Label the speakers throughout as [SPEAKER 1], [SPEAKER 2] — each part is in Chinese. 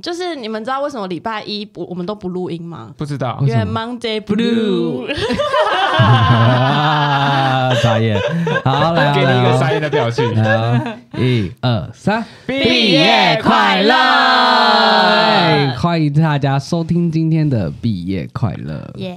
[SPEAKER 1] 就是你们知道为什么礼拜一不我们都不录音吗？
[SPEAKER 2] 不知道
[SPEAKER 1] 因为 Monday Blue，
[SPEAKER 3] 啊，傻眼。好，来，
[SPEAKER 2] 给你一个
[SPEAKER 3] 来
[SPEAKER 2] 傻眼的表情。
[SPEAKER 3] 来哦一二三，
[SPEAKER 2] 毕
[SPEAKER 1] 业快乐
[SPEAKER 3] 哎欢迎大家收听今天的毕业快乐。
[SPEAKER 1] 耶！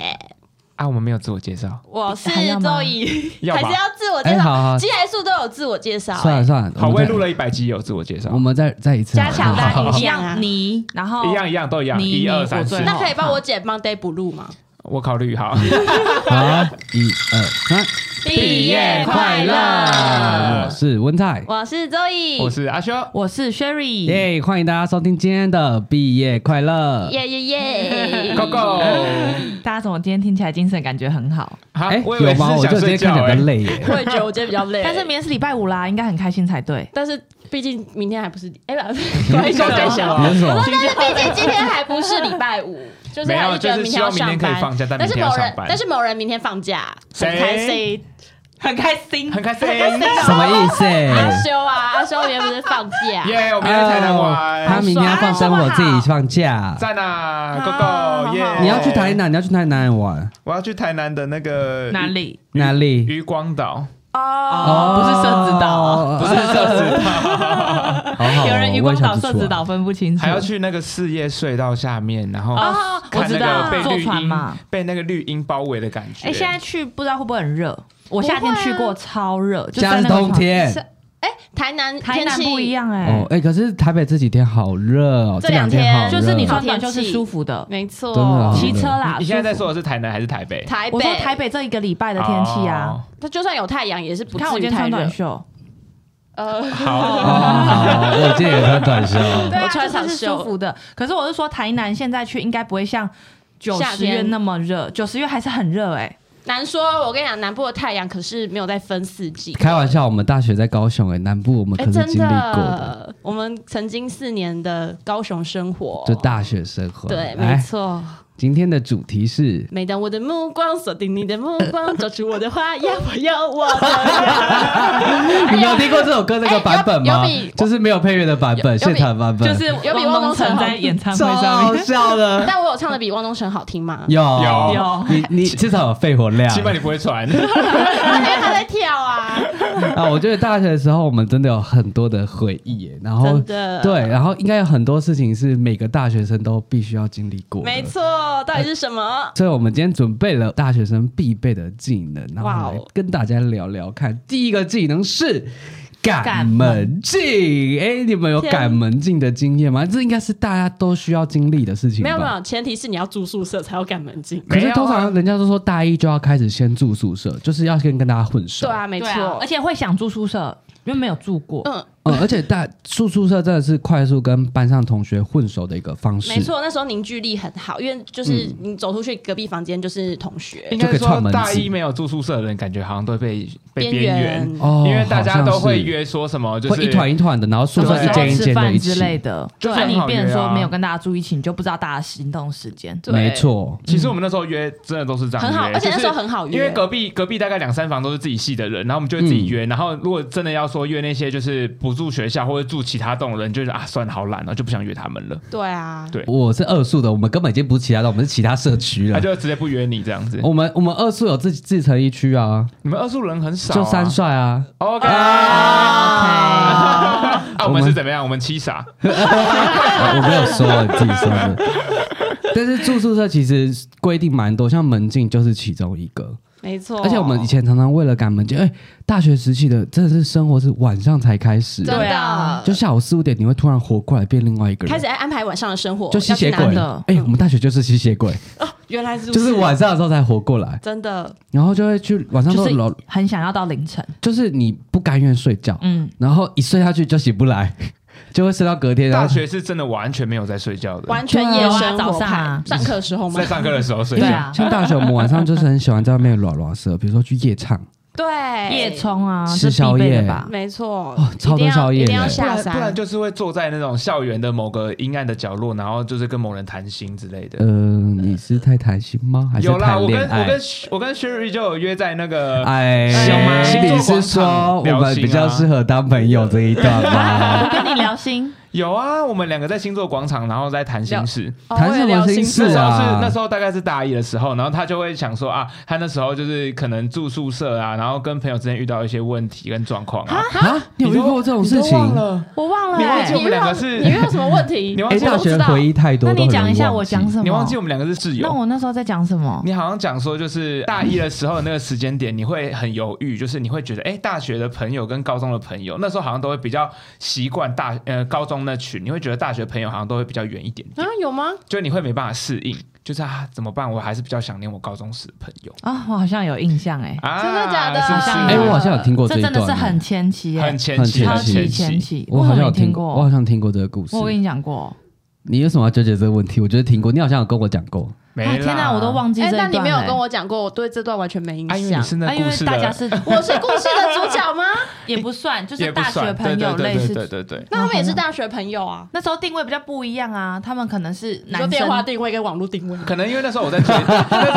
[SPEAKER 2] 啊，我们没有自我介绍，
[SPEAKER 1] 我是
[SPEAKER 4] 还要吗
[SPEAKER 1] 周怡，
[SPEAKER 2] 要
[SPEAKER 1] 还
[SPEAKER 2] 吧
[SPEAKER 1] 是要自我介
[SPEAKER 3] 哎好
[SPEAKER 1] 绍？
[SPEAKER 3] 好
[SPEAKER 1] 鸡来素都有自我介绍，
[SPEAKER 3] 算了
[SPEAKER 1] 哎
[SPEAKER 3] 算了，
[SPEAKER 2] 好，
[SPEAKER 3] 我
[SPEAKER 2] 我也
[SPEAKER 3] 们
[SPEAKER 2] 录
[SPEAKER 3] 再，
[SPEAKER 2] 了一百集有自我介绍
[SPEAKER 3] 我，们再再一次好
[SPEAKER 1] 加
[SPEAKER 3] 了，
[SPEAKER 1] 强
[SPEAKER 3] 好好
[SPEAKER 1] 版
[SPEAKER 3] 好
[SPEAKER 1] 一样啊。
[SPEAKER 4] 你，然后
[SPEAKER 2] 一样一样都一样，
[SPEAKER 4] 你
[SPEAKER 2] 一二
[SPEAKER 4] 你
[SPEAKER 2] 三
[SPEAKER 4] 我
[SPEAKER 2] 四
[SPEAKER 4] 最，
[SPEAKER 1] 那
[SPEAKER 4] 后
[SPEAKER 1] 可以帮我剪 Monday Blue 吗？
[SPEAKER 2] 我考虑好。
[SPEAKER 3] 好，一二三，
[SPEAKER 1] 毕业快
[SPEAKER 3] 我
[SPEAKER 1] 乐！
[SPEAKER 3] 是温泰，
[SPEAKER 1] 我是周怡，
[SPEAKER 2] 我是阿修，
[SPEAKER 4] 我是 Sherry，
[SPEAKER 3] 耶，欢迎大家收听今天的毕业快乐。
[SPEAKER 1] 耶耶耶
[SPEAKER 2] Go Go。
[SPEAKER 4] 大家怎么今天听起来精神感觉很好？
[SPEAKER 2] 啊
[SPEAKER 3] 哎，
[SPEAKER 2] 我以为
[SPEAKER 3] 有吗？
[SPEAKER 2] 是
[SPEAKER 3] 我
[SPEAKER 2] 想
[SPEAKER 3] 就今
[SPEAKER 2] 睡
[SPEAKER 3] 天看
[SPEAKER 2] 觉
[SPEAKER 3] 起来
[SPEAKER 2] 哎
[SPEAKER 3] 比较。累耶。
[SPEAKER 1] 我也觉得我今天比较累，
[SPEAKER 4] 但是明天是礼拜五啦，应该很开心才对。
[SPEAKER 1] 但是毕竟明天还不是哎，不是，关于
[SPEAKER 2] 说在想
[SPEAKER 3] 你是什么？
[SPEAKER 1] 但是毕竟今天还不是礼拜 五，就是
[SPEAKER 2] 没
[SPEAKER 1] 还
[SPEAKER 2] 有，
[SPEAKER 1] 是
[SPEAKER 2] 就
[SPEAKER 1] 觉得
[SPEAKER 2] 是
[SPEAKER 1] 明天
[SPEAKER 2] 希
[SPEAKER 1] 要
[SPEAKER 2] 望明
[SPEAKER 1] 上
[SPEAKER 2] 天可以
[SPEAKER 1] 班
[SPEAKER 2] 放。假，但明
[SPEAKER 1] 但是
[SPEAKER 2] 天要
[SPEAKER 1] 某
[SPEAKER 2] 上
[SPEAKER 1] 人，
[SPEAKER 2] 班
[SPEAKER 1] 但。是某人明天放假，
[SPEAKER 2] 谁
[SPEAKER 1] 很开心。
[SPEAKER 4] 很开心
[SPEAKER 2] 很开心，
[SPEAKER 3] 什么意思？
[SPEAKER 2] 哎
[SPEAKER 1] 阿修啊，阿修明天不是 放
[SPEAKER 4] 啊
[SPEAKER 1] 假，
[SPEAKER 2] 耶！我明天才能
[SPEAKER 1] 啊
[SPEAKER 3] 哦他
[SPEAKER 2] 玩，
[SPEAKER 3] 明天要放生，
[SPEAKER 4] 好爽
[SPEAKER 3] 我自己放假。
[SPEAKER 2] 赞啊
[SPEAKER 4] 好
[SPEAKER 2] ，Go Go！
[SPEAKER 4] 好
[SPEAKER 2] 耶！
[SPEAKER 3] 你要去台？南？你要去台南玩？
[SPEAKER 2] 我要去台南的那个
[SPEAKER 4] 哪里？
[SPEAKER 3] 哪里？
[SPEAKER 2] 渔光岛，
[SPEAKER 4] 哦，不是社子岛，
[SPEAKER 3] 不是社子 岛。哦好好哦，
[SPEAKER 4] 有人渔
[SPEAKER 3] 我
[SPEAKER 4] 光
[SPEAKER 3] 也
[SPEAKER 4] 岛、
[SPEAKER 3] 想去
[SPEAKER 4] 社子岛分不清 楚。
[SPEAKER 2] 还要去那个事业隧道下面，然后
[SPEAKER 4] 哦，我
[SPEAKER 2] 看那
[SPEAKER 4] 知
[SPEAKER 2] 个
[SPEAKER 4] 道
[SPEAKER 2] 被
[SPEAKER 4] 坐
[SPEAKER 2] 绿
[SPEAKER 4] 船
[SPEAKER 2] 荫
[SPEAKER 4] 嘛。
[SPEAKER 2] 被那个绿荫包围的感觉。
[SPEAKER 4] 哎，现在去不知道会不会很热？我夏天
[SPEAKER 1] 不会啊
[SPEAKER 4] 去过，超热，就
[SPEAKER 3] 加
[SPEAKER 4] 在
[SPEAKER 3] 上
[SPEAKER 4] 那个
[SPEAKER 3] 冬
[SPEAKER 4] 船
[SPEAKER 3] 天。
[SPEAKER 1] 哎，台南
[SPEAKER 4] 台
[SPEAKER 1] 天
[SPEAKER 4] 南
[SPEAKER 1] 气
[SPEAKER 4] 不一，样哎
[SPEAKER 3] 哦，，哎，可是台北这几天好热哦，
[SPEAKER 1] 这
[SPEAKER 3] 两
[SPEAKER 1] 两天
[SPEAKER 3] 好热。哦
[SPEAKER 4] 就是你穿
[SPEAKER 1] 天
[SPEAKER 4] 短袖是
[SPEAKER 1] 气
[SPEAKER 4] 舒服的，
[SPEAKER 1] 没错，
[SPEAKER 3] 真
[SPEAKER 2] 啊
[SPEAKER 3] 的好
[SPEAKER 4] 骑车啦。
[SPEAKER 2] 你现在在
[SPEAKER 4] 舒服
[SPEAKER 2] 说的是台南还是台北？哦
[SPEAKER 1] 台北，
[SPEAKER 4] 我说台北这一个礼拜的天气啊，
[SPEAKER 1] 它就算有太阳也是不
[SPEAKER 4] 你看我
[SPEAKER 1] 至
[SPEAKER 4] 今
[SPEAKER 1] 于
[SPEAKER 4] 天
[SPEAKER 1] 太
[SPEAKER 4] 穿
[SPEAKER 1] 热
[SPEAKER 4] 短。袖，
[SPEAKER 1] 呃，
[SPEAKER 2] 哦。好，
[SPEAKER 3] 哦，好，我今天也穿短袖。
[SPEAKER 4] 对啊，
[SPEAKER 1] 我穿
[SPEAKER 4] 这
[SPEAKER 1] 长
[SPEAKER 4] 啊是
[SPEAKER 1] 袖
[SPEAKER 4] 舒服的。可是我是说，台南现在去应该不会像九
[SPEAKER 1] 夏
[SPEAKER 4] 十
[SPEAKER 1] 天
[SPEAKER 4] 月那么热，九十月还是很热哎。
[SPEAKER 1] 难说，我跟你讲，南部的太阳可是没有在分四季。
[SPEAKER 3] 开玩笑，我们大学在高雄哎，南部我们
[SPEAKER 1] 哎，
[SPEAKER 3] 可是
[SPEAKER 1] 真
[SPEAKER 3] 经历过的，
[SPEAKER 1] 的，我们曾经四年的高雄生活，
[SPEAKER 3] 就大学生活。
[SPEAKER 1] 对，
[SPEAKER 2] 哎
[SPEAKER 1] 没
[SPEAKER 3] 来，
[SPEAKER 1] 错。
[SPEAKER 3] 今天的主题是
[SPEAKER 1] 每当我的目光锁定你的目光，找出我的花样，我要我 的。
[SPEAKER 3] 你没有听过这首歌那个版本吗
[SPEAKER 1] 哎有有比？
[SPEAKER 3] 就是没有配乐的版本，
[SPEAKER 1] 有有
[SPEAKER 3] 现
[SPEAKER 1] 比
[SPEAKER 3] 场版本，
[SPEAKER 1] 有比
[SPEAKER 4] 汪
[SPEAKER 1] 汪东城好
[SPEAKER 4] 在演唱会
[SPEAKER 3] 超
[SPEAKER 4] 上
[SPEAKER 3] 好
[SPEAKER 4] 面，
[SPEAKER 3] 笑的。
[SPEAKER 1] 但我有唱的比汪东城好听吗？
[SPEAKER 3] 有
[SPEAKER 2] 有
[SPEAKER 4] 有
[SPEAKER 3] 你你至少有肺活量
[SPEAKER 2] 起码你不会 传。
[SPEAKER 1] 因为他在跳啊，
[SPEAKER 3] 啊！我觉得大学的时候，我们真的有很多的回忆耶，然后
[SPEAKER 1] 真的
[SPEAKER 3] 对，，然后应该有很多事情是每个大学生都必须要经历过的。
[SPEAKER 1] 没错，到底是什么？
[SPEAKER 3] 所以，我们今天准备了大学生必备的技能，然
[SPEAKER 1] 哇
[SPEAKER 3] 后
[SPEAKER 1] 哦
[SPEAKER 3] 来跟大家聊聊看。第一个技能是
[SPEAKER 4] 赶
[SPEAKER 3] 赶门禁。哎，你们有
[SPEAKER 1] 天
[SPEAKER 3] 赶门禁的经验吗？这应该是大家都需要经历的事情吧？
[SPEAKER 1] 没有没有，前提是你要住宿舍才有赶门禁。
[SPEAKER 3] 可
[SPEAKER 2] 没
[SPEAKER 3] 是
[SPEAKER 2] 有啊
[SPEAKER 3] 通常人家都说大一就要开始先住宿舍，就是要先跟大家混熟。
[SPEAKER 1] 对啊，没
[SPEAKER 4] 对
[SPEAKER 1] 错
[SPEAKER 4] 啊，而且会想住宿舍，因为没有住过。
[SPEAKER 1] 嗯，
[SPEAKER 3] 嗯，而且大住宿舍真的是快速跟班上同学混熟的一个方式。
[SPEAKER 1] 没，错，那时候凝聚力很好，因为就是
[SPEAKER 3] 嗯
[SPEAKER 1] 你走出去，隔壁房间就是同学
[SPEAKER 2] 应，
[SPEAKER 3] 就
[SPEAKER 2] 该
[SPEAKER 3] 可以
[SPEAKER 2] 说
[SPEAKER 3] 串门子
[SPEAKER 2] 大一没有住宿舍的人，感觉好像都被被
[SPEAKER 1] 边
[SPEAKER 2] 边缘
[SPEAKER 1] 缘，
[SPEAKER 3] 哦，
[SPEAKER 2] 因为大家
[SPEAKER 3] 好像
[SPEAKER 2] 都会
[SPEAKER 3] 是，
[SPEAKER 2] 约说什么，就
[SPEAKER 3] 会
[SPEAKER 2] 是
[SPEAKER 3] 一团一团的，然后宿舍
[SPEAKER 4] 什么
[SPEAKER 3] 一
[SPEAKER 4] 时候
[SPEAKER 3] 间一
[SPEAKER 4] 吃
[SPEAKER 3] 间的
[SPEAKER 4] 饭
[SPEAKER 3] 一
[SPEAKER 4] 之类
[SPEAKER 3] 起。
[SPEAKER 4] 的，
[SPEAKER 2] 就是
[SPEAKER 4] 那
[SPEAKER 2] 很
[SPEAKER 4] 你
[SPEAKER 2] 好
[SPEAKER 4] 变成
[SPEAKER 2] 约
[SPEAKER 4] 说
[SPEAKER 2] 啊
[SPEAKER 4] 没有跟大家住一起，你就不知道大家行动时间。
[SPEAKER 1] 对
[SPEAKER 3] 没，错，
[SPEAKER 2] 其实我们那时候约真的都是这样约，
[SPEAKER 1] 很好，而且那时候
[SPEAKER 2] 就是
[SPEAKER 1] 很好约，
[SPEAKER 2] 因为隔壁隔壁大概两三房都是自己系的人，然后我们就会自
[SPEAKER 3] 嗯
[SPEAKER 2] 己约。然后如果真的要说约那些就是不住学校或者住其他栋的人，就是啊，算了，好懒哦，就不想约他们了，
[SPEAKER 1] 对啊，
[SPEAKER 2] 对
[SPEAKER 3] 我是二宿的，我们根本已经不是其他的，我们是其他社区
[SPEAKER 2] 他
[SPEAKER 3] 了。
[SPEAKER 2] 啊就直接不约你这样子。
[SPEAKER 3] 我们我们二宿有自己自成一区啊，
[SPEAKER 2] 你们二宿人很少啊，
[SPEAKER 3] 就三 帅啊，
[SPEAKER 2] OK。
[SPEAKER 4] 啊
[SPEAKER 2] 啊，我们是怎么样？我们七傻，
[SPEAKER 3] 啊我没有说，我自己说的。但是住宿舍其实规定蛮多，像门禁就是其中一个。
[SPEAKER 1] 没错。
[SPEAKER 3] 而且我们以前常常为了赶门禁，哎、大学时期的真的是生活是晚上才开始，
[SPEAKER 1] 真
[SPEAKER 4] 对
[SPEAKER 1] 的
[SPEAKER 4] 啊
[SPEAKER 3] 就下午四五点你会突然活过来变另外一个人，
[SPEAKER 1] 呃开始哎在安排晚上的生活，
[SPEAKER 3] 就吸血
[SPEAKER 1] 要
[SPEAKER 3] 鬼
[SPEAKER 1] 去哪里
[SPEAKER 4] 真的。
[SPEAKER 3] 哎、我们大学就是吸血鬼，
[SPEAKER 1] 原来是
[SPEAKER 3] 就是晚上的时候才活过来，
[SPEAKER 1] 真的
[SPEAKER 3] 然后就会去晚上
[SPEAKER 4] 就
[SPEAKER 3] 都
[SPEAKER 4] 是
[SPEAKER 3] 老，
[SPEAKER 4] 很想要到凌晨，
[SPEAKER 3] 就是你不甘愿睡觉，
[SPEAKER 4] 嗯，
[SPEAKER 3] 然后一睡下去就醒不来， 就会睡到隔天，然
[SPEAKER 2] 大
[SPEAKER 3] 后。
[SPEAKER 2] 学是真的完全没有在睡觉的，
[SPEAKER 1] 完全夜生
[SPEAKER 4] 对啊
[SPEAKER 1] 活
[SPEAKER 4] 早上啊
[SPEAKER 1] 派，上课时候吗
[SPEAKER 2] 在？上课的时候睡
[SPEAKER 4] 对
[SPEAKER 2] 觉。
[SPEAKER 4] 啊，
[SPEAKER 3] 像大学，我们晚上就是很喜欢在外面乱乱社，比如说去夜唱，
[SPEAKER 1] 对
[SPEAKER 4] 夜冲啊，
[SPEAKER 3] 哎吃
[SPEAKER 4] 这必备的
[SPEAKER 3] 宵夜
[SPEAKER 4] 吧？
[SPEAKER 1] 没错
[SPEAKER 3] 哦，超多
[SPEAKER 1] 一定要
[SPEAKER 3] 宵夜
[SPEAKER 1] 一定要
[SPEAKER 3] 的
[SPEAKER 2] 不
[SPEAKER 1] 下
[SPEAKER 2] 然不然
[SPEAKER 1] 山，
[SPEAKER 2] 就是会坐在那种校园的某个阴暗的角落，然后就是跟某人谈心之类的。
[SPEAKER 3] 呃，你是太贪心吗？还是
[SPEAKER 2] 有啦，
[SPEAKER 3] 谈
[SPEAKER 2] 我跟
[SPEAKER 3] 恋
[SPEAKER 2] 我
[SPEAKER 3] 爱啊
[SPEAKER 2] 跟？我跟 Sherry 就有约在那个
[SPEAKER 4] 有吗
[SPEAKER 3] 哎，你是说我们比较
[SPEAKER 2] 啊
[SPEAKER 3] 适合当朋友这一段吗？
[SPEAKER 4] 我跟你聊心，
[SPEAKER 2] 有啊，我们两个在星座广场，然后在谈心事。
[SPEAKER 1] 哦
[SPEAKER 3] 谈
[SPEAKER 1] 我
[SPEAKER 3] 什
[SPEAKER 1] 也
[SPEAKER 3] 么
[SPEAKER 1] 聊
[SPEAKER 3] 心
[SPEAKER 1] 星
[SPEAKER 3] 事
[SPEAKER 1] 座
[SPEAKER 2] 那时候
[SPEAKER 3] 啊
[SPEAKER 2] 是那时候大概是大一的时候，然后他就会想说啊，他那时候就是可能住宿舍啊，然后跟朋友之间遇到一些问题跟状况啊。
[SPEAKER 3] 啊，你有遇过这种事
[SPEAKER 2] 你都忘
[SPEAKER 3] 情？
[SPEAKER 2] 了？
[SPEAKER 4] 我忘了
[SPEAKER 2] 你忘记
[SPEAKER 4] 欸。
[SPEAKER 2] 我们两个是
[SPEAKER 1] 你遇到什么问题？
[SPEAKER 2] 你忘
[SPEAKER 3] 哎，
[SPEAKER 2] 记
[SPEAKER 1] 我
[SPEAKER 3] 大
[SPEAKER 1] 不知
[SPEAKER 3] 学
[SPEAKER 1] 道
[SPEAKER 3] 回忆太多，
[SPEAKER 4] 那你
[SPEAKER 3] 都很
[SPEAKER 4] 讲一下
[SPEAKER 3] 容易
[SPEAKER 4] 我
[SPEAKER 3] 忘记
[SPEAKER 4] 讲什么？
[SPEAKER 2] 你忘记我们两个是室
[SPEAKER 4] 那
[SPEAKER 2] 友？
[SPEAKER 4] 我那时候在讲什么？
[SPEAKER 2] 你好像讲说，
[SPEAKER 4] 嗯
[SPEAKER 2] 就是大一的时候那个时间点，你会很犹豫，就是你会觉得，哎、大学的朋友跟高中的朋友，那时候好像都会比较习惯大呃高中那群，你会觉得大学朋友好像都会比较远一点点
[SPEAKER 1] 啊，有吗？
[SPEAKER 2] 就你会没办法适应，就是啊怎么办？我还是比较想念我高中时的朋友
[SPEAKER 4] 啊，我好像有印象哎，
[SPEAKER 2] 啊，
[SPEAKER 1] 真的假的
[SPEAKER 2] 是不是？
[SPEAKER 3] 哎，我好像有听过
[SPEAKER 4] 这
[SPEAKER 3] 一
[SPEAKER 4] 真
[SPEAKER 3] 段，欸
[SPEAKER 4] 的是很前期哎
[SPEAKER 2] 很，前期，
[SPEAKER 3] 很
[SPEAKER 4] 超
[SPEAKER 3] 期
[SPEAKER 4] 级
[SPEAKER 2] 很
[SPEAKER 4] 前
[SPEAKER 2] 期。
[SPEAKER 4] 期。
[SPEAKER 3] 我好像
[SPEAKER 4] 为什么
[SPEAKER 3] 有
[SPEAKER 4] 你听
[SPEAKER 3] 过，我好
[SPEAKER 4] 过，
[SPEAKER 3] 像听过这个故事。
[SPEAKER 4] 我跟你讲过。
[SPEAKER 3] 你为什么要纠结这个问题？我觉得听过，你好像有跟我讲 过。
[SPEAKER 2] 没
[SPEAKER 4] 啊
[SPEAKER 2] 啦
[SPEAKER 4] 天哪，我都忘记这
[SPEAKER 1] 哎
[SPEAKER 4] 一，段
[SPEAKER 1] 但
[SPEAKER 4] 了。
[SPEAKER 1] 你没有跟我讲过，我对这段完全没印
[SPEAKER 2] 啊，因为你
[SPEAKER 1] 象。
[SPEAKER 2] 是那
[SPEAKER 4] 啊，因
[SPEAKER 2] 故
[SPEAKER 4] 为
[SPEAKER 2] 事
[SPEAKER 4] 大家
[SPEAKER 2] 的，
[SPEAKER 4] 是
[SPEAKER 1] 我是故事的主角 吗？
[SPEAKER 4] 也不算，就
[SPEAKER 2] 也
[SPEAKER 4] 是
[SPEAKER 2] 不
[SPEAKER 4] 大学
[SPEAKER 2] 算，对
[SPEAKER 4] 朋友
[SPEAKER 2] 对
[SPEAKER 4] 类
[SPEAKER 2] 对对
[SPEAKER 4] 似。
[SPEAKER 2] 对对对。
[SPEAKER 1] 那他们也是大学朋友啊，
[SPEAKER 4] 那时候定位比较不一样啊，他们可能是
[SPEAKER 1] 你
[SPEAKER 4] 男
[SPEAKER 1] 说
[SPEAKER 4] 生
[SPEAKER 1] 电话定位跟网络定位。
[SPEAKER 2] 可能因为那时候我在追，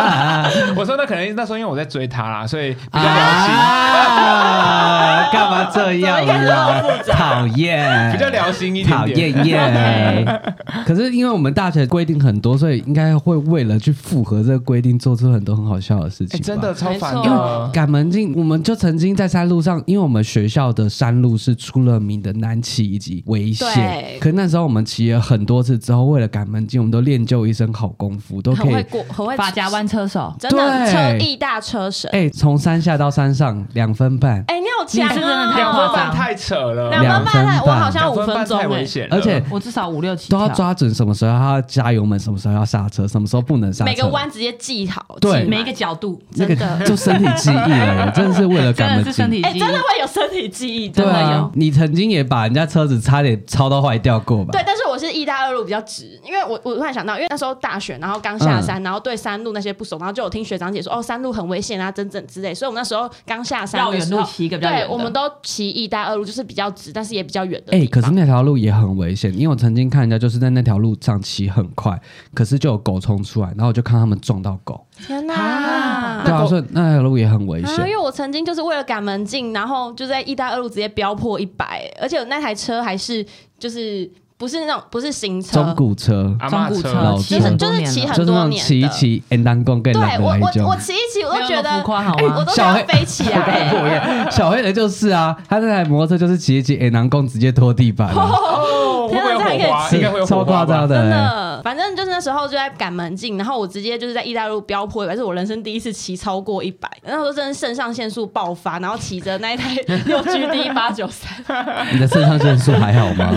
[SPEAKER 2] 我说那可能那时候因为我在追他啦，所以比较聊心，
[SPEAKER 3] 啊！干嘛这样啊？讨厌，
[SPEAKER 2] 比较聊心一 点
[SPEAKER 3] 哎讨
[SPEAKER 2] 点。
[SPEAKER 3] 厌耶。 可是因为我们大学规定很多，所以应该会为了去符合这个规定，做出很多很好笑的事
[SPEAKER 2] 哎，
[SPEAKER 3] 情。
[SPEAKER 2] 真的。超烦
[SPEAKER 1] 没
[SPEAKER 2] 的
[SPEAKER 1] 错。
[SPEAKER 3] 赶门禁，我们就曾经在山路上，因为我们学校的山路是出了名的难骑以及危险
[SPEAKER 1] 对。
[SPEAKER 3] 可那时候我们骑了很多次之后，为了赶门禁，我们都练就一身好功夫，都可
[SPEAKER 1] 很
[SPEAKER 3] 以
[SPEAKER 1] 会过，很会
[SPEAKER 4] 法夹弯车手，
[SPEAKER 1] 真的
[SPEAKER 3] 对
[SPEAKER 1] 车艺大车神。
[SPEAKER 3] 哎，从山下到山上两分半，
[SPEAKER 1] 哎，你好强
[SPEAKER 4] 你是真的
[SPEAKER 1] 啊！
[SPEAKER 4] 太
[SPEAKER 2] 两
[SPEAKER 4] 夸
[SPEAKER 2] 分
[SPEAKER 4] 张
[SPEAKER 2] 半太扯了，
[SPEAKER 1] 两分半太，
[SPEAKER 3] 两分半
[SPEAKER 1] 我好像
[SPEAKER 2] 两
[SPEAKER 1] 五
[SPEAKER 2] 分半
[SPEAKER 1] 分钟
[SPEAKER 2] 太危
[SPEAKER 1] 哎。
[SPEAKER 2] 险了，
[SPEAKER 3] 而且
[SPEAKER 4] 我至少五六七
[SPEAKER 3] 都要
[SPEAKER 4] 跳
[SPEAKER 3] 抓准什么时候要加油门，什么时候要刹车，什么时候不能刹车。
[SPEAKER 1] 每个弯直接记好，
[SPEAKER 3] 对
[SPEAKER 1] 记满
[SPEAKER 4] 每一个角度，
[SPEAKER 3] 那个
[SPEAKER 1] 真的
[SPEAKER 3] 就身体记忆了，真的是为了赶
[SPEAKER 4] 真
[SPEAKER 3] 门
[SPEAKER 4] 的是身
[SPEAKER 3] 禁。
[SPEAKER 4] 体
[SPEAKER 1] 哎，
[SPEAKER 4] 记 忆
[SPEAKER 1] 真的会有身体记忆，
[SPEAKER 3] 对
[SPEAKER 1] 真的
[SPEAKER 3] 啊
[SPEAKER 1] 有。，
[SPEAKER 3] 你曾经也把人家车子差点超到坏掉过吧？
[SPEAKER 1] 对，但是我是一大二路比较直，因为我我突然想到，因为那时候大学，然后刚下山，然后对山路那些不熟，然后就有听学长姐说，哦，山路很危险啊，等等之类，所以我们那时候刚下山
[SPEAKER 4] 绕
[SPEAKER 1] 的
[SPEAKER 4] 远
[SPEAKER 1] 时
[SPEAKER 4] 路
[SPEAKER 1] 候，
[SPEAKER 4] 骑一个比较远
[SPEAKER 1] 对
[SPEAKER 4] 的，
[SPEAKER 1] 我们都骑一大二路，就是比较直，但是也比较远的
[SPEAKER 3] 哎、
[SPEAKER 1] 地
[SPEAKER 3] 可
[SPEAKER 1] 方。
[SPEAKER 3] 是那条路也很危险，因为我曾经看人家就是在那条路上骑很快，可是就有狗冲出来，然后我就看他们撞到狗。
[SPEAKER 1] 天哪！
[SPEAKER 4] 啊
[SPEAKER 3] 对啊，所以那条路也很危险。
[SPEAKER 1] 啊，因为我曾经就是为了赶门禁，然后就在一带二路直接飙破一百，而且我那台车还是就是不是那种不是行
[SPEAKER 3] 中
[SPEAKER 1] 车，
[SPEAKER 3] 古车
[SPEAKER 2] 阿
[SPEAKER 4] 中
[SPEAKER 2] 嬷
[SPEAKER 4] 古
[SPEAKER 2] 车
[SPEAKER 4] 车
[SPEAKER 3] 老
[SPEAKER 4] 骑
[SPEAKER 3] 车
[SPEAKER 4] 很多年
[SPEAKER 1] 就是骑
[SPEAKER 4] 了，
[SPEAKER 1] 很
[SPEAKER 3] 就是那
[SPEAKER 1] 多
[SPEAKER 3] 种
[SPEAKER 1] 年的
[SPEAKER 3] 骑一骑，N 当公跟
[SPEAKER 1] 对
[SPEAKER 3] 狼
[SPEAKER 1] 我
[SPEAKER 3] 来
[SPEAKER 1] 我
[SPEAKER 3] 就
[SPEAKER 1] 我。骑一骑，我
[SPEAKER 4] 没有
[SPEAKER 1] 都觉
[SPEAKER 4] 那么
[SPEAKER 1] 得
[SPEAKER 4] 浮夸好
[SPEAKER 1] 我
[SPEAKER 4] 吗？
[SPEAKER 1] 都
[SPEAKER 3] 小
[SPEAKER 1] 想
[SPEAKER 3] 黑
[SPEAKER 1] 要飞 起来、
[SPEAKER 3] 我
[SPEAKER 1] 哎
[SPEAKER 3] 也小黑人就是啊，他那台摩托车就是骑一骑，哎，南宫直接拖地板了，
[SPEAKER 2] 哦，会
[SPEAKER 1] 天啊
[SPEAKER 2] 不
[SPEAKER 1] 哪
[SPEAKER 2] 会有火花？
[SPEAKER 3] 是
[SPEAKER 2] 应该会有
[SPEAKER 3] 超
[SPEAKER 2] 火
[SPEAKER 3] 夸
[SPEAKER 2] 花
[SPEAKER 3] 张
[SPEAKER 2] 吧？
[SPEAKER 3] 的、
[SPEAKER 1] 真
[SPEAKER 3] 欸。
[SPEAKER 1] 的，反正就是那时候就在赶门禁，然后我直接就是在意大路飙破一百，是我人生第一次骑超过一百，那时候真的肾上腺素爆发，然后骑着那一 台六 GD 八九三，
[SPEAKER 3] 哎你的肾上腺素还好 吗？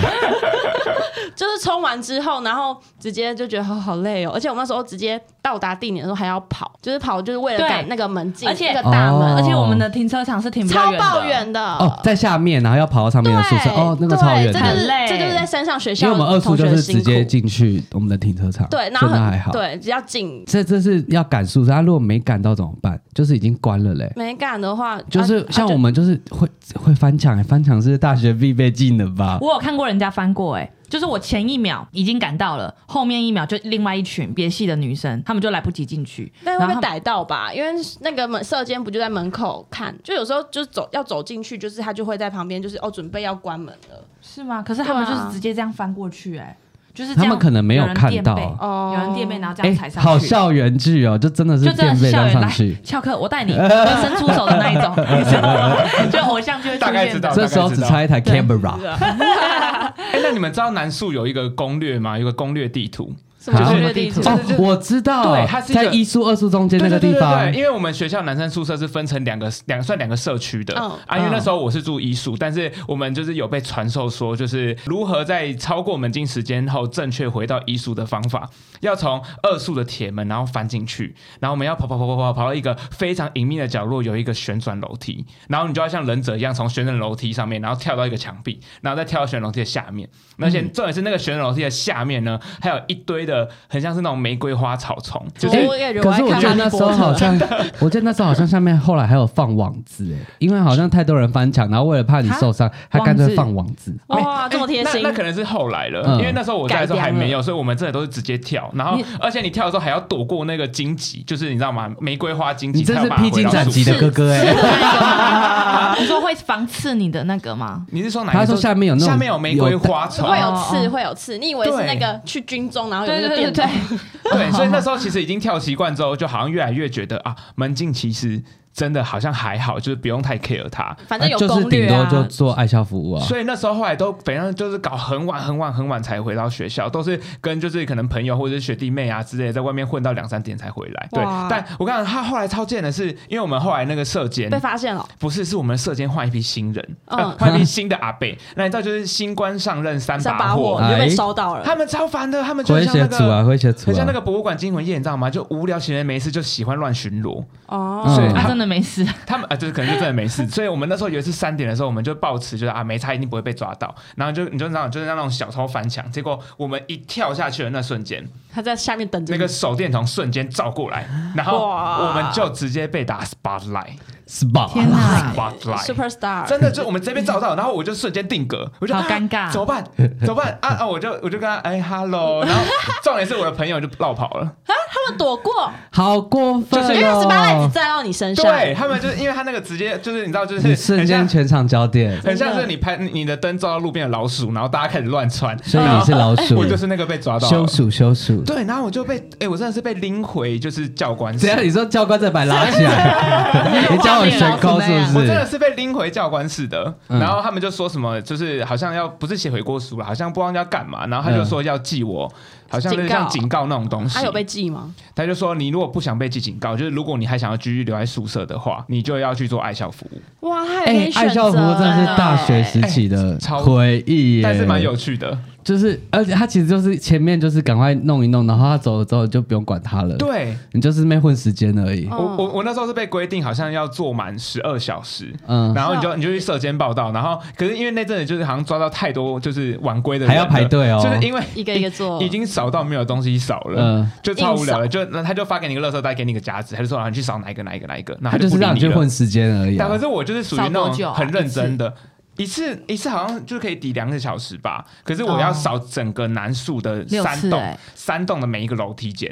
[SPEAKER 1] 就是冲完之后，然后直接就觉得好好累哦，而且我那时候直接到达地点的时候还要跑，就是跑就是为了
[SPEAKER 4] 对
[SPEAKER 1] 赶那个门禁，
[SPEAKER 4] 而且
[SPEAKER 1] 那个大门，
[SPEAKER 3] 哦
[SPEAKER 4] 而且我们的停车场是停比较
[SPEAKER 1] 超
[SPEAKER 4] 远的
[SPEAKER 1] 爆远的
[SPEAKER 3] 哦，在下面，然后要跑到上面
[SPEAKER 1] 对
[SPEAKER 3] 的宿舍，哦，那个超远
[SPEAKER 1] 对这就
[SPEAKER 3] 的，
[SPEAKER 1] 是
[SPEAKER 4] 很累
[SPEAKER 1] 这就是在山上学
[SPEAKER 3] 因
[SPEAKER 1] 校
[SPEAKER 3] 为我们二
[SPEAKER 1] 同
[SPEAKER 3] 处
[SPEAKER 1] 学
[SPEAKER 3] 就
[SPEAKER 1] 的
[SPEAKER 3] 是
[SPEAKER 1] 辛苦
[SPEAKER 3] 直接进去我们的停车场，
[SPEAKER 1] 对，然
[SPEAKER 3] 所
[SPEAKER 1] 后
[SPEAKER 3] 以那还
[SPEAKER 1] 很
[SPEAKER 3] 好，
[SPEAKER 1] 对比较近，
[SPEAKER 3] 这这是要赶宿舍，他如果没赶到怎么办？就是已经关了嘞。
[SPEAKER 1] 没赶的话
[SPEAKER 3] 就是
[SPEAKER 1] 啊
[SPEAKER 3] 像
[SPEAKER 1] 啊
[SPEAKER 3] 我们就是会会翻墙，欸翻墙是大学必备技能吧？
[SPEAKER 4] 我有看过人家翻过、欸，哎，就是我前一秒已经赶到了，后面一秒就另外一群别系的女生，她们就来不及进去，
[SPEAKER 1] 但
[SPEAKER 4] 然
[SPEAKER 1] 会
[SPEAKER 4] 后
[SPEAKER 1] 被
[SPEAKER 4] 她们
[SPEAKER 1] 逮到吧？因为那个门射监不就在门口看，就有时候就走要走进去，就是他就会在旁边，就是哦准备要关门了。
[SPEAKER 4] 是吗？可是他们
[SPEAKER 1] 对
[SPEAKER 4] 就
[SPEAKER 1] 啊
[SPEAKER 4] 是直接这样翻过去、欸，哎，就是这
[SPEAKER 3] 他
[SPEAKER 4] 样
[SPEAKER 3] 们可能没有
[SPEAKER 4] 人
[SPEAKER 3] 看
[SPEAKER 4] 垫
[SPEAKER 3] 到
[SPEAKER 4] 背
[SPEAKER 1] 哦
[SPEAKER 4] 有人垫背，然后这
[SPEAKER 3] 哎
[SPEAKER 4] 样踩，上去，
[SPEAKER 3] 好校园剧哦，就真的是
[SPEAKER 4] 就真的
[SPEAKER 3] 垫
[SPEAKER 4] 是
[SPEAKER 3] 背
[SPEAKER 4] 校
[SPEAKER 3] 让
[SPEAKER 4] 园
[SPEAKER 3] 上
[SPEAKER 4] 来
[SPEAKER 3] 去。
[SPEAKER 4] 翘课，我带你浑身出手的那一 种，你知道吗？就偶像就会出
[SPEAKER 2] 大概知
[SPEAKER 4] 现
[SPEAKER 2] 道
[SPEAKER 4] 的。
[SPEAKER 3] 这时候只差一台 camera，哦
[SPEAKER 2] 哎，那你们知道南树有一个攻略吗？有个攻略地图，
[SPEAKER 1] 什么
[SPEAKER 3] 好
[SPEAKER 1] 攻略地图？
[SPEAKER 2] 就是
[SPEAKER 3] 哦，我知道，
[SPEAKER 2] 对它是一
[SPEAKER 3] 在
[SPEAKER 2] 个
[SPEAKER 3] 一宿、二宿中间那个地
[SPEAKER 2] 对对对
[SPEAKER 3] 方
[SPEAKER 2] 对，因为我们学校男生宿舍是分成两个两算两个社区的、
[SPEAKER 1] 嗯
[SPEAKER 2] 啊，因为那时候我是住一宿，但是我们就是有被传授说，就是如何在超过门禁时间后正确回到一宿的方法，要从二宿的铁门然后翻进去，然后我们要跑跑跑跑跑跑到一个非常隐秘的角落，有一个旋转楼梯，然后你就要像忍者一样从旋转楼梯上面，然后跳到一个
[SPEAKER 3] 嗯
[SPEAKER 2] 墙壁，然后再跳到旋转楼梯的下面，而且重点是那个旋转楼梯的下面呢，还有一堆的的很像是那种玫瑰花草丛，就是
[SPEAKER 1] 我也觉得
[SPEAKER 3] 可是
[SPEAKER 1] 我
[SPEAKER 3] 我
[SPEAKER 1] 在
[SPEAKER 3] 觉得
[SPEAKER 1] 看
[SPEAKER 3] 那
[SPEAKER 1] 哈利
[SPEAKER 3] 时候
[SPEAKER 1] 波
[SPEAKER 3] 好
[SPEAKER 1] 特。
[SPEAKER 3] 像，我记得那时候好像下面后来还有放网子哎，因为好像太多人翻墙，然后为了怕你受伤，他干脆放网子。
[SPEAKER 1] 哇，这么贴
[SPEAKER 2] 那
[SPEAKER 1] 心
[SPEAKER 2] 哎那！可能是后来了，
[SPEAKER 3] 嗯
[SPEAKER 2] 因为那时候我在的时候还
[SPEAKER 1] 改
[SPEAKER 2] 没
[SPEAKER 1] 良
[SPEAKER 2] 有，所以我们真的都是直接跳。然后
[SPEAKER 4] 你，
[SPEAKER 2] 而且你跳的时候还要躲过那个荆棘，就是你知道吗？玫瑰花荆棘，
[SPEAKER 3] 你真
[SPEAKER 2] 才有
[SPEAKER 3] 是
[SPEAKER 2] 办法
[SPEAKER 3] 披
[SPEAKER 2] 回
[SPEAKER 3] 荆
[SPEAKER 2] 到
[SPEAKER 3] 斩
[SPEAKER 2] 树
[SPEAKER 3] 棘
[SPEAKER 2] 上
[SPEAKER 3] 的哥哥哎、
[SPEAKER 4] 你说会防刺你的那个吗？
[SPEAKER 2] 你是说哪一个？
[SPEAKER 3] 他说下面有那种
[SPEAKER 2] 下面有玫瑰花丛
[SPEAKER 1] 会，有刺，
[SPEAKER 4] 哦
[SPEAKER 1] 会有刺。你以为是那个去军中，然后有那个电
[SPEAKER 4] 对
[SPEAKER 1] 动，
[SPEAKER 2] 对，所以那时候其实已经跳习惯之后，就好像越来越觉得啊，门禁其实真的好像还好，就是不用太 care 它。
[SPEAKER 1] 反正有
[SPEAKER 3] 就是
[SPEAKER 1] 攻
[SPEAKER 3] 顶
[SPEAKER 1] 略
[SPEAKER 3] 多
[SPEAKER 1] 啊。
[SPEAKER 3] 就做爱校服务啊。
[SPEAKER 2] 所以那时候后来都反正就是搞很晚很晚很晚才回到学校，都是跟就是可能朋友或者是学弟妹啊之类的在外面混到两三点才回来。对
[SPEAKER 1] 哇，
[SPEAKER 2] 但我跟你讲，他后来超贱的是，因为我们后来那个社监
[SPEAKER 1] 被发现了，
[SPEAKER 2] 不是，是我们社监换一批新人，
[SPEAKER 1] 嗯
[SPEAKER 2] 呃 换、一批新的阿贝。那你知道就是新官上任三
[SPEAKER 1] 三
[SPEAKER 2] 把
[SPEAKER 1] 把
[SPEAKER 2] 火
[SPEAKER 1] 火，
[SPEAKER 3] 哎
[SPEAKER 1] 你就被烧到了。
[SPEAKER 2] 他们超烦的，他们就
[SPEAKER 3] 会
[SPEAKER 2] 像
[SPEAKER 3] 写
[SPEAKER 2] 那
[SPEAKER 3] 组啊，
[SPEAKER 2] 个。
[SPEAKER 3] 会写组
[SPEAKER 2] 很像那
[SPEAKER 3] 啊。
[SPEAKER 2] 个博物馆惊魂夜，你知道吗？就无聊闲人没事就喜欢乱巡逻。
[SPEAKER 1] 哦，
[SPEAKER 3] 所以
[SPEAKER 4] 他真的没事。
[SPEAKER 2] 他们啊、就是可能就真的没 事。所以我们那时候有一次三点的时候，我们就抱持就是啊，没差一定不会被抓到。然后就你就知道，就是那种小偷翻墙。结果我们一跳下去的那瞬间，
[SPEAKER 1] 他在下面等着
[SPEAKER 2] 那
[SPEAKER 1] 你。
[SPEAKER 2] 个手电筒瞬间照过 来，然后
[SPEAKER 1] 哇
[SPEAKER 2] 我们就直接被打 spotlight，spotlight。
[SPEAKER 3] SPA，
[SPEAKER 4] 哪！
[SPEAKER 1] super star，
[SPEAKER 2] 真的就我们这边照到，然后我就瞬间定格，我就
[SPEAKER 4] 好
[SPEAKER 2] 啊
[SPEAKER 4] 尴尬
[SPEAKER 2] 怎么办？怎么办啊啊！我就我就跟他哎 hello，然后重点是我的朋友就绕跑了，
[SPEAKER 1] 他们躲过，
[SPEAKER 3] 好过分
[SPEAKER 1] 因为十八赖
[SPEAKER 3] 哦
[SPEAKER 1] 子！站到你身上，
[SPEAKER 2] 对他们就是因为他那个直接就是你知道就是
[SPEAKER 3] 你瞬
[SPEAKER 2] 很像
[SPEAKER 3] 间全场焦点，
[SPEAKER 2] 很像是你拍你的灯照到路边的老鼠，然后大家开始乱窜，哎
[SPEAKER 3] 所以你是老鼠
[SPEAKER 2] 我， 就是那个被抓到
[SPEAKER 3] 羞
[SPEAKER 2] 的。
[SPEAKER 3] 辱羞辱。
[SPEAKER 2] 对，然后我就被哎、我真的是被拎回就是啊教官室
[SPEAKER 3] 怎，样？你说教官再把你拉起来， 你叫我悬空是
[SPEAKER 2] 我
[SPEAKER 3] 不
[SPEAKER 2] 真的
[SPEAKER 3] 是？
[SPEAKER 2] 是被拎回教官室的。
[SPEAKER 3] 嗯
[SPEAKER 2] 然后他们就说什么，就是好像要不是写悔过书了，好像不知道要干嘛。然后他就说要记我，好像是
[SPEAKER 1] 警告
[SPEAKER 2] 像警告那种东西
[SPEAKER 1] 他。有被记吗？
[SPEAKER 2] 他就说你如果不想被记警告，就是如果你还想要继续留在宿舍的话，你就要去做爱校服务，
[SPEAKER 1] 哇，他有
[SPEAKER 3] 哎
[SPEAKER 1] 给，
[SPEAKER 3] 爱
[SPEAKER 1] 选
[SPEAKER 3] 校
[SPEAKER 1] 择，哎
[SPEAKER 3] 服真的是大学时期的
[SPEAKER 2] 超
[SPEAKER 3] 回忆耶，
[SPEAKER 2] 但是蛮有趣的。
[SPEAKER 3] 就是，而且他其实就是前面就是赶快弄一弄，然后他走了之后你就不用管他了，
[SPEAKER 2] 对，
[SPEAKER 3] 你就是那边混时间而已。
[SPEAKER 1] 哦
[SPEAKER 2] 我我我那时候是被规定好像要做满十二小时，
[SPEAKER 3] 嗯，
[SPEAKER 2] 然后你
[SPEAKER 1] 是
[SPEAKER 2] 就
[SPEAKER 1] 哦
[SPEAKER 2] 你就去射监报道，然后可是因为那阵子就是好像抓到太多就是晚归的人
[SPEAKER 3] 还
[SPEAKER 2] 了，
[SPEAKER 3] 要排队哦
[SPEAKER 2] 就是因为
[SPEAKER 1] 一个一个做
[SPEAKER 2] 已经少到没有东西扫了，
[SPEAKER 3] 嗯
[SPEAKER 2] 就超无聊了。就那他就发给你一个垃圾袋，给你一个夹子，他就说啊你去扫哪一个哪一个哪一个，那
[SPEAKER 3] 他就
[SPEAKER 2] 不
[SPEAKER 3] 是
[SPEAKER 2] 理
[SPEAKER 3] 让你
[SPEAKER 2] 你
[SPEAKER 3] 去
[SPEAKER 2] 了。
[SPEAKER 3] 混时间而已啊、
[SPEAKER 2] 但可是我就是属于那
[SPEAKER 4] 扫多久
[SPEAKER 2] 种
[SPEAKER 4] 啊
[SPEAKER 2] 很认真的。一次一次好像就可以抵两个小时吧，可是我要扫整个南树的
[SPEAKER 4] 六
[SPEAKER 2] 三
[SPEAKER 4] 次
[SPEAKER 2] 栋、
[SPEAKER 4] 欸
[SPEAKER 2] 三栋的每一个楼梯间，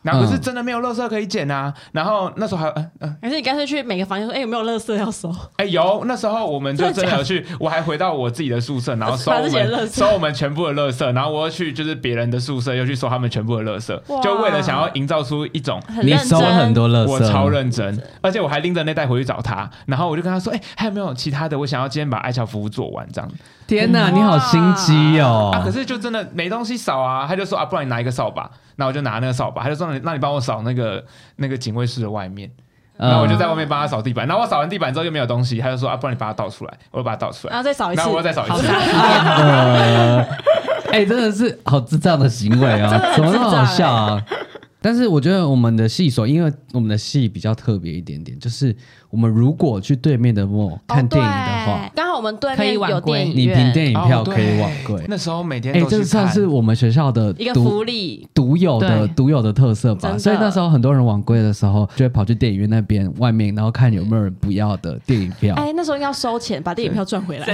[SPEAKER 2] 然
[SPEAKER 3] 嗯
[SPEAKER 2] 后可是真的没有垃圾可以捡啊。然后那时候还呃呃
[SPEAKER 1] 还是你干脆去每个房间说，哎，有没有垃圾要 收？
[SPEAKER 2] 哎、有，那时候我们就
[SPEAKER 1] 真的
[SPEAKER 2] 真
[SPEAKER 1] 假的
[SPEAKER 2] 的有去，我还回到我自己的宿舍，然后收
[SPEAKER 1] 把
[SPEAKER 2] 我
[SPEAKER 1] 自己的垃
[SPEAKER 2] 们
[SPEAKER 1] 圾
[SPEAKER 2] 收我们全部的垃圾，然后我又去就是别人的宿舍，又去收他们全部的垃
[SPEAKER 1] 哇
[SPEAKER 2] 圾，就为了想要营造出一种。
[SPEAKER 1] 很
[SPEAKER 3] 你
[SPEAKER 1] 认
[SPEAKER 3] 收很
[SPEAKER 1] 真，
[SPEAKER 3] 多垃圾，
[SPEAKER 2] 我超认真，而且我还拎着那袋回去找他，然后我就跟他说：“哎、还有没有其他的？我想要今天把爱乔服务做完这样。
[SPEAKER 3] 天哪，你好心机哦！
[SPEAKER 2] 啊，可是就真的没东西扫啊，他就说：“啊，不然你拿一个扫把。”那我就拿那个扫把，他就说：“那你那你帮我扫那个那个警卫室的外面。”
[SPEAKER 3] 嗯
[SPEAKER 2] 然后我就在外面帮他扫地板，然后我扫完地板之后又没有东西，他就说：“啊，不然你把它倒出来。”我就把它倒出来
[SPEAKER 1] 然。后再扫一次
[SPEAKER 2] 然后，我要再扫一
[SPEAKER 1] 好
[SPEAKER 2] 次，
[SPEAKER 1] 傻
[SPEAKER 3] 呃， 哎、真的是好智障的行 为啊、
[SPEAKER 1] 真的很
[SPEAKER 3] 怎么那么
[SPEAKER 1] 智障
[SPEAKER 3] 好笑啊？
[SPEAKER 2] 欸
[SPEAKER 3] 但是我觉得我们的戏所，因为我们的戏比较特别一点点，就是我们如果去对面的 mall 看电影的话，
[SPEAKER 1] 哦对刚好我们对
[SPEAKER 4] 可
[SPEAKER 1] 面
[SPEAKER 4] 以晚
[SPEAKER 1] 有
[SPEAKER 4] 归
[SPEAKER 1] 电
[SPEAKER 3] 你
[SPEAKER 1] 影
[SPEAKER 3] 凭
[SPEAKER 1] 院，
[SPEAKER 3] 电影票
[SPEAKER 2] 哦
[SPEAKER 3] 可以晚
[SPEAKER 2] 对
[SPEAKER 3] 归。
[SPEAKER 2] 那时候每天
[SPEAKER 3] 哎、
[SPEAKER 2] 都
[SPEAKER 3] 这
[SPEAKER 2] 去
[SPEAKER 3] 算
[SPEAKER 2] 看，
[SPEAKER 3] 是我们学校的
[SPEAKER 1] 一个
[SPEAKER 3] 独
[SPEAKER 1] 福利，
[SPEAKER 3] 独有的
[SPEAKER 4] 对
[SPEAKER 3] 独有的特色
[SPEAKER 1] 真
[SPEAKER 3] 吧。
[SPEAKER 1] 的
[SPEAKER 3] 所以那时候很多人晚归的时候，就会跑去电影院那边外面，然后看有没有人不要的电影票。
[SPEAKER 1] 哎，那时候应该要收钱把电影票赚回来，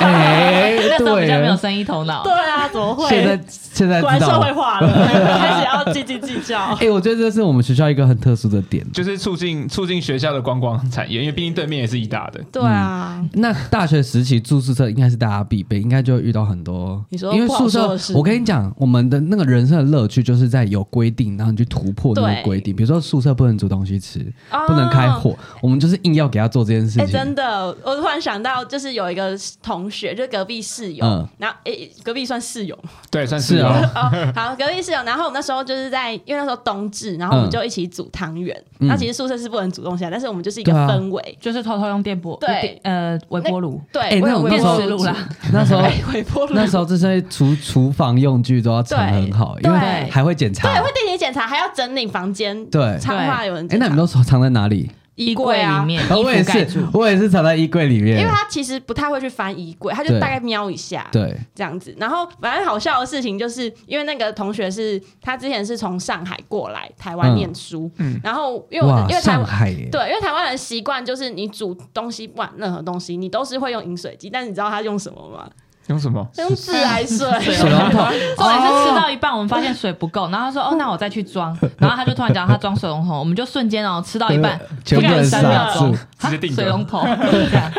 [SPEAKER 3] 哎、
[SPEAKER 4] 那时候比
[SPEAKER 3] 对
[SPEAKER 4] 较没有
[SPEAKER 3] 了，
[SPEAKER 4] 生意头 脑
[SPEAKER 1] 对。啊，怎么会？
[SPEAKER 3] 现在现在
[SPEAKER 1] 果然
[SPEAKER 3] 知
[SPEAKER 1] 社
[SPEAKER 3] 道
[SPEAKER 1] 会
[SPEAKER 3] 了。
[SPEAKER 1] 化了，开始要斤斤计较
[SPEAKER 3] 哎、。我觉得这是我们学校一个很特殊的点。
[SPEAKER 2] 就是促进促进学校的观光产业，因为毕竟对面也是一大的。
[SPEAKER 1] 对啊，
[SPEAKER 3] 那大学时期住宿舍应该是大家必备，应该就会遇到很多。
[SPEAKER 1] 你说
[SPEAKER 3] 因为
[SPEAKER 1] 不好
[SPEAKER 3] 宿
[SPEAKER 1] 说
[SPEAKER 3] 舍
[SPEAKER 1] 的，事
[SPEAKER 3] 我跟你讲，我们的那个人生的乐趣就是在有规定，然后你去突破那个规定。比如说宿舍不能煮东西吃，嗯不能开
[SPEAKER 1] 哦
[SPEAKER 3] 火，我们就是硬要给他做这件事
[SPEAKER 1] 哎、
[SPEAKER 3] 情。
[SPEAKER 1] 真的，我突然想到，就是有一个同学，就是隔壁室友，
[SPEAKER 3] 嗯
[SPEAKER 1] 然后哎、隔壁算室友吗
[SPEAKER 2] 对，算是
[SPEAKER 3] 是啊
[SPEAKER 2] 哦。
[SPEAKER 1] 哦，好，隔壁室友。然后我们那时候就是在，因为那时候冬至，然后
[SPEAKER 3] 嗯
[SPEAKER 1] 我们就一起煮汤圆。那、其实宿舍是不能煮东西啊，但是我们就是一个
[SPEAKER 3] 对啊
[SPEAKER 1] 氛围。
[SPEAKER 4] 就是偷偷用电波，
[SPEAKER 1] 对
[SPEAKER 4] 电呃，微波炉，
[SPEAKER 1] 对，
[SPEAKER 3] 哎
[SPEAKER 1] 我
[SPEAKER 3] 那
[SPEAKER 1] 有
[SPEAKER 3] 我
[SPEAKER 1] 微
[SPEAKER 3] 那时
[SPEAKER 1] 波
[SPEAKER 3] 候
[SPEAKER 4] 微
[SPEAKER 1] 炉
[SPEAKER 4] 波炉啦，
[SPEAKER 3] 那时候，
[SPEAKER 1] 哎，微波炉
[SPEAKER 3] 那时候这些 厨厨房用具都要藏得很好，因
[SPEAKER 1] 对
[SPEAKER 3] 为
[SPEAKER 1] 对
[SPEAKER 3] 还会检查
[SPEAKER 1] 对，。会定期检查，还要整理房间，
[SPEAKER 3] 对，
[SPEAKER 1] 插画有人
[SPEAKER 3] 哎，
[SPEAKER 1] 检查。
[SPEAKER 3] 那你们都藏在哪里？
[SPEAKER 1] 衣
[SPEAKER 4] 柜
[SPEAKER 1] 柜啊
[SPEAKER 4] 里。面，
[SPEAKER 3] 然后
[SPEAKER 4] 衣
[SPEAKER 3] 哦我也
[SPEAKER 4] 服盖
[SPEAKER 3] 是
[SPEAKER 4] 住。，
[SPEAKER 3] 我也是藏在衣柜里面。
[SPEAKER 1] 因为他其实不太会去翻衣柜，他就
[SPEAKER 3] 对
[SPEAKER 1] 大概瞄一下，
[SPEAKER 3] 对，
[SPEAKER 1] 这样子。然后反正好笑的事情就是，因为那个同学是他之前是从上海过来台湾
[SPEAKER 3] 嗯
[SPEAKER 1] 念书，
[SPEAKER 2] 嗯
[SPEAKER 1] 然后因为我
[SPEAKER 3] 哇，
[SPEAKER 1] 的因为台
[SPEAKER 3] 上
[SPEAKER 1] 湾
[SPEAKER 3] 海耶，
[SPEAKER 1] 对，因为台湾人习惯就是你煮东西，不管任何东西，你都是会用饮水机，但你知道他用什么吗？
[SPEAKER 2] 用什么？
[SPEAKER 1] 他用自来水。
[SPEAKER 3] 水龙头， 哦
[SPEAKER 4] 重点是吃到一半，我们发现水不够，然后他说：“哦，那我再去装。”然后他就突然讲他装水龙头，我们就瞬间哦吃到一半，
[SPEAKER 3] 全部人
[SPEAKER 4] 不敢三
[SPEAKER 3] 傻
[SPEAKER 4] 秒
[SPEAKER 3] 住
[SPEAKER 4] 钟。
[SPEAKER 2] 直接定格
[SPEAKER 4] 水 龙头，这样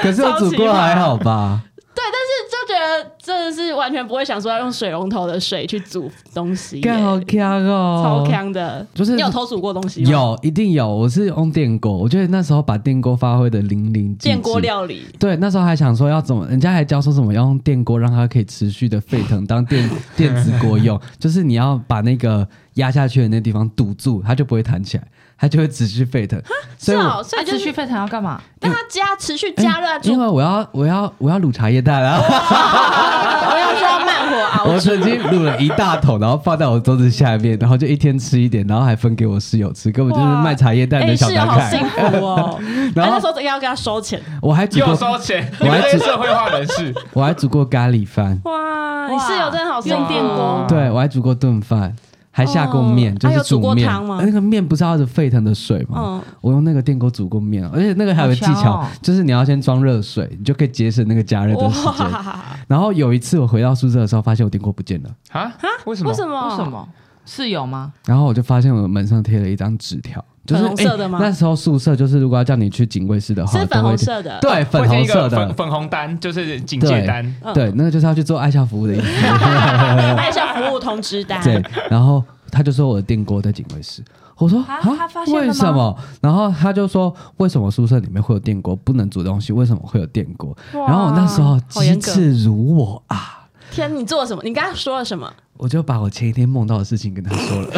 [SPEAKER 3] 可是我煮过还好 吧？
[SPEAKER 1] 对，但是就觉得真的是完全不会想说要用水龙头的水去煮东西耶，
[SPEAKER 3] 干好强哦
[SPEAKER 1] 超，强的。
[SPEAKER 3] 就是
[SPEAKER 1] 你有偷煮过东西吗？
[SPEAKER 3] 有一定有，我是用电锅，我觉得那时候把电锅发挥的淋漓尽致。
[SPEAKER 1] 电锅料理，
[SPEAKER 3] 对，那时候还想说要怎么，人家还教说怎么要用电锅让它可以持续的沸腾，当电 电子锅用，就是你要把那个压下去的那地方堵住，它就不会弹起来，它就会持续沸腾。所
[SPEAKER 1] 是
[SPEAKER 3] 以我，啊
[SPEAKER 1] 哦，所
[SPEAKER 4] 那
[SPEAKER 1] 以就
[SPEAKER 4] 持续
[SPEAKER 1] 是
[SPEAKER 4] 沸腾要干嘛？
[SPEAKER 1] 让它加持续加热
[SPEAKER 3] 哎因
[SPEAKER 1] 煮，
[SPEAKER 3] 为我要我要我要卤茶叶蛋啊！
[SPEAKER 1] 啊 我要需要慢火啊 熬
[SPEAKER 3] 我
[SPEAKER 1] 煮。
[SPEAKER 3] 曾经卤了一大桶，然后放在我桌子下面，然后就一天吃一点，然后还分给我室友吃，根本就是哦
[SPEAKER 1] 哇
[SPEAKER 3] 卖茶叶蛋
[SPEAKER 1] 哎，
[SPEAKER 3] 的
[SPEAKER 1] 你
[SPEAKER 3] 小
[SPEAKER 1] 室友
[SPEAKER 3] 男
[SPEAKER 1] 好
[SPEAKER 3] 孩
[SPEAKER 1] 幸。福哦！
[SPEAKER 3] 然
[SPEAKER 1] 哎
[SPEAKER 3] 后
[SPEAKER 1] 那时候应该要跟他收钱
[SPEAKER 3] 我还煮
[SPEAKER 2] 又
[SPEAKER 3] 过
[SPEAKER 2] 收钱，
[SPEAKER 3] 我
[SPEAKER 2] 你
[SPEAKER 3] 还
[SPEAKER 2] 们这
[SPEAKER 3] 知
[SPEAKER 2] 些社会化人 士，
[SPEAKER 3] 我还煮过咖喱饭，
[SPEAKER 1] 哇！你
[SPEAKER 4] 哇
[SPEAKER 1] 室友真的好幸
[SPEAKER 4] 用
[SPEAKER 1] 福
[SPEAKER 4] 电
[SPEAKER 1] 哦
[SPEAKER 4] 锅。
[SPEAKER 3] 对，我还煮过炖饭，还下过面，
[SPEAKER 1] 哦
[SPEAKER 3] 就
[SPEAKER 1] 还
[SPEAKER 3] 是
[SPEAKER 1] 有煮过
[SPEAKER 3] 面。
[SPEAKER 1] 汤吗
[SPEAKER 3] 那个面不是要是沸腾的水吗？
[SPEAKER 1] 嗯
[SPEAKER 3] 我用那个电锅煮过面，而且那个还有个技
[SPEAKER 4] 好
[SPEAKER 3] 巧，
[SPEAKER 4] 强哦
[SPEAKER 3] 就是你要先装热水，你就可以节省那个加热的时间。
[SPEAKER 1] 哇！
[SPEAKER 3] 然后有一次我回到宿舍的时候，发现我电锅不见了，
[SPEAKER 2] 啊？为什么？
[SPEAKER 1] 为什么？
[SPEAKER 4] 为 什？么？室友吗？
[SPEAKER 3] 然后我就发现我门上贴了一张纸条，就是
[SPEAKER 1] 粉红色的
[SPEAKER 3] 诶
[SPEAKER 1] 吗
[SPEAKER 3] 那时候宿舍就是如果要叫你去警卫室的话，
[SPEAKER 1] 是粉
[SPEAKER 3] 都会
[SPEAKER 1] 红色的。
[SPEAKER 3] 对粉
[SPEAKER 2] 会贴
[SPEAKER 3] 红
[SPEAKER 2] 一个
[SPEAKER 3] 色的
[SPEAKER 2] 粉，粉红单，就是警
[SPEAKER 3] 对
[SPEAKER 2] 戒单。
[SPEAKER 1] 嗯
[SPEAKER 3] 对，那个就是要去做爱校服务的 意思。
[SPEAKER 1] 还有像服务通知单，
[SPEAKER 3] 对，然后他就说我的电锅在警卫室。我说
[SPEAKER 4] 啊
[SPEAKER 3] 啊
[SPEAKER 4] 他发现了吗
[SPEAKER 3] 为什么？然后他就说为什么宿舍里面会有电锅，不能煮东西？为什么会有电锅？
[SPEAKER 1] 哇
[SPEAKER 3] 然后我那时候
[SPEAKER 1] 好
[SPEAKER 3] 机
[SPEAKER 1] 严格
[SPEAKER 3] 智如我啊，
[SPEAKER 1] 天，你做了什么？你刚刚说了什么？
[SPEAKER 3] 我就把我前一天梦到的事情跟他说了。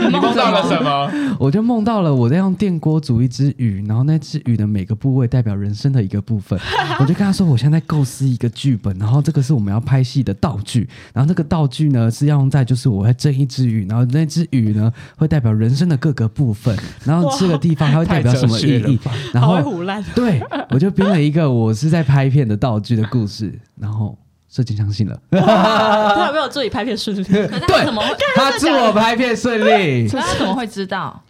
[SPEAKER 2] 你梦到了什么？
[SPEAKER 3] 我就梦到了我在用电锅煮一只鱼，然后那只鱼的每个部位代表人生的一个 部分。我就跟他说，我现在在构思一个剧本，然后这个是我们要拍戏的道具，然后那个道具呢是要用在就是我会蒸一只鱼，然后那只鱼呢会代表人生的各个部分，然后这个地方它会代表什么意
[SPEAKER 2] 太哲学
[SPEAKER 3] 义
[SPEAKER 2] 了吧，
[SPEAKER 3] 然
[SPEAKER 1] 好会
[SPEAKER 3] 后
[SPEAKER 1] 胡乱。
[SPEAKER 3] 对我就编了一个我是在拍片的道具的故事，然后社警相信了，
[SPEAKER 1] 他有没有助理拍片顺利？
[SPEAKER 4] 可是他
[SPEAKER 3] 呃对
[SPEAKER 4] 怎么会？
[SPEAKER 3] 他祝我拍片顺利。
[SPEAKER 4] 可是他怎么会知道
[SPEAKER 1] 啊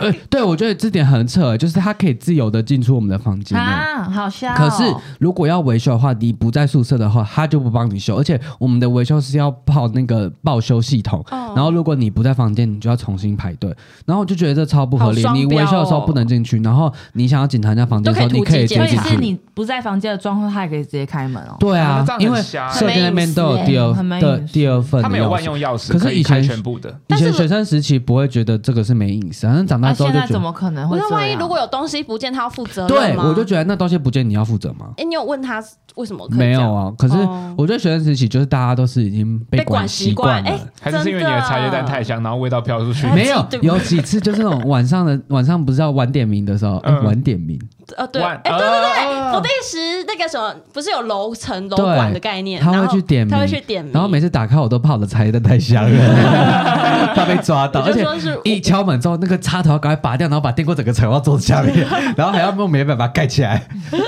[SPEAKER 3] 呃，对，我觉得这点很扯，就是他可以自由的进出我们的房间内。
[SPEAKER 4] 啊？好笑哦。
[SPEAKER 3] 可是，如果要维修的话，你不在宿舍的话，他就不帮你修。而且我们的维修是要报那个报修系统，
[SPEAKER 1] 哦
[SPEAKER 3] 然后如果你不在房间，你就要重新排队。然后我就觉得这超不合理。
[SPEAKER 1] 好双
[SPEAKER 3] 你
[SPEAKER 1] 标哦
[SPEAKER 3] 维修的时候不能进去，然后你想要检查人家房间的时候，
[SPEAKER 1] 都可以
[SPEAKER 3] 你可以
[SPEAKER 1] 突
[SPEAKER 3] 直
[SPEAKER 1] 击
[SPEAKER 4] 所
[SPEAKER 3] 接
[SPEAKER 4] 以
[SPEAKER 3] 进
[SPEAKER 4] 是
[SPEAKER 3] 去。
[SPEAKER 4] 你不在房间的状况，他也可以直接开门哦。
[SPEAKER 3] 对
[SPEAKER 2] 啊
[SPEAKER 3] 啊
[SPEAKER 2] 这样，很
[SPEAKER 3] 因为
[SPEAKER 2] 瞎
[SPEAKER 3] 社监那边都有第
[SPEAKER 4] 很
[SPEAKER 3] 二
[SPEAKER 4] 没隐私
[SPEAKER 3] 的
[SPEAKER 4] 欸
[SPEAKER 3] 第二份
[SPEAKER 2] 他
[SPEAKER 3] 的钥匙，
[SPEAKER 2] 们有万用钥匙，
[SPEAKER 3] 可是
[SPEAKER 2] 以
[SPEAKER 3] 以前
[SPEAKER 2] 开全部的。
[SPEAKER 3] 以
[SPEAKER 1] 但是啊
[SPEAKER 3] 前
[SPEAKER 1] 我
[SPEAKER 3] 学生时期不会觉得这个是没隐私，但是长大
[SPEAKER 4] 那
[SPEAKER 3] 之后
[SPEAKER 4] 啊现
[SPEAKER 3] 就觉
[SPEAKER 4] 在
[SPEAKER 3] 得
[SPEAKER 4] 怎么可能会这
[SPEAKER 1] 那
[SPEAKER 4] 样？
[SPEAKER 1] 万一如果有东西不见，他要负责任
[SPEAKER 3] 对，
[SPEAKER 1] 吗？
[SPEAKER 3] 我就觉得那东西不见你要负责吗？
[SPEAKER 1] 哎，你有问他为什么可以
[SPEAKER 3] 没
[SPEAKER 1] 这
[SPEAKER 3] 有
[SPEAKER 1] 样
[SPEAKER 3] 啊，可是
[SPEAKER 1] 哦
[SPEAKER 3] 我觉得学生时期就是大家都是已经
[SPEAKER 1] 被
[SPEAKER 3] 管
[SPEAKER 1] 管
[SPEAKER 3] 习
[SPEAKER 1] 习
[SPEAKER 3] 惯
[SPEAKER 1] 惯？
[SPEAKER 3] 了。
[SPEAKER 1] 哎，
[SPEAKER 2] 还是是因为你的茶叶蛋太香，然后味道飘出去
[SPEAKER 1] 真？的
[SPEAKER 3] 没有，
[SPEAKER 1] 对不对
[SPEAKER 3] 有几次就是那种晚上 的晚上，不是要晚点名的时候，哎
[SPEAKER 2] 嗯
[SPEAKER 3] 晚点名，
[SPEAKER 1] 呃，对，
[SPEAKER 2] 晚
[SPEAKER 1] 哎，对对对，
[SPEAKER 2] 哦
[SPEAKER 1] 伏地时那个什么，不是有楼层楼
[SPEAKER 3] 对
[SPEAKER 1] 管的概念，
[SPEAKER 3] 他
[SPEAKER 1] 然
[SPEAKER 3] 会
[SPEAKER 1] 后
[SPEAKER 3] 去点名，
[SPEAKER 1] 他会去点名，
[SPEAKER 3] 然后每次打开我都怕我的茶叶蛋太香了， 怕被抓到，
[SPEAKER 1] 我
[SPEAKER 3] 而
[SPEAKER 1] 就
[SPEAKER 3] 且
[SPEAKER 1] 说是
[SPEAKER 3] 一敲门之后，那个插头要赶快拔掉，然后把电锅整个扯到桌子下 面，然后还要用棉板把它盖起来，
[SPEAKER 1] 嗯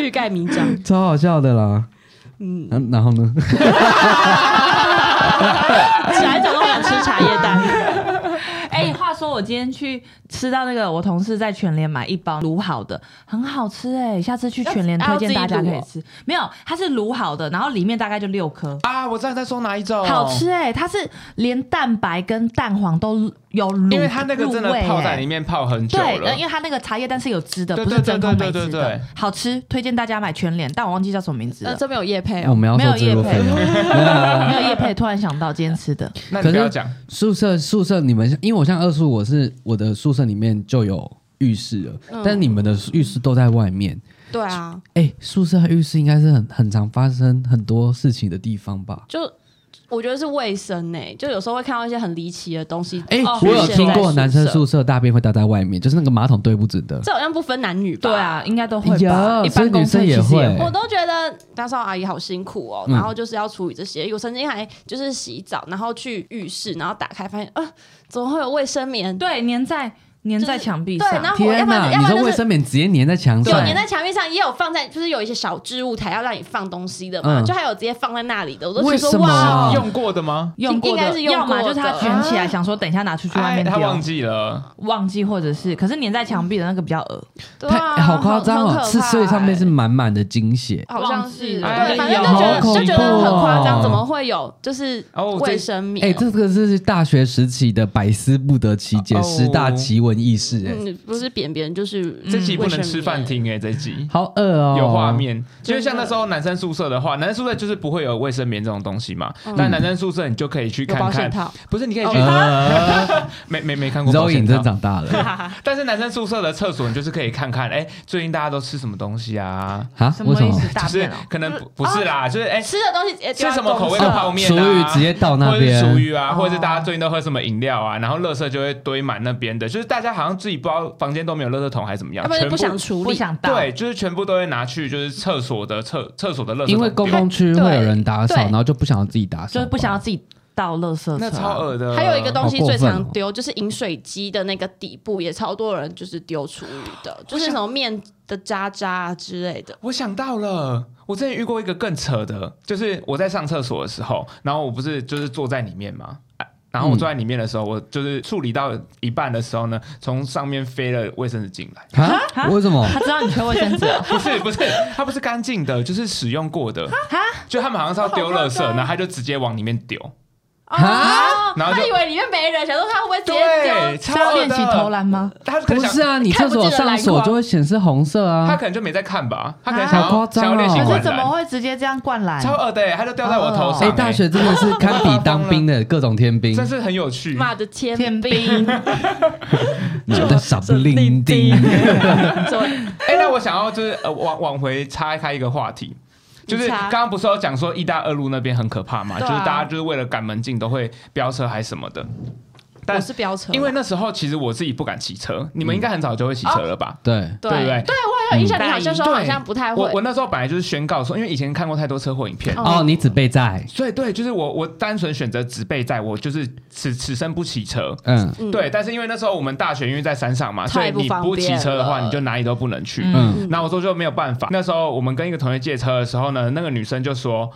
[SPEAKER 1] 欲盖弥彰。
[SPEAKER 3] 超好笑的啦。嗯，然后呢？
[SPEAKER 1] 起来讲都想吃茶叶 蛋，
[SPEAKER 4] 哎、话说我今天去吃到那个，我同事在全联买一包卤好的，很好吃哎、下次去全联推荐大
[SPEAKER 2] 哦
[SPEAKER 4] 家可以吃。没有，它是卤好的，然后里面大概就六颗，
[SPEAKER 2] 啊，我知道你在说哪一种，
[SPEAKER 4] 好吃。哎、它是连蛋白跟蛋黄都有卤，
[SPEAKER 2] 因为它那个真的
[SPEAKER 4] 入味
[SPEAKER 2] 泡在
[SPEAKER 4] 哎
[SPEAKER 2] 里面泡很久
[SPEAKER 4] 对，
[SPEAKER 2] 了
[SPEAKER 4] 呃因，为它那个茶叶蛋是有汁的，
[SPEAKER 2] 对
[SPEAKER 4] 不是真空没
[SPEAKER 2] 对对
[SPEAKER 4] 汁
[SPEAKER 2] 对对对
[SPEAKER 4] 的，好吃，推荐大家买全联，但我忘记叫什么名字
[SPEAKER 1] 呃，
[SPEAKER 4] 了。
[SPEAKER 1] 这边有叶配
[SPEAKER 3] 我
[SPEAKER 1] 哦，
[SPEAKER 3] 们要
[SPEAKER 4] 没有
[SPEAKER 3] 收
[SPEAKER 4] 业
[SPEAKER 3] 这个
[SPEAKER 4] 配
[SPEAKER 3] 费用。
[SPEAKER 4] 没有叶配，突然想到今天吃 的，
[SPEAKER 2] 那你不要讲，
[SPEAKER 3] 宿舍宿舍你们，因为我像二宿，我是我的宿舍里面就有浴室了，
[SPEAKER 1] 嗯
[SPEAKER 3] 但是你们的浴室都在外面。
[SPEAKER 1] 对啊，
[SPEAKER 3] 哎、宿舍和浴室应该是很很常发生很多事情的地方吧？
[SPEAKER 1] 就我觉得是卫生呢、欸就有时候会看到一些很离奇的东西。
[SPEAKER 3] 哎、
[SPEAKER 1] 哦
[SPEAKER 3] 我有听过男生宿
[SPEAKER 1] 宿舍
[SPEAKER 3] 舍大便会搭在外面，就是那个马桶对不准的。
[SPEAKER 1] 这好像不分男女吧？
[SPEAKER 4] 对啊，，应该都会吧，
[SPEAKER 3] 有
[SPEAKER 4] 一
[SPEAKER 3] 哎所以
[SPEAKER 4] 般
[SPEAKER 3] 女
[SPEAKER 4] 公司
[SPEAKER 3] 生
[SPEAKER 4] 其
[SPEAKER 3] 也
[SPEAKER 4] 实
[SPEAKER 3] 会
[SPEAKER 4] 也
[SPEAKER 3] 对
[SPEAKER 1] 我都觉得打扫阿姨好辛苦哦。
[SPEAKER 3] 嗯
[SPEAKER 1] 然后就是要处理这些，我曾经还呃就是洗澡，然后去浴室，然后打开发现，啊、怎么会有卫生棉？
[SPEAKER 4] 对，粘在粘在墙壁
[SPEAKER 1] 对，
[SPEAKER 4] 上。
[SPEAKER 1] 然后我要
[SPEAKER 3] 天
[SPEAKER 1] 不然
[SPEAKER 3] 哪！
[SPEAKER 1] 要不
[SPEAKER 3] 你
[SPEAKER 1] 然
[SPEAKER 3] 说
[SPEAKER 1] 就
[SPEAKER 3] 卫
[SPEAKER 1] 是
[SPEAKER 3] 生棉直接粘在墙
[SPEAKER 1] 有
[SPEAKER 3] 上，
[SPEAKER 1] 粘在墙壁上，也有放在，就是有一些小置物台要让你放东西的嘛，
[SPEAKER 3] 嗯
[SPEAKER 1] 就还有直接放在那里的。我都
[SPEAKER 3] 为
[SPEAKER 1] 觉得
[SPEAKER 3] 什么
[SPEAKER 1] 哇，
[SPEAKER 3] 啊
[SPEAKER 2] 用过的吗？
[SPEAKER 4] 用过
[SPEAKER 1] 应
[SPEAKER 4] 的，
[SPEAKER 1] 该是用
[SPEAKER 4] 要么
[SPEAKER 1] 过
[SPEAKER 4] 就是他
[SPEAKER 1] 的啊
[SPEAKER 4] 卷起来，想说等一下拿出去外
[SPEAKER 2] 哎
[SPEAKER 4] 面
[SPEAKER 2] 他
[SPEAKER 4] 丢，
[SPEAKER 2] 忘记了，
[SPEAKER 4] 忘记或者是，可是粘在墙壁的那个比较恶。
[SPEAKER 1] 对
[SPEAKER 3] 太
[SPEAKER 1] 啊
[SPEAKER 3] 好夸张
[SPEAKER 1] 很很
[SPEAKER 3] 哦！
[SPEAKER 1] 可
[SPEAKER 3] 是
[SPEAKER 1] 怕哦
[SPEAKER 3] 所以上面
[SPEAKER 1] 欸
[SPEAKER 3] 是满满的精血，
[SPEAKER 1] 好像是
[SPEAKER 4] 忘记了
[SPEAKER 1] 对，反正就
[SPEAKER 3] 哎
[SPEAKER 1] 觉
[SPEAKER 3] 呀
[SPEAKER 1] 得
[SPEAKER 3] 好
[SPEAKER 1] 就觉得
[SPEAKER 3] 恐怖
[SPEAKER 1] 很
[SPEAKER 3] 哦
[SPEAKER 1] 夸张，怎么会有就是
[SPEAKER 2] 哦这
[SPEAKER 1] 卫生棉？
[SPEAKER 3] 哎、这个是大学时期的百思不得其解，
[SPEAKER 2] 哦
[SPEAKER 3] 十大奇闻异事、哎、
[SPEAKER 1] 嗯，不是扁扁就是
[SPEAKER 2] 这嗯集不能
[SPEAKER 1] 卫生
[SPEAKER 2] 吃饭
[SPEAKER 1] 棉
[SPEAKER 2] 厅哎，这集。
[SPEAKER 3] 好饿哦，
[SPEAKER 2] 有画。面，就
[SPEAKER 1] 真的
[SPEAKER 2] 是像那时候男生宿舍的话，男生宿舍就是不会有卫生棉这种东西嘛。但男生宿舍你就可以去
[SPEAKER 1] 有
[SPEAKER 2] 看
[SPEAKER 1] 保
[SPEAKER 2] 看
[SPEAKER 1] 险，套，
[SPEAKER 2] 不是你可以去
[SPEAKER 3] 呃，
[SPEAKER 2] 没没没看过保
[SPEAKER 3] Zoe
[SPEAKER 2] 险
[SPEAKER 3] 你真
[SPEAKER 2] 套，
[SPEAKER 3] 长大了
[SPEAKER 2] 但是男生宿舍的厕所你就是可以看看，哎，最近大家都吃什么东西啊？
[SPEAKER 3] 啊？
[SPEAKER 4] 什
[SPEAKER 3] 为
[SPEAKER 4] 么
[SPEAKER 3] 什
[SPEAKER 4] 意
[SPEAKER 3] 么
[SPEAKER 4] 思？？大
[SPEAKER 2] 就是
[SPEAKER 4] 便哦？
[SPEAKER 2] 可能不不是啦，就是哎
[SPEAKER 1] 吃的东西也
[SPEAKER 2] 吃什么口味的泡面
[SPEAKER 3] 厨余
[SPEAKER 2] 啊，
[SPEAKER 3] 直接到那
[SPEAKER 2] 或者是
[SPEAKER 3] 边，
[SPEAKER 2] 厨余啊，或者是大家最近都喝什么饮料啊，然后垃圾就会堆满那边的，就是大家好像自己不知道房间都没有垃圾桶还是怎么样
[SPEAKER 1] 要，不然
[SPEAKER 2] 全
[SPEAKER 1] 就
[SPEAKER 2] 部
[SPEAKER 1] 不想处
[SPEAKER 4] 不
[SPEAKER 1] 理。
[SPEAKER 4] 想到，
[SPEAKER 2] 对，就是全部都会拿去就是厕所的厕厕所的垃圾桶，
[SPEAKER 3] 因为公共区会有人打扫，
[SPEAKER 1] 对
[SPEAKER 3] 然后就不想要自己打扫，
[SPEAKER 4] 就是不想要自己倒垃圾车。
[SPEAKER 2] 那超恶的，
[SPEAKER 1] 还有一个东西最
[SPEAKER 3] 好过
[SPEAKER 1] 常
[SPEAKER 3] 分哦
[SPEAKER 1] 丢，就是饮水机的那个底部，也超多人就是丢厨余的，就是什么面的渣渣啊之类的。
[SPEAKER 2] 我想到了，我之前遇过一个更扯的，就是我在上厕所的时候，然后我不是就是坐在里面嘛。啊然后我坐在里面的时候，我就是处理到一半的时候呢，从上面飞了卫生纸进 来。
[SPEAKER 3] 啊？为什么？
[SPEAKER 4] 他知道你缺卫生纸 哦，
[SPEAKER 2] 不是不是，它不是干净的，就是使用过的。就他们好像是要丢垃圾，然后他就直接往里面丢。
[SPEAKER 3] 哦
[SPEAKER 1] 啊！
[SPEAKER 2] 然后就
[SPEAKER 1] 他以为里面没人，想说他会不会直接
[SPEAKER 2] 对，
[SPEAKER 1] 丢？
[SPEAKER 4] 是要
[SPEAKER 2] 超恶
[SPEAKER 4] 练习投
[SPEAKER 2] 的。
[SPEAKER 4] 篮吗？
[SPEAKER 2] 他可能
[SPEAKER 3] 不是
[SPEAKER 2] 想，
[SPEAKER 3] 啊，你
[SPEAKER 1] 看
[SPEAKER 3] 厕
[SPEAKER 1] 不见
[SPEAKER 3] 所
[SPEAKER 1] 的
[SPEAKER 3] 上
[SPEAKER 1] 篮
[SPEAKER 3] 锁
[SPEAKER 1] 筐
[SPEAKER 3] 就会显示红色
[SPEAKER 2] 他
[SPEAKER 3] 啊。
[SPEAKER 2] 可能就没在看吧，他可能
[SPEAKER 4] 啊
[SPEAKER 2] 想
[SPEAKER 3] 好夸
[SPEAKER 2] 要
[SPEAKER 3] 张
[SPEAKER 2] 想要练习
[SPEAKER 3] 哦
[SPEAKER 4] 可
[SPEAKER 2] 灌
[SPEAKER 4] 是怎么
[SPEAKER 2] 篮。
[SPEAKER 4] 会直接这样灌篮？
[SPEAKER 2] 超恶的欸，他就掉在我头
[SPEAKER 1] 哦
[SPEAKER 3] 哎、
[SPEAKER 2] 上欸。
[SPEAKER 3] 大学真的是堪比当 兵的各种天兵，
[SPEAKER 2] 真是很有趣。
[SPEAKER 1] 妈的天
[SPEAKER 4] 天
[SPEAKER 1] 兵，
[SPEAKER 4] 兵，
[SPEAKER 3] 你的傻不啊伶仃。
[SPEAKER 1] 对，
[SPEAKER 2] 哎、那我想要就是呃往往回插开一个话题，就是
[SPEAKER 1] 你插
[SPEAKER 2] 刚刚不是有讲说一大二路那边很可怕嘛，就
[SPEAKER 1] 对啊
[SPEAKER 2] 是大家就是为了赶门禁都会飙车还什么的。但
[SPEAKER 1] 我是飙车，
[SPEAKER 2] 因为那时候其实我自己不敢骑车，你们应该很早就会骑车了吧？
[SPEAKER 3] 对，
[SPEAKER 1] 对
[SPEAKER 2] 对不对
[SPEAKER 1] 对我有印象，你好像说
[SPEAKER 2] 对
[SPEAKER 1] 好像不太嗯
[SPEAKER 2] 我
[SPEAKER 1] 会
[SPEAKER 2] 我。那时候本来就是宣告说，因为以前看过太多车祸影片。
[SPEAKER 1] 哦
[SPEAKER 3] 哦，你只背在，
[SPEAKER 2] 所以对，就是我，我单纯选择植被在，我就是此此生不骑车。
[SPEAKER 3] 嗯
[SPEAKER 1] 嗯
[SPEAKER 2] 对，但是因为那时候我们大学因为在山上嘛，所以
[SPEAKER 1] 太不
[SPEAKER 2] 你
[SPEAKER 1] 方便
[SPEAKER 2] 不骑车的话，
[SPEAKER 1] 了
[SPEAKER 2] 你就哪里都不能去。
[SPEAKER 3] 嗯，
[SPEAKER 2] 那我说就没有办法。那时候我们跟一个同学借车的时候呢，那个女生就说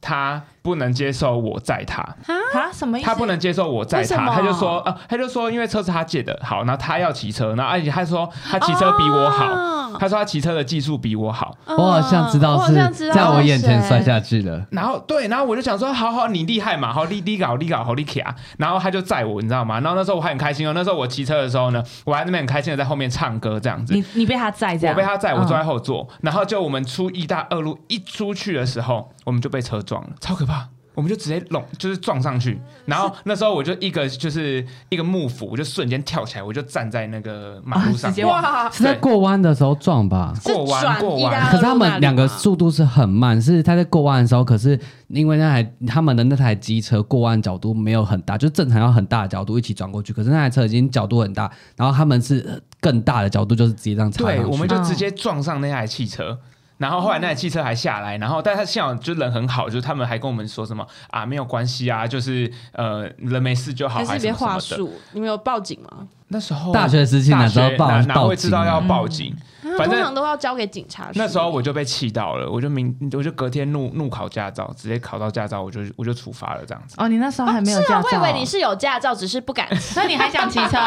[SPEAKER 2] 她不能接受我载她，
[SPEAKER 4] 啊，什么意思？
[SPEAKER 2] 她不能接受我载
[SPEAKER 1] 为什
[SPEAKER 2] 她，
[SPEAKER 1] 么
[SPEAKER 2] 她就说啊，她就说因为车是她借的，好，然后她要骑车，然后而且她说她骑车比我好，
[SPEAKER 1] 哦
[SPEAKER 2] 她说她骑车的技术比我好。
[SPEAKER 3] 我好像知道是
[SPEAKER 1] 我好像知道
[SPEAKER 3] 在哦我眼前
[SPEAKER 1] 谁
[SPEAKER 3] 摔下去了。
[SPEAKER 2] 然后对，然后我就想说，好好，你厉害嘛，好厉厉搞厉搞好厉卡。然后她就载我，你知道吗？然后那时候我还很开心哦，那时候我骑车的时候呢，我还在那边很开心的在后面唱歌这样子。
[SPEAKER 4] 你你被他载这
[SPEAKER 2] 我
[SPEAKER 4] 样，
[SPEAKER 2] 被他载，我
[SPEAKER 4] 嗯
[SPEAKER 2] 坐在后座，然后就我们出一大二路一出去的时候，我们就被车撞了，超可怕。我们就直接拢，就是撞上去，然后那时候我就一个就是一个幕府，我就瞬间跳起来，我就站在那个马路上
[SPEAKER 4] 啊直接，往
[SPEAKER 1] 哇，
[SPEAKER 3] 是在过弯的时候撞吧？
[SPEAKER 1] 是
[SPEAKER 2] 过弯
[SPEAKER 1] 转
[SPEAKER 2] 过
[SPEAKER 1] 移
[SPEAKER 2] 弯
[SPEAKER 1] 到
[SPEAKER 3] 可是他
[SPEAKER 1] 路那
[SPEAKER 3] 们
[SPEAKER 1] 里
[SPEAKER 3] 两个
[SPEAKER 1] 吗
[SPEAKER 3] 速度是很慢，是他在过弯的时候，可是因为那台他们的那台机车过弯角度没有很大，就正常要很大的角度一起转过去，可是那台车已经角度很大，然后他们是呃更大的角度就是直接这样插上
[SPEAKER 2] 对，
[SPEAKER 3] 去。
[SPEAKER 2] 我们就直接撞上那台汽车。然后后来那台汽车还下来，然后但他幸好就人很好，就是他们还跟我们说什么啊没有关系啊，就是呃人没事就好，
[SPEAKER 1] 还是
[SPEAKER 2] 还是
[SPEAKER 1] 别
[SPEAKER 2] 什么什么
[SPEAKER 1] 话
[SPEAKER 2] 的。
[SPEAKER 1] 术，你们有报警吗？
[SPEAKER 2] 那时候
[SPEAKER 3] 大学时期哪知道
[SPEAKER 2] 大学
[SPEAKER 3] 报
[SPEAKER 2] 哪哪
[SPEAKER 3] 报
[SPEAKER 2] 会知
[SPEAKER 3] 警
[SPEAKER 2] 道
[SPEAKER 3] 啊
[SPEAKER 2] 要报警？
[SPEAKER 1] 啊
[SPEAKER 2] 反
[SPEAKER 1] 通
[SPEAKER 2] 正
[SPEAKER 1] 常都要交给警察处理。
[SPEAKER 2] 那时候我就被气到了，我就明我就隔天怒怒考驾照，直接考到驾照，我就我就处罚了这样子。
[SPEAKER 4] 哦，你那时候还没有
[SPEAKER 1] 是
[SPEAKER 4] 驾
[SPEAKER 1] 啊，
[SPEAKER 4] 照
[SPEAKER 1] 我
[SPEAKER 4] 哦，
[SPEAKER 1] 以为你是有驾照，只是不敢骑。
[SPEAKER 4] 所以你还想骑车？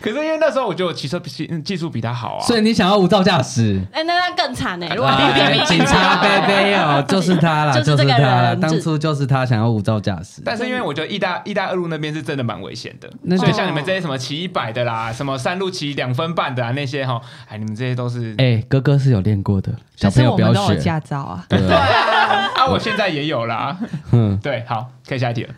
[SPEAKER 2] 可是因为那时候我觉得我骑车技技术比他好啊，
[SPEAKER 3] 所以你想要无照驾驶？
[SPEAKER 1] 哎，那那更惨哎！如果你
[SPEAKER 3] 哎
[SPEAKER 1] 被
[SPEAKER 3] 警察贝贝哦，就是他啦，
[SPEAKER 1] 就是
[SPEAKER 3] 就
[SPEAKER 1] 这
[SPEAKER 3] 是
[SPEAKER 1] 个
[SPEAKER 3] 他啦，
[SPEAKER 1] 人
[SPEAKER 3] 当初就是他想要无照驾驶。
[SPEAKER 2] 但是因为我觉得一大一大二路那边是真的蛮危险的，
[SPEAKER 3] 那
[SPEAKER 2] 所以
[SPEAKER 3] 就
[SPEAKER 2] 像你们这些什么骑一百的啦，什么三路骑两分半的啊那些哈，哎，你们这些都是
[SPEAKER 3] 哎，哥哥是有练过的，小
[SPEAKER 4] 可
[SPEAKER 3] 朋
[SPEAKER 4] 是
[SPEAKER 3] 友
[SPEAKER 4] 我
[SPEAKER 3] 不要
[SPEAKER 4] 们都有
[SPEAKER 3] 学。
[SPEAKER 4] 驾照啊。
[SPEAKER 3] 对啊，
[SPEAKER 2] 啊，我现在也有啦。
[SPEAKER 3] 嗯，
[SPEAKER 2] 对，好，可以下一题了。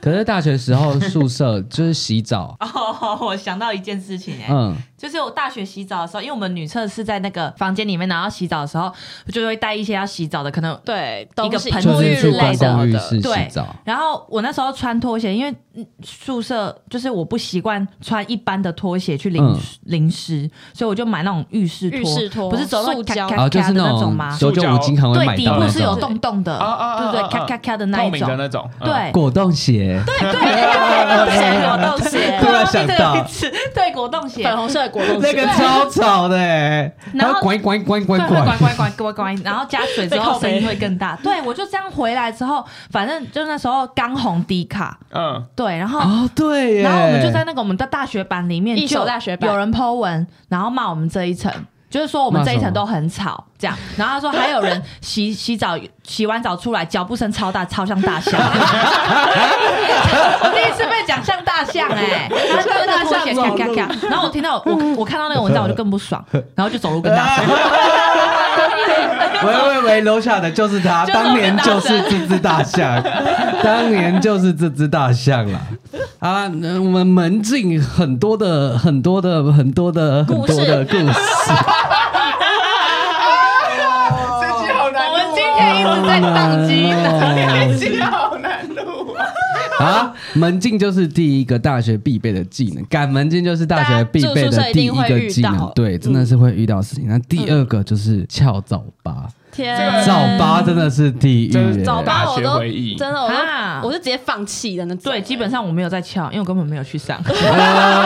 [SPEAKER 3] 可是大学时候宿舍就是洗澡，
[SPEAKER 4] 哦，我想到一件事情哎
[SPEAKER 3] 嗯，
[SPEAKER 4] 就是我大学洗澡的时候，因为我们女厕是在那个房间里面，然后洗澡的时候就会带一些要洗澡的，可能
[SPEAKER 1] 对，
[SPEAKER 4] 个
[SPEAKER 1] 东西
[SPEAKER 4] 盆
[SPEAKER 3] 就
[SPEAKER 1] 沐
[SPEAKER 4] 沐
[SPEAKER 3] 是
[SPEAKER 1] 浴
[SPEAKER 4] 浴
[SPEAKER 3] 去
[SPEAKER 1] 之
[SPEAKER 4] 类
[SPEAKER 1] 类
[SPEAKER 3] 关
[SPEAKER 4] 的
[SPEAKER 3] 公浴
[SPEAKER 1] 的，
[SPEAKER 3] 室
[SPEAKER 4] 对
[SPEAKER 3] 洗澡。
[SPEAKER 4] 然后我那时候穿拖鞋，因为嗯宿舍就是我不习惯穿一般的拖鞋去淋、
[SPEAKER 3] 嗯
[SPEAKER 4] 淋湿，所以我就买那种浴室拖，
[SPEAKER 1] 浴室拖
[SPEAKER 4] 不是走那
[SPEAKER 1] 塑
[SPEAKER 4] 种
[SPEAKER 1] 胶然
[SPEAKER 4] 咔
[SPEAKER 3] 然后
[SPEAKER 4] 咔
[SPEAKER 3] 哦就
[SPEAKER 4] 咔
[SPEAKER 3] 是
[SPEAKER 4] 的那
[SPEAKER 3] 种
[SPEAKER 4] 种吗？
[SPEAKER 3] 九九五经常会
[SPEAKER 4] 对，
[SPEAKER 3] 买
[SPEAKER 4] 底
[SPEAKER 3] 到
[SPEAKER 4] 部
[SPEAKER 3] 那
[SPEAKER 4] 是有
[SPEAKER 3] 种
[SPEAKER 4] 洞洞的，
[SPEAKER 2] 啊啊啊
[SPEAKER 4] 对不对
[SPEAKER 2] 啊？啊
[SPEAKER 4] 咔咔咔的那
[SPEAKER 2] 透
[SPEAKER 4] 一
[SPEAKER 2] 明
[SPEAKER 4] 种
[SPEAKER 2] 的，那种，嗯
[SPEAKER 4] 对，
[SPEAKER 3] 果冻鞋，
[SPEAKER 1] 果冻鞋，
[SPEAKER 3] 突然想到
[SPEAKER 4] 对，对果冻鞋，
[SPEAKER 1] 粉红色的果冻
[SPEAKER 3] 那个
[SPEAKER 1] 鞋，
[SPEAKER 3] 超吵的欸，
[SPEAKER 4] 然后
[SPEAKER 3] 它拐拐拐拐
[SPEAKER 4] 对，会乖
[SPEAKER 3] 拐，
[SPEAKER 4] 乖乖乖乖，然后加水之
[SPEAKER 1] 被靠
[SPEAKER 4] 后声
[SPEAKER 1] 背
[SPEAKER 4] 音会更大。对，我就这样回来之后，反正就那时候刚红低卡，
[SPEAKER 2] 嗯，
[SPEAKER 4] 对，然后。
[SPEAKER 3] 哦，对耶，
[SPEAKER 4] 然后我们就在那个我们的大学版里面，
[SPEAKER 1] 一手
[SPEAKER 4] 就
[SPEAKER 1] 大学版
[SPEAKER 4] 有人 po 文，然后骂我们这一层，就是说我们这一
[SPEAKER 3] 骂什
[SPEAKER 4] 层
[SPEAKER 3] 么
[SPEAKER 4] 都很吵，这样。然后他说还有人洗洗澡，洗完澡出来脚步声超大，超像 大象。我第一次被讲像大象哎、他穿着拖鞋
[SPEAKER 3] 走
[SPEAKER 4] 咔
[SPEAKER 3] 路
[SPEAKER 4] 咔咔。然后我听到我我看到那个文章我就更不爽，然后就走路跟大象。
[SPEAKER 3] 喂喂喂，楼下的就是他，
[SPEAKER 4] 就是我
[SPEAKER 3] 当
[SPEAKER 4] 们
[SPEAKER 3] 年
[SPEAKER 4] 大
[SPEAKER 3] 就是
[SPEAKER 4] 神
[SPEAKER 3] 这只大象，当年就是这只大象啦。啊，那我们门禁很多的、很多的、很多的、很
[SPEAKER 1] 故事
[SPEAKER 3] 多的故事。
[SPEAKER 2] 这集好难
[SPEAKER 4] 我们今天一直在宕机，
[SPEAKER 3] 哦
[SPEAKER 2] 这集好难录啊，
[SPEAKER 3] 啊，门禁就是第一个大学必备的技能，赶门禁就是大学必备的第一个
[SPEAKER 1] 大家住宿舍
[SPEAKER 3] 技
[SPEAKER 1] 一定会遇
[SPEAKER 3] 能
[SPEAKER 1] 到。
[SPEAKER 3] 对，真的是会遇到事情。那第二个就是翘早八，
[SPEAKER 1] 天，啊
[SPEAKER 3] 早八真的是地狱
[SPEAKER 2] 真是
[SPEAKER 1] 嗯
[SPEAKER 3] 耶。
[SPEAKER 1] 早八我
[SPEAKER 2] 大学
[SPEAKER 1] 都
[SPEAKER 2] 回忆
[SPEAKER 1] 真的我都
[SPEAKER 4] 啊
[SPEAKER 1] 我就直接放弃的那种，
[SPEAKER 4] 对，基本上我没有在翘，因为我根本没有去上，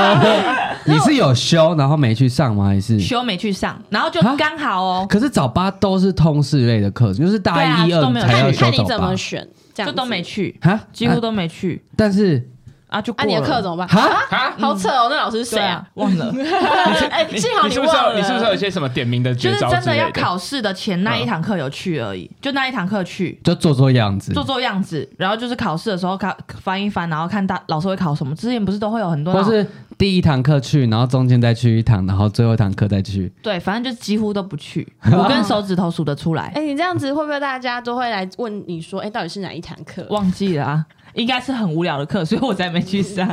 [SPEAKER 3] 你是有休然后没去上吗？还是
[SPEAKER 4] 修没去上，然后就
[SPEAKER 3] 啊
[SPEAKER 4] 刚好哦，
[SPEAKER 3] 可是早八都是通识类的课程，就是大一、
[SPEAKER 4] 对啊都
[SPEAKER 3] 二
[SPEAKER 4] 没有
[SPEAKER 3] 才要
[SPEAKER 1] 看你
[SPEAKER 3] 修
[SPEAKER 1] 看你
[SPEAKER 3] 早
[SPEAKER 1] 怎
[SPEAKER 3] 八
[SPEAKER 1] 么选，这样
[SPEAKER 4] 就
[SPEAKER 1] 子
[SPEAKER 4] 都没。去，
[SPEAKER 3] 哈，
[SPEAKER 4] 几乎
[SPEAKER 3] 啊
[SPEAKER 4] 都没去
[SPEAKER 3] 但是
[SPEAKER 4] 啊，就过
[SPEAKER 1] 啊，你的课
[SPEAKER 4] 了。
[SPEAKER 1] 怎么办？
[SPEAKER 3] 哈，
[SPEAKER 1] 好扯哦，那老师是
[SPEAKER 4] 对
[SPEAKER 1] 谁啊
[SPEAKER 4] 啊？，忘了，
[SPEAKER 1] 哎，幸好
[SPEAKER 2] 你是不是
[SPEAKER 1] 忘
[SPEAKER 2] 有
[SPEAKER 1] 了，
[SPEAKER 2] 你是不是有一些什么点名的
[SPEAKER 4] 就
[SPEAKER 2] 绝
[SPEAKER 4] 是
[SPEAKER 2] 招
[SPEAKER 4] 真
[SPEAKER 2] 之
[SPEAKER 4] 的要
[SPEAKER 2] 类
[SPEAKER 4] 考试的前那一堂课有去而已，就那一堂课去
[SPEAKER 3] 就做做样子
[SPEAKER 4] 做，做样子，然后就是考试的时候看翻一翻，然后看大老师会考什么。之前不是都会有很多那
[SPEAKER 3] 或
[SPEAKER 4] 种，
[SPEAKER 3] 是第一堂课去，然后中间再去一堂，然后最后一堂课再去。
[SPEAKER 4] 对，反正就几乎都不去，我跟手指头数得出来
[SPEAKER 1] 哎、，你这样子会不会大家都会来问你说，哎、到底是哪一堂课？
[SPEAKER 4] 忘记了啊，应该是很无聊的课，所以我才没去上。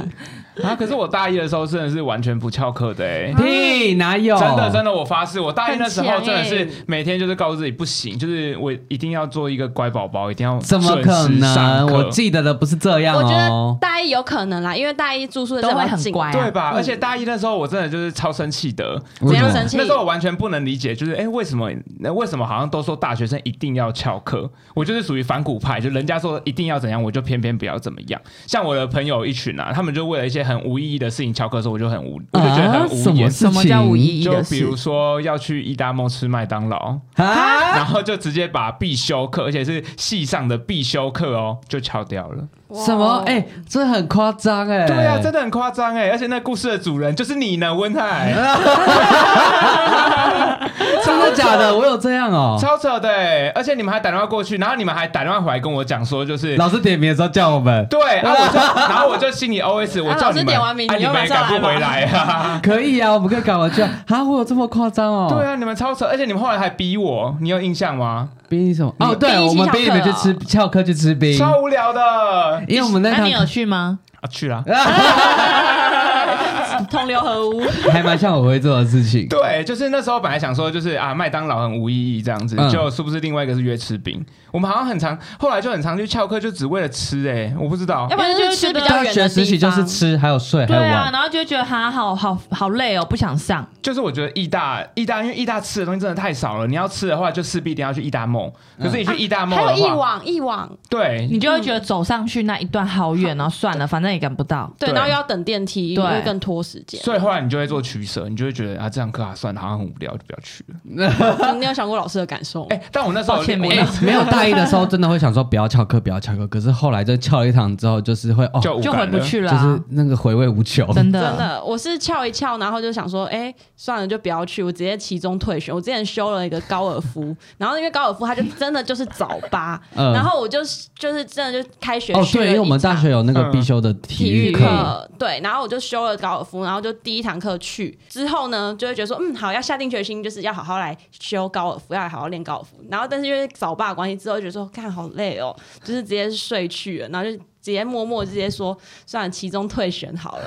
[SPEAKER 2] 啊，可是我大一的时候真的是完全不翘课的哎、
[SPEAKER 3] 屁，哪有？
[SPEAKER 2] 真的真的，我发誓，我大一那时候
[SPEAKER 1] 很
[SPEAKER 2] 真
[SPEAKER 1] 强
[SPEAKER 2] 的
[SPEAKER 1] 欸
[SPEAKER 2] 是每天就是告诉自己不行，就是我一定要做一个乖宝宝，一定要
[SPEAKER 3] 怎么可
[SPEAKER 2] 准时上
[SPEAKER 3] 能？
[SPEAKER 2] 课
[SPEAKER 3] 我记得的不是这样
[SPEAKER 1] 我觉
[SPEAKER 3] 哦
[SPEAKER 1] 得。大一有可能啦，因为大一住宿的时
[SPEAKER 4] 都
[SPEAKER 1] 候
[SPEAKER 4] 会
[SPEAKER 1] 比较
[SPEAKER 4] 很
[SPEAKER 1] 紧
[SPEAKER 4] 乖
[SPEAKER 2] 对吧？而且大一那时候我真的就是超生气的，
[SPEAKER 1] 怎样
[SPEAKER 3] 为什么
[SPEAKER 1] 生气？
[SPEAKER 2] 那时候我完全不能理解，就是哎、诶为什么那为什么好像都说大学生一定要翘课？我就是属于反骨派，就人家说一定要怎样，我就偏偏不要怎么样。像我的朋友一群啊，他们就为了一些很无意义的事情翘课的时候，我就很无，我就觉得
[SPEAKER 3] 啊，
[SPEAKER 2] 很
[SPEAKER 3] 什
[SPEAKER 2] 无言
[SPEAKER 3] 么。事
[SPEAKER 4] 什么
[SPEAKER 3] 情？
[SPEAKER 4] 叫无意义
[SPEAKER 2] 就
[SPEAKER 4] 的
[SPEAKER 2] 比
[SPEAKER 4] 事
[SPEAKER 2] 如？说要去意大梦吃麦当劳，
[SPEAKER 3] 啊？
[SPEAKER 2] 然后就直接把必修课，而且是系上的必修课哦，就翘掉了。
[SPEAKER 1] 哇
[SPEAKER 3] 什么？哎，这很夸张哎。
[SPEAKER 2] 对啊，真的很夸张哎！而且那故事的主人就是你呢，温
[SPEAKER 4] 哎
[SPEAKER 2] 海，
[SPEAKER 3] 真的假的？我有这样哦。
[SPEAKER 2] 超扯的哎！而且你们还打电话过去，然后你们还打电话回来跟我讲说，就是
[SPEAKER 3] 老师点名的时候叫我们，
[SPEAKER 2] 对，然后我就，然后我就心里 OS，我
[SPEAKER 1] 啊
[SPEAKER 2] 叫
[SPEAKER 1] 老
[SPEAKER 2] 你
[SPEAKER 1] 师
[SPEAKER 2] 们，
[SPEAKER 1] 点完名
[SPEAKER 2] 啊
[SPEAKER 1] 你
[SPEAKER 2] 你
[SPEAKER 1] 又
[SPEAKER 2] 们
[SPEAKER 1] 马
[SPEAKER 2] 也
[SPEAKER 1] 上
[SPEAKER 2] 赶不
[SPEAKER 1] 来
[SPEAKER 2] 回来 啊！
[SPEAKER 3] 可以啊，我们可以赶快去啊！啊我有这么夸张哦？
[SPEAKER 2] 对啊，你们超扯，而且你们后来还逼我，你有印象吗？
[SPEAKER 3] 逼你什么？
[SPEAKER 1] 你
[SPEAKER 3] 哦，对，
[SPEAKER 1] 逼
[SPEAKER 3] 我们
[SPEAKER 1] 翘
[SPEAKER 3] 逼你们
[SPEAKER 1] 课
[SPEAKER 3] 去
[SPEAKER 1] 哦
[SPEAKER 3] 吃翘课去吃
[SPEAKER 1] 嗯
[SPEAKER 3] 冰，
[SPEAKER 2] 超无聊的啊，
[SPEAKER 3] 因为我们那
[SPEAKER 4] 那你有
[SPEAKER 3] 堂
[SPEAKER 4] 去吗？
[SPEAKER 2] 去
[SPEAKER 1] 啊
[SPEAKER 2] 啦。
[SPEAKER 1] 同流合 污？
[SPEAKER 3] 还蛮像我会做的事情。
[SPEAKER 2] 对，就是那时候本来想说，就是啊，麦当劳很无意义这样子，
[SPEAKER 3] 嗯
[SPEAKER 2] 就是不是另外一个是约吃冰？我们好像很常，后来就很常去翘课，就只为了吃哎、我不知道
[SPEAKER 1] 要。不然就是吃比较
[SPEAKER 3] 大
[SPEAKER 1] 远
[SPEAKER 3] 学
[SPEAKER 1] 的
[SPEAKER 3] 时期
[SPEAKER 1] 地
[SPEAKER 3] 就
[SPEAKER 1] 方。
[SPEAKER 3] 是吃，还有睡，还
[SPEAKER 4] 对
[SPEAKER 3] 有
[SPEAKER 4] 啊，
[SPEAKER 3] 玩。
[SPEAKER 4] 然后就会觉得哈，好好好累哦，不想上。
[SPEAKER 2] 就是我觉得义大义大，因为义大吃的东西真的太少了，你要吃的话，就势必一定要去义大梦。可是你去义大
[SPEAKER 1] 嗯
[SPEAKER 2] 梦
[SPEAKER 1] 啊还有
[SPEAKER 2] 的
[SPEAKER 1] 一
[SPEAKER 2] 话，
[SPEAKER 1] 网一网，
[SPEAKER 2] 对，
[SPEAKER 4] 你就会觉得走上去那一段好远，然后算了，反正也赶不到。
[SPEAKER 1] 对，
[SPEAKER 2] 对
[SPEAKER 1] 然后又要等电梯，
[SPEAKER 4] 对
[SPEAKER 1] 会更拖时间。
[SPEAKER 2] 所以后来你就会做取舍，你就会觉得啊，这堂课啊，算了，好像很无聊，就不要去了。
[SPEAKER 1] 你你有想过老师的感受吗？
[SPEAKER 2] 哎、但我那时候
[SPEAKER 4] 抱歉
[SPEAKER 2] 我
[SPEAKER 4] 没有
[SPEAKER 3] 哎没有大一的时候，真的会想说不要翘课，不要翘课。可是后来就翘了一堂之后，就是会哦，
[SPEAKER 2] 就无
[SPEAKER 4] 就回
[SPEAKER 2] 感
[SPEAKER 4] 不
[SPEAKER 2] 了。
[SPEAKER 4] 去了
[SPEAKER 3] 就
[SPEAKER 4] 啊、
[SPEAKER 3] 是哦那个回味无穷。
[SPEAKER 4] 真的
[SPEAKER 1] 真的，我是翘一翘，然后就想说，哎、算了，就不要去，我直接其中退选。我之前修了一个高尔夫，然后因为高尔夫它就真的就是早八，
[SPEAKER 3] 嗯
[SPEAKER 1] 然后我就是就是真的就开学
[SPEAKER 3] 哦，
[SPEAKER 1] 去了
[SPEAKER 3] 对，因为我们
[SPEAKER 1] 一场
[SPEAKER 3] 大学有那
[SPEAKER 1] 嗯
[SPEAKER 3] 个必修的体
[SPEAKER 1] 体
[SPEAKER 3] 育
[SPEAKER 1] 育
[SPEAKER 3] 课，
[SPEAKER 1] 课，对，然后我就修了高尔夫，然后就第一堂课去之后呢，就会觉得说，嗯，好，要下定决心，就是要好好来修高尔夫，要来好好练高尔夫。然后但是因为早八的关系，之后就觉得说，看好累哦，就是直接睡去了，然后就直接默默直接说，算了，其中退选好 了。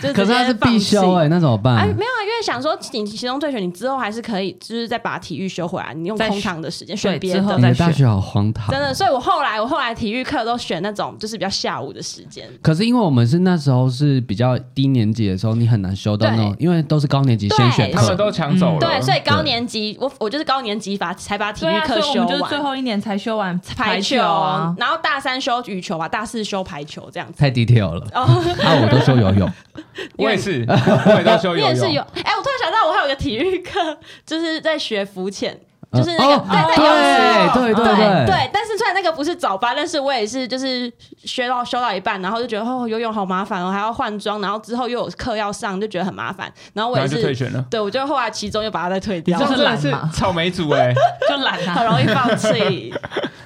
[SPEAKER 1] 就
[SPEAKER 3] 可
[SPEAKER 1] 直
[SPEAKER 3] 是
[SPEAKER 1] 接
[SPEAKER 3] 他是
[SPEAKER 1] 放
[SPEAKER 3] 必
[SPEAKER 1] 弃
[SPEAKER 3] 修哎、那怎么
[SPEAKER 1] 哎，
[SPEAKER 3] 办？
[SPEAKER 1] 没有啊，因为想说你其中退选，你之后还是可以，就是再把体育修回来，你用
[SPEAKER 4] 再
[SPEAKER 1] 空
[SPEAKER 4] 选
[SPEAKER 1] 堂的时间选
[SPEAKER 4] 对
[SPEAKER 1] 别
[SPEAKER 4] 之后
[SPEAKER 1] 的
[SPEAKER 3] 你。的
[SPEAKER 4] 再
[SPEAKER 3] 大
[SPEAKER 4] 选
[SPEAKER 3] 学好荒唐，
[SPEAKER 1] 真的，所以我后来我后来体育课都选那种就是比较下午的时间，
[SPEAKER 3] 可是因为我们是那时候是比较低年级的时候，你很难修到那种，因为都是高年级先选
[SPEAKER 1] 对
[SPEAKER 2] 他们
[SPEAKER 3] 课。
[SPEAKER 2] 都抢
[SPEAKER 1] 嗯
[SPEAKER 2] 走了。
[SPEAKER 1] 对，所以高
[SPEAKER 3] 对
[SPEAKER 1] 年级我我就是高年级把才把体
[SPEAKER 4] 对
[SPEAKER 1] 育
[SPEAKER 4] 啊，所
[SPEAKER 1] 课
[SPEAKER 4] 以我
[SPEAKER 1] 修
[SPEAKER 4] 们就是
[SPEAKER 1] 完，
[SPEAKER 4] 最后一年才修完
[SPEAKER 1] 排球
[SPEAKER 4] 球啊，
[SPEAKER 1] 然后大三修羽球吧，啊大四修排球这样子。
[SPEAKER 3] 太 detail 了，
[SPEAKER 1] 哦，
[SPEAKER 3] 啊，我都修游泳，
[SPEAKER 2] 我也是，我也都修
[SPEAKER 1] 你
[SPEAKER 2] 游
[SPEAKER 1] 也是有
[SPEAKER 2] 泳。
[SPEAKER 1] 哎、我突然想到，我还有个体育课，就是在学浮潜，
[SPEAKER 3] 呃
[SPEAKER 1] 就是那个、
[SPEAKER 3] 哦
[SPEAKER 1] 在在游泳池
[SPEAKER 3] 对对对
[SPEAKER 1] 对
[SPEAKER 3] 对，
[SPEAKER 1] 但是虽然那个不是早八，但是我也是就是学到修到一半，然后就觉得哦游泳好麻烦哦，还要换装，然后之后又有课要上，就觉得很麻烦。然后我
[SPEAKER 2] 然
[SPEAKER 1] 也
[SPEAKER 2] 后就退
[SPEAKER 1] 是，
[SPEAKER 2] 选了。
[SPEAKER 1] 对我就后来其中又把它再退
[SPEAKER 2] 你
[SPEAKER 1] 掉
[SPEAKER 2] 这，样真
[SPEAKER 4] 就是
[SPEAKER 2] 的
[SPEAKER 4] 懒
[SPEAKER 2] 是
[SPEAKER 4] 嘛
[SPEAKER 2] 草莓组哎，
[SPEAKER 4] 就懒
[SPEAKER 1] 很
[SPEAKER 4] 啊。
[SPEAKER 1] 容易放弃。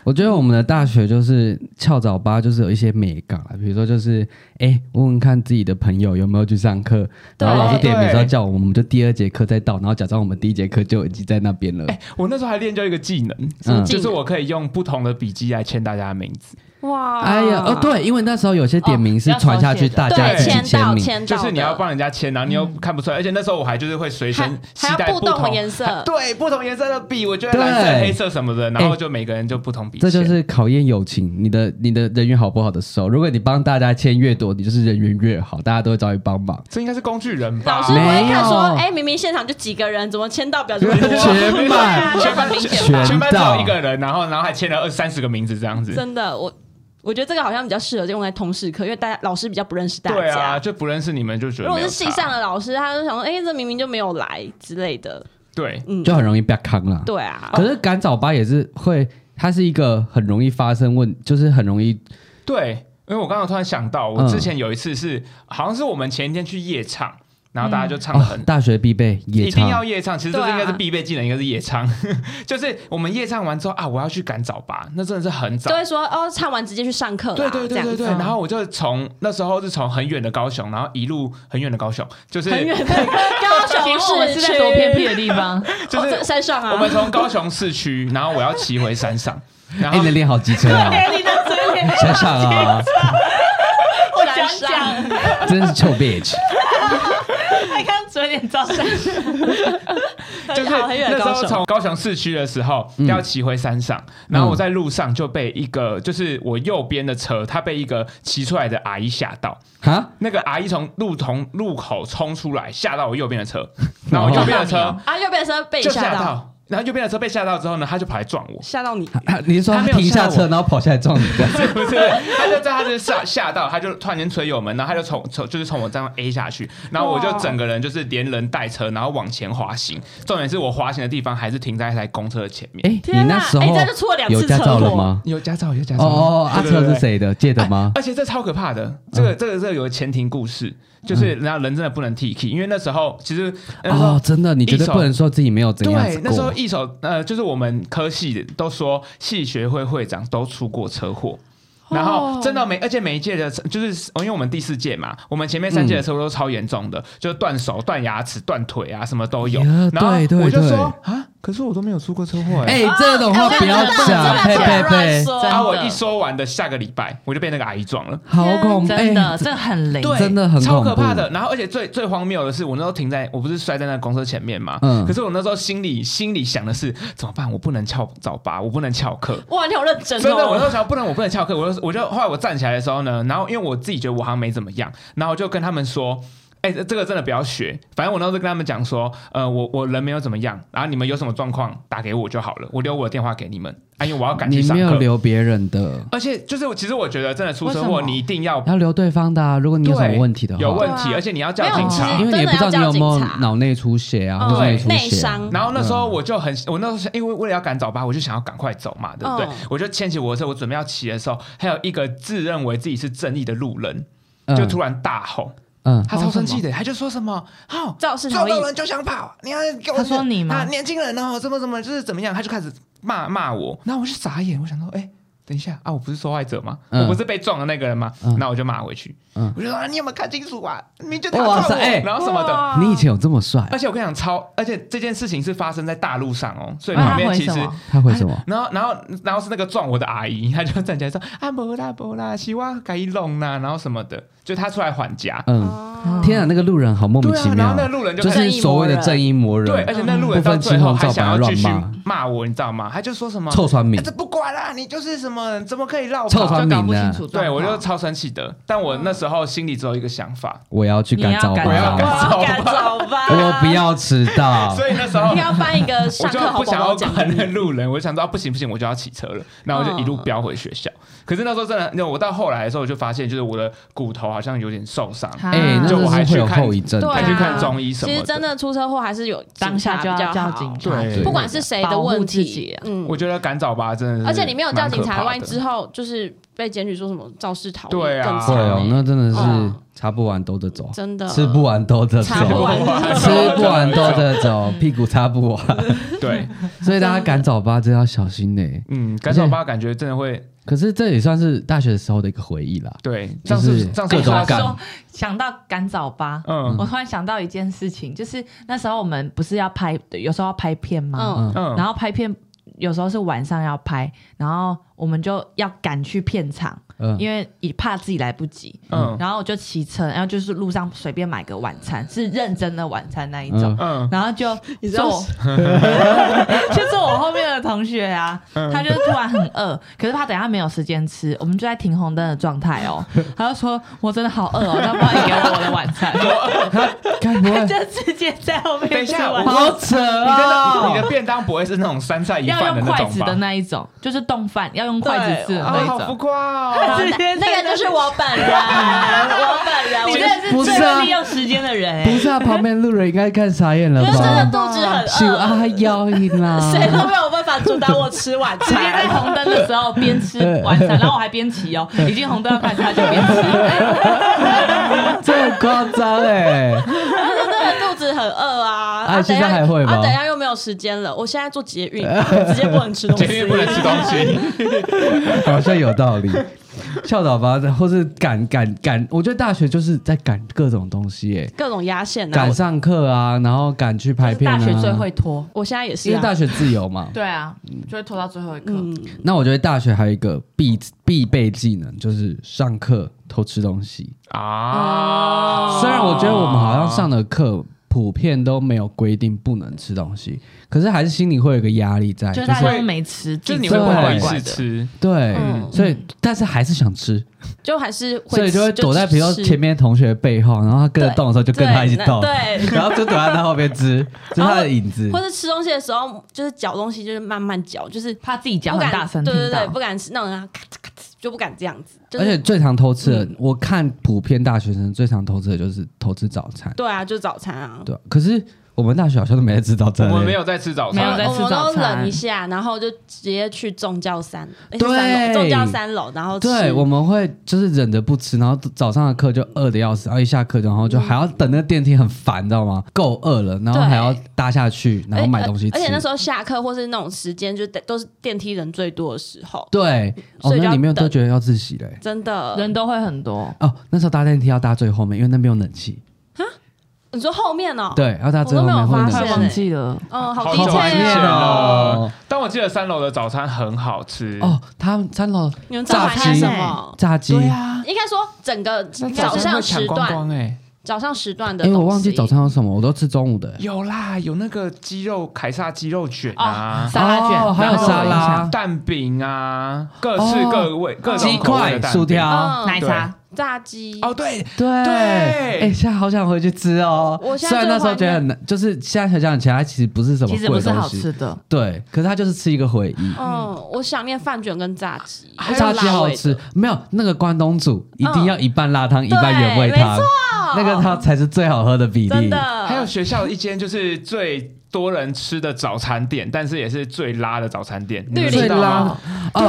[SPEAKER 3] 我觉得我们的大学就是翘早八，就是有一些美感啊，比如说就是哎、问问看自己的朋友有没有去上课，
[SPEAKER 1] 对
[SPEAKER 3] 然后老师点名说
[SPEAKER 2] 对
[SPEAKER 3] 叫我们，我们就第二节课再到，然后假装我们第一节课就已经在那边了。
[SPEAKER 2] 我那时候还练就一个技能，
[SPEAKER 3] 嗯
[SPEAKER 2] 就是我可以用不同的笔记来签大家的名字，
[SPEAKER 1] 哇，
[SPEAKER 3] 哎呀，哦对，因为那时候有些点名是
[SPEAKER 4] 哦
[SPEAKER 3] 传下去，
[SPEAKER 4] 要手写的
[SPEAKER 3] 大家一
[SPEAKER 1] 对，
[SPEAKER 3] 起
[SPEAKER 1] 签到
[SPEAKER 3] 签名，
[SPEAKER 1] 签
[SPEAKER 2] 就
[SPEAKER 1] 到，嗯
[SPEAKER 2] 是你要帮人家签，然后你又看不出来，而且那时候我还就是会随
[SPEAKER 1] 还
[SPEAKER 2] 身携
[SPEAKER 1] 还
[SPEAKER 2] 带
[SPEAKER 1] 要
[SPEAKER 2] 不
[SPEAKER 1] 不
[SPEAKER 2] 同
[SPEAKER 1] 同颜色，
[SPEAKER 2] 对，不同颜色的笔，我觉得蓝色、
[SPEAKER 3] 对
[SPEAKER 2] 黑色什么的，然后就每个人就不同笔、
[SPEAKER 1] 哎
[SPEAKER 3] 这
[SPEAKER 2] 签。
[SPEAKER 3] 就是考验友情，你的你的人缘好不好的时候。如果你帮大家签越多，你就是人缘越好，大家都会找你帮忙。
[SPEAKER 2] 这应该是工具人吧？
[SPEAKER 1] 老师不会看说，
[SPEAKER 3] 没有
[SPEAKER 1] 哎、明明现场就几个人，怎么签到表这么多？
[SPEAKER 3] 全满
[SPEAKER 2] 全班
[SPEAKER 3] 全到
[SPEAKER 2] 全班只有一个人，然后然后还签了二三十个名字这样子。
[SPEAKER 1] 真的，我我觉得这个好像比较适合用在通识课，因为大家老师比较不认识大
[SPEAKER 2] 对
[SPEAKER 1] 家。
[SPEAKER 2] 啊，就不认识你们就觉得
[SPEAKER 1] 如果
[SPEAKER 2] 没有
[SPEAKER 1] 是
[SPEAKER 2] 差
[SPEAKER 1] 系上的老师，他就想说，哎、这明明就没有来之类的。
[SPEAKER 2] 对，
[SPEAKER 1] 嗯，
[SPEAKER 3] 就很容易被坑啦。
[SPEAKER 1] 对啊。
[SPEAKER 3] 可是赶早八也是会，它是一个很容易发生问，就是很容易
[SPEAKER 2] 对，因为我刚刚突然想到，我之前有一次是、
[SPEAKER 1] 嗯
[SPEAKER 2] 好像是我们前一天去夜唱，然后大家就唱的
[SPEAKER 1] 嗯
[SPEAKER 3] 啊
[SPEAKER 2] 很。
[SPEAKER 3] 大学必备
[SPEAKER 2] 一
[SPEAKER 3] 夜
[SPEAKER 2] 定要
[SPEAKER 3] 唱。
[SPEAKER 2] 夜唱，其实这是应该是
[SPEAKER 1] 哦对啊
[SPEAKER 2] 必备技能，应该是夜唱。 就是我们夜唱完之后啊，我要去赶早八，那真的是很早
[SPEAKER 1] 都，会说哦，唱完直接去上课啦，
[SPEAKER 2] 对对
[SPEAKER 1] 这
[SPEAKER 2] 对
[SPEAKER 1] 样
[SPEAKER 2] 对对，
[SPEAKER 1] 子
[SPEAKER 2] 然后我就从那时候是从很远的高雄，然后一路很远的高雄，就是
[SPEAKER 1] 很远的高
[SPEAKER 4] 请
[SPEAKER 1] 雄
[SPEAKER 4] 问我们
[SPEAKER 1] 市
[SPEAKER 4] 是
[SPEAKER 1] 区，
[SPEAKER 4] 在多偏僻的地 方？
[SPEAKER 2] 就
[SPEAKER 1] 哦
[SPEAKER 2] 是
[SPEAKER 1] 在山上啊。
[SPEAKER 2] 我们从高雄市区，然后我要骑回山上，然
[SPEAKER 3] 哎，
[SPEAKER 2] 后
[SPEAKER 3] 你的脸好机车啊！
[SPEAKER 1] 你的嘴脸，
[SPEAKER 3] 想想啊，
[SPEAKER 1] 我想想，
[SPEAKER 3] 真是臭 bitch。
[SPEAKER 4] 他刚嘴脸照相，
[SPEAKER 2] 就是
[SPEAKER 1] 好很远
[SPEAKER 2] 那
[SPEAKER 1] 的
[SPEAKER 2] 时
[SPEAKER 1] 高
[SPEAKER 2] 候
[SPEAKER 1] 手。
[SPEAKER 2] 从高雄市区的时候
[SPEAKER 3] 嗯
[SPEAKER 2] 要骑回山上，然后我在路上就被一个就是我右边的车，他被一个骑出来的阿姨吓到，
[SPEAKER 3] 哈，
[SPEAKER 2] 那个阿姨从路从路口冲出来，吓到我右边的车，然后我右边的哦车
[SPEAKER 1] 啊，右边的 车被你
[SPEAKER 2] 就
[SPEAKER 1] 吓
[SPEAKER 2] 吓
[SPEAKER 1] 到，
[SPEAKER 2] 到，然后右边的车被吓到之后呢，他就跑来撞 我。
[SPEAKER 1] 吓到你，
[SPEAKER 3] 啊你是说他
[SPEAKER 2] 他没有
[SPEAKER 3] 停下
[SPEAKER 2] 吓
[SPEAKER 3] 车，
[SPEAKER 2] 我
[SPEAKER 3] 然后跑下来撞你的？
[SPEAKER 2] 不是，他就在他就吓吓到，他就突然间吹油门，然后他就从从就是从我这样 A 下去，然后我就整个人就是连人带车，然后往前滑行。重点是我滑行的地方还是停在一台公车的前面。
[SPEAKER 3] 哎，你
[SPEAKER 1] 天
[SPEAKER 3] 那
[SPEAKER 1] 啊
[SPEAKER 3] 时
[SPEAKER 1] 哎
[SPEAKER 3] 候
[SPEAKER 1] 这样就出了两次
[SPEAKER 3] 有驾照
[SPEAKER 1] 车
[SPEAKER 3] 了
[SPEAKER 1] 祸
[SPEAKER 3] 吗？
[SPEAKER 2] 有驾照，有驾
[SPEAKER 3] 哦
[SPEAKER 2] 照。
[SPEAKER 3] 哦，阿
[SPEAKER 2] 对对
[SPEAKER 3] 车
[SPEAKER 2] 对
[SPEAKER 3] 是谁嗯的？借的吗？
[SPEAKER 2] 而且这超可怕的，这个这个这个有前庭故事，就是人家人真的不能 T K，因为那时候其实那时候
[SPEAKER 3] 嗯哦，真的，你绝对
[SPEAKER 2] 一手
[SPEAKER 3] 不能说自己没有怎样子
[SPEAKER 2] 对，那时候
[SPEAKER 3] 过。
[SPEAKER 2] 一手呃，就是我们科系的都说系学会会长都出过车祸。
[SPEAKER 3] 哦
[SPEAKER 2] 然后真的每，而且每一届的，就是因为我们第四届嘛，我们前面三届的车祸都超严重的，就是断手、断牙齿、断腿啊，什么都有。
[SPEAKER 3] 哎呀
[SPEAKER 2] 然后
[SPEAKER 3] 对对
[SPEAKER 2] 我就
[SPEAKER 3] 对
[SPEAKER 2] 说啊，可是我都没有出过车祸哎、
[SPEAKER 3] 哎，这种话
[SPEAKER 1] 哎
[SPEAKER 3] 不要
[SPEAKER 1] 我知道
[SPEAKER 3] 讲，
[SPEAKER 1] 真的
[SPEAKER 3] 呸
[SPEAKER 1] 不
[SPEAKER 3] 呸
[SPEAKER 1] 能
[SPEAKER 3] 呸
[SPEAKER 1] 乱，说
[SPEAKER 2] 然后我
[SPEAKER 4] 真的
[SPEAKER 2] 一说完的下个礼拜，我就被那个阿姨撞了。
[SPEAKER 3] 好恐怖！
[SPEAKER 4] 真
[SPEAKER 3] 哎
[SPEAKER 4] 的，，这很灵。
[SPEAKER 2] 对，
[SPEAKER 3] 真的很
[SPEAKER 2] 超可
[SPEAKER 3] 恐怖
[SPEAKER 2] 怕的。然后，而且最最荒谬的是，我那时候停在，我不是摔在那个公车前面嘛，
[SPEAKER 3] 嗯
[SPEAKER 2] 可是我那时候心里心里想的是，怎么办？我不能翘早八，我不能翘课。
[SPEAKER 1] 哇，你好认真哦。
[SPEAKER 2] 真的，我那时候不能，我不能翘课。我就我就后来我站起来的时候呢，然后因为我自己觉得我好像没怎么样，然后我就跟他们说。哎、这这个真的不要学。反正我那时候跟他们讲说，呃，我我人没有怎么样，然后你们有什么状况打给我就好了，我留我的电话给你们。啊，因为我要赶去
[SPEAKER 3] 你
[SPEAKER 2] 上
[SPEAKER 3] 没有
[SPEAKER 2] 课。
[SPEAKER 3] 留别人的，
[SPEAKER 2] 而且就是我，其实我觉得真的出车祸，
[SPEAKER 4] 为什么
[SPEAKER 2] 你一定要
[SPEAKER 3] 要留对方的啊。如果你有什么
[SPEAKER 2] 对哦
[SPEAKER 3] 问题的话，
[SPEAKER 2] 有问题，
[SPEAKER 1] 对啊
[SPEAKER 2] 而且你要叫
[SPEAKER 1] 没有
[SPEAKER 2] 警察
[SPEAKER 1] 其实
[SPEAKER 3] 因为你也不知道你有没有
[SPEAKER 1] 真的要叫警察哦
[SPEAKER 3] 脑内出血啊，或者
[SPEAKER 2] 对
[SPEAKER 3] 内出
[SPEAKER 1] 内
[SPEAKER 3] 血啊
[SPEAKER 1] 伤。
[SPEAKER 2] 然后那时候我就很，我那时候想因为为了要赶早八，我就想要赶快走嘛，对不对？
[SPEAKER 1] 嗯
[SPEAKER 2] 我就牵起我的车，我准备要骑的时候，还有一个自认为自己是正义的路人，
[SPEAKER 3] 嗯
[SPEAKER 2] 就突然大吼，
[SPEAKER 3] 嗯，
[SPEAKER 2] 他超生气的，他就说什么：“哦，
[SPEAKER 1] 肇事
[SPEAKER 2] 撞
[SPEAKER 1] 逃逸
[SPEAKER 2] 到，人就想跑，你要给我
[SPEAKER 4] 他说你
[SPEAKER 3] 嗯
[SPEAKER 4] 吗
[SPEAKER 2] 啊年轻人哦，怎么怎么就是怎么样？”他就开始骂骂我，然后我就傻眼，我想说：“哎、等一下啊，我不是受害者吗？
[SPEAKER 3] 嗯
[SPEAKER 2] 我不是被撞的那个人吗？
[SPEAKER 3] 嗯
[SPEAKER 2] 那我就骂回去，
[SPEAKER 3] 嗯
[SPEAKER 2] 我就说啊，你有没有看清楚啊？你就打
[SPEAKER 3] 哇
[SPEAKER 2] 撞我，
[SPEAKER 3] 塞哎
[SPEAKER 2] 然后什么的。
[SPEAKER 3] 你以前有这么帅
[SPEAKER 2] 而？且我跟你讲，超而且这件事情是发生在大路上哦，所以
[SPEAKER 4] 那
[SPEAKER 2] 旁
[SPEAKER 4] 他
[SPEAKER 2] 边
[SPEAKER 4] 回
[SPEAKER 2] 其
[SPEAKER 4] 什
[SPEAKER 2] 实
[SPEAKER 4] 么？
[SPEAKER 3] 啊他会什么？
[SPEAKER 2] 然后，然后，然后是那个撞我的阿姨，她就站起来说：“啊，不啦，不啦，希望可以弄啦，然后什么的，就她出来还价。
[SPEAKER 3] 嗯，
[SPEAKER 1] 哦
[SPEAKER 3] 天啊，那个路人好莫名
[SPEAKER 2] 对
[SPEAKER 3] 其
[SPEAKER 2] 啊，然后
[SPEAKER 3] 妙
[SPEAKER 2] 那个，路人就
[SPEAKER 3] 就
[SPEAKER 2] 开始
[SPEAKER 3] 是所谓的正义魔人，
[SPEAKER 2] 对，而哎且那路人
[SPEAKER 3] 不
[SPEAKER 2] 到
[SPEAKER 3] 分
[SPEAKER 2] 最
[SPEAKER 3] 青
[SPEAKER 2] 后
[SPEAKER 3] 红
[SPEAKER 2] 还
[SPEAKER 3] 皂
[SPEAKER 2] 想
[SPEAKER 3] 白
[SPEAKER 2] 要继
[SPEAKER 3] 乱
[SPEAKER 2] 续
[SPEAKER 3] 骂，
[SPEAKER 2] 骂我，你知道吗？他就说什么
[SPEAKER 3] 臭传
[SPEAKER 2] 哎
[SPEAKER 3] 民
[SPEAKER 2] 这，不管啦、你就是什么，怎么可以绕
[SPEAKER 3] 臭
[SPEAKER 2] 跑？”
[SPEAKER 3] 传
[SPEAKER 4] 就搞
[SPEAKER 3] 民
[SPEAKER 4] 不清
[SPEAKER 3] 呢？
[SPEAKER 4] 楚状
[SPEAKER 2] 对，
[SPEAKER 4] 况。
[SPEAKER 2] 我就超生气的，但我那时候心里只有一个想法，
[SPEAKER 3] 我要去
[SPEAKER 4] 你要
[SPEAKER 3] 赶早
[SPEAKER 4] 赶
[SPEAKER 2] 我
[SPEAKER 3] 八
[SPEAKER 2] 要，赶
[SPEAKER 1] 我赶走吧，
[SPEAKER 3] 我不，要迟到。
[SPEAKER 2] 所以那时候
[SPEAKER 1] 你要颁一个
[SPEAKER 2] 我
[SPEAKER 1] 上
[SPEAKER 2] 就
[SPEAKER 1] 课好
[SPEAKER 2] 不
[SPEAKER 1] 宝
[SPEAKER 2] 想
[SPEAKER 1] 宝
[SPEAKER 2] 要
[SPEAKER 1] 奖
[SPEAKER 2] 管那
[SPEAKER 1] 励。
[SPEAKER 2] 路人，我就想啊到不行不行，我就要骑车了，然后我就一路
[SPEAKER 1] 嗯
[SPEAKER 2] 飙回学校。可是那时候真的，那我到后来的时候，我就发现就是我的骨头好像有点受伤，
[SPEAKER 4] 哈
[SPEAKER 3] 哎，那
[SPEAKER 2] 就我还
[SPEAKER 3] 真是
[SPEAKER 2] 去
[SPEAKER 3] 会有
[SPEAKER 2] 看
[SPEAKER 3] 后遗症的。
[SPEAKER 1] 啊对啊
[SPEAKER 2] 还去看中医什么
[SPEAKER 1] 其实真的出车祸还是有
[SPEAKER 4] 当下就
[SPEAKER 1] 警察比较
[SPEAKER 4] 要叫
[SPEAKER 1] 好
[SPEAKER 4] 警察，
[SPEAKER 2] 对
[SPEAKER 1] 不管是谁的
[SPEAKER 4] 保护
[SPEAKER 1] 问
[SPEAKER 4] 自己
[SPEAKER 1] 题，嗯
[SPEAKER 2] 我觉得赶早八真的是蛮可怕的，
[SPEAKER 1] 而且你没有叫警察，万一之后就是被检举说什么肇事逃逸，
[SPEAKER 2] 对啊
[SPEAKER 1] 更
[SPEAKER 3] 会
[SPEAKER 1] 惨
[SPEAKER 3] 哦，那真的是
[SPEAKER 1] 嗯
[SPEAKER 3] 查不完兜着走，
[SPEAKER 1] 真的
[SPEAKER 3] 吃不完兜着走，
[SPEAKER 1] 查不完
[SPEAKER 3] 吃不完兜着走， 屁股擦不完。
[SPEAKER 2] 对，
[SPEAKER 3] 所以大家赶早八真的要小心呢。
[SPEAKER 2] 嗯，赶早八感觉真的会
[SPEAKER 3] 可是这也算是大学的时候的一个回忆啦。
[SPEAKER 2] 对，这
[SPEAKER 3] 就
[SPEAKER 2] 样是不是
[SPEAKER 3] 是
[SPEAKER 2] 这样是
[SPEAKER 3] 各
[SPEAKER 2] 不是
[SPEAKER 3] 种
[SPEAKER 2] 好
[SPEAKER 4] 我
[SPEAKER 3] 赶
[SPEAKER 4] 说想到赶早八，
[SPEAKER 2] 嗯
[SPEAKER 1] 哦
[SPEAKER 4] 我突然想到一件事情，就是那时候我们不是要拍，有时候要拍片吗？
[SPEAKER 1] 嗯，
[SPEAKER 2] 嗯，
[SPEAKER 4] 然后拍片有时候是晚上要拍，然后我们就要赶去片场，
[SPEAKER 3] 嗯，
[SPEAKER 4] 因为也怕自己来不及。
[SPEAKER 2] 嗯
[SPEAKER 4] 然后我就骑车，然后就是路上随便买个晚餐，是认真的晚餐那一种。
[SPEAKER 3] 嗯
[SPEAKER 2] 嗯
[SPEAKER 4] 然后就
[SPEAKER 1] 你知道
[SPEAKER 4] 坐 我，就坐我后面的同学啊，他就突然很饿，可是他等一下没有时间吃，我们就在停红灯的状态哦。他就说：“我真的好饿哦，要不要你给我我的晚餐？”
[SPEAKER 3] 该不
[SPEAKER 4] 他
[SPEAKER 3] 会
[SPEAKER 4] 就直接在后
[SPEAKER 2] 等
[SPEAKER 4] 面
[SPEAKER 2] 一
[SPEAKER 4] 吃
[SPEAKER 2] 下
[SPEAKER 4] 完
[SPEAKER 2] 我。
[SPEAKER 3] 好扯
[SPEAKER 2] 你真的
[SPEAKER 3] 啊
[SPEAKER 2] 你！的便当不会是那种三菜一
[SPEAKER 4] 要
[SPEAKER 2] 饭
[SPEAKER 4] 用
[SPEAKER 2] 那
[SPEAKER 4] 筷
[SPEAKER 2] 种
[SPEAKER 4] 子的
[SPEAKER 2] 吧？
[SPEAKER 4] 那一种，就是冻饭要用筷子吃的
[SPEAKER 2] 啊，
[SPEAKER 4] 那一
[SPEAKER 2] 好
[SPEAKER 4] 种。
[SPEAKER 2] 浮夸
[SPEAKER 1] 好
[SPEAKER 2] 哦！
[SPEAKER 1] 那那个就是我本人，我本人，我
[SPEAKER 4] 你
[SPEAKER 1] 就
[SPEAKER 4] 真的
[SPEAKER 3] 不
[SPEAKER 4] 是
[SPEAKER 3] 是
[SPEAKER 4] 最
[SPEAKER 3] 啊
[SPEAKER 4] 会利用时间的人、欸，
[SPEAKER 3] 不是啊，旁边路人应该看傻眼了
[SPEAKER 1] 真的
[SPEAKER 3] 吧？
[SPEAKER 1] 肚子很
[SPEAKER 3] 秀啊
[SPEAKER 1] 饿，
[SPEAKER 3] 腰一啦！
[SPEAKER 1] 谁都没有办法阻挡我吃 晚
[SPEAKER 4] 直接在
[SPEAKER 1] 餐。
[SPEAKER 4] 红灯的时候边吃晚餐，然后我还边骑哦，已经红灯要开始，他就边 骑。
[SPEAKER 3] 这么夸张哎！
[SPEAKER 1] 真的肚子很饿啊！
[SPEAKER 3] 啊
[SPEAKER 1] 等一下
[SPEAKER 3] 现在还会吗
[SPEAKER 1] 啊，等一下又没有时间了，我现在做捷运， 直接不能吃东西。
[SPEAKER 2] 绝对不能吃东西。
[SPEAKER 3] 好像有道理。校导吧，或是赶赶赶，我觉得大学就是在赶各种东西耶，
[SPEAKER 1] 各种压线啊
[SPEAKER 3] 赶！上课啊，然后赶去拍片
[SPEAKER 4] 大
[SPEAKER 3] 啊。
[SPEAKER 4] 学最会拖，
[SPEAKER 1] 我现在也是
[SPEAKER 3] 因为大
[SPEAKER 1] 啊，
[SPEAKER 3] 学自由嘛。
[SPEAKER 4] 对啊，就会拖到最后一刻。
[SPEAKER 1] 嗯，
[SPEAKER 3] 那我觉得大学还有一个必必备技能，就是上课偷吃东西。
[SPEAKER 1] 哦
[SPEAKER 2] 啊
[SPEAKER 3] 虽然我觉得我们好像上的课普遍都没有规定不能吃东西，可是还是心里会有一个压力在，
[SPEAKER 4] 就
[SPEAKER 3] 就
[SPEAKER 4] 是大
[SPEAKER 3] 是
[SPEAKER 4] 家都没吃，
[SPEAKER 2] 就是你
[SPEAKER 4] 自
[SPEAKER 2] 会
[SPEAKER 4] 己
[SPEAKER 2] 不
[SPEAKER 4] 乖
[SPEAKER 2] 好意
[SPEAKER 4] 乖
[SPEAKER 2] 思
[SPEAKER 4] 的。
[SPEAKER 2] 吃，
[SPEAKER 3] 对，
[SPEAKER 1] 嗯
[SPEAKER 3] 所以但是还是想吃，
[SPEAKER 1] 就还是会吃，
[SPEAKER 3] 所以就会躲在比如说
[SPEAKER 1] 吃
[SPEAKER 3] 前面同学背后，然后他跟着动的时候就跟他一起动，
[SPEAKER 1] 对， 对
[SPEAKER 3] 然后就躲在他后面 吃，就是他的影子
[SPEAKER 1] 或。者吃东西的时候，就是嚼东西，就是慢慢嚼，就是
[SPEAKER 4] 怕自己讲
[SPEAKER 1] 不
[SPEAKER 4] 很
[SPEAKER 1] 敢
[SPEAKER 4] 大声
[SPEAKER 1] 对对
[SPEAKER 4] 听
[SPEAKER 1] 对，
[SPEAKER 4] 到
[SPEAKER 1] 不，敢吃那种啊咔哧咔哧，就不敢这样子。就是、
[SPEAKER 3] 而且最常偷吃的，我看普遍大学生最常偷吃的就是偷吃早餐。
[SPEAKER 1] 对啊，就是早餐啊，
[SPEAKER 3] 对啊，可是我们大学好像都没在吃早
[SPEAKER 2] 我
[SPEAKER 3] 餐欸，
[SPEAKER 2] 们没有在吃早
[SPEAKER 4] 没有
[SPEAKER 2] 餐
[SPEAKER 4] 在，
[SPEAKER 1] 我
[SPEAKER 4] 吃
[SPEAKER 1] 们
[SPEAKER 4] 早
[SPEAKER 1] 都
[SPEAKER 4] 餐
[SPEAKER 1] 忍一下，然后就直接去宗教三，诶
[SPEAKER 3] 对
[SPEAKER 1] 是三楼宗教三楼，然后吃
[SPEAKER 3] 对，我们会就是忍着不吃，然后早上的课就饿的要死，然后一下课，然后就还要等那个电梯，很烦，知道吗？够饿了，然后
[SPEAKER 1] 对
[SPEAKER 3] 还要搭下去，然后买东西吃。
[SPEAKER 1] 哎呃而且那时候下课或是那种时间，就得都是电梯人最多的时候，
[SPEAKER 3] 对，哦
[SPEAKER 1] 所，以就
[SPEAKER 3] 那
[SPEAKER 1] 要
[SPEAKER 3] 里面
[SPEAKER 1] 等
[SPEAKER 3] 都觉得要自习嘞。
[SPEAKER 1] 真的。
[SPEAKER 4] 人都会很多。
[SPEAKER 3] 哦，那时候搭电梯要搭最后面，因为那边有冷气。
[SPEAKER 1] 你说后面哦，
[SPEAKER 3] 对，要搭最后面
[SPEAKER 1] 我都
[SPEAKER 3] 会
[SPEAKER 1] 没有
[SPEAKER 3] 冷
[SPEAKER 1] 发
[SPEAKER 4] 快
[SPEAKER 1] 现
[SPEAKER 3] 气。
[SPEAKER 4] 忘记了，
[SPEAKER 1] 嗯，好
[SPEAKER 2] 好
[SPEAKER 1] 低
[SPEAKER 2] 久
[SPEAKER 3] 怀
[SPEAKER 2] 之
[SPEAKER 3] 念
[SPEAKER 1] 切
[SPEAKER 2] 前
[SPEAKER 3] 哦
[SPEAKER 2] 了。但我记得三楼的早餐很好吃
[SPEAKER 3] 哦，他三楼
[SPEAKER 1] 你们早
[SPEAKER 3] 炸
[SPEAKER 1] 餐吃
[SPEAKER 3] 鸡
[SPEAKER 1] 什么，？
[SPEAKER 3] 炸鸡。
[SPEAKER 2] 对啊，
[SPEAKER 1] 应该说整个早
[SPEAKER 2] 餐
[SPEAKER 1] 上
[SPEAKER 2] 会
[SPEAKER 1] 时
[SPEAKER 2] 抢光光
[SPEAKER 4] 啊
[SPEAKER 1] 段，
[SPEAKER 2] 哎，
[SPEAKER 1] 早上时段的
[SPEAKER 3] 哎，
[SPEAKER 1] 东西，
[SPEAKER 3] 我忘记早餐有什么，我都吃中午的。
[SPEAKER 2] 有啦，有那个鸡肉凯撒鸡肉卷啊。
[SPEAKER 4] 哦沙拉卷
[SPEAKER 3] 哦还有
[SPEAKER 2] 然后
[SPEAKER 3] 沙
[SPEAKER 4] 然后
[SPEAKER 3] 拉、
[SPEAKER 2] 蛋饼啊，各式
[SPEAKER 3] 哦
[SPEAKER 2] 各味、各
[SPEAKER 3] 鸡
[SPEAKER 2] 种口味的
[SPEAKER 3] 块、
[SPEAKER 2] 蛋
[SPEAKER 3] 薯
[SPEAKER 2] 饼。
[SPEAKER 3] 条。
[SPEAKER 1] 嗯
[SPEAKER 4] 奶茶，
[SPEAKER 1] 炸鸡
[SPEAKER 2] 哦，对，
[SPEAKER 3] 对，
[SPEAKER 2] 对
[SPEAKER 3] 哎，现在好想回去吃哦。
[SPEAKER 1] 我现在
[SPEAKER 3] 虽然那时候觉
[SPEAKER 1] 就
[SPEAKER 3] 得
[SPEAKER 1] 怀念
[SPEAKER 3] 很难，就是现在想想起来，它其实不是什么贵
[SPEAKER 4] 其实不
[SPEAKER 3] 的
[SPEAKER 4] 是好
[SPEAKER 3] 东
[SPEAKER 4] 吃
[SPEAKER 3] 西，
[SPEAKER 4] 的，
[SPEAKER 3] 对，可是它就是吃一个回忆。
[SPEAKER 1] 嗯，我想念饭卷跟炸鸡，我想
[SPEAKER 3] 炸鸡
[SPEAKER 1] 辣
[SPEAKER 3] 好
[SPEAKER 1] 味的嗯
[SPEAKER 3] 吃，没有那个关东煮一定要一半辣汤，一半
[SPEAKER 1] 对
[SPEAKER 3] 原味汤
[SPEAKER 1] 没错，
[SPEAKER 3] 那个汤才是最好喝的比
[SPEAKER 1] 真
[SPEAKER 3] 例。
[SPEAKER 1] 的。
[SPEAKER 2] 还有学校一间就是最多人吃的早餐店，但是也是最拉的早餐店，你
[SPEAKER 1] 绿
[SPEAKER 2] 们
[SPEAKER 1] 林
[SPEAKER 2] 知道吗？
[SPEAKER 3] 哦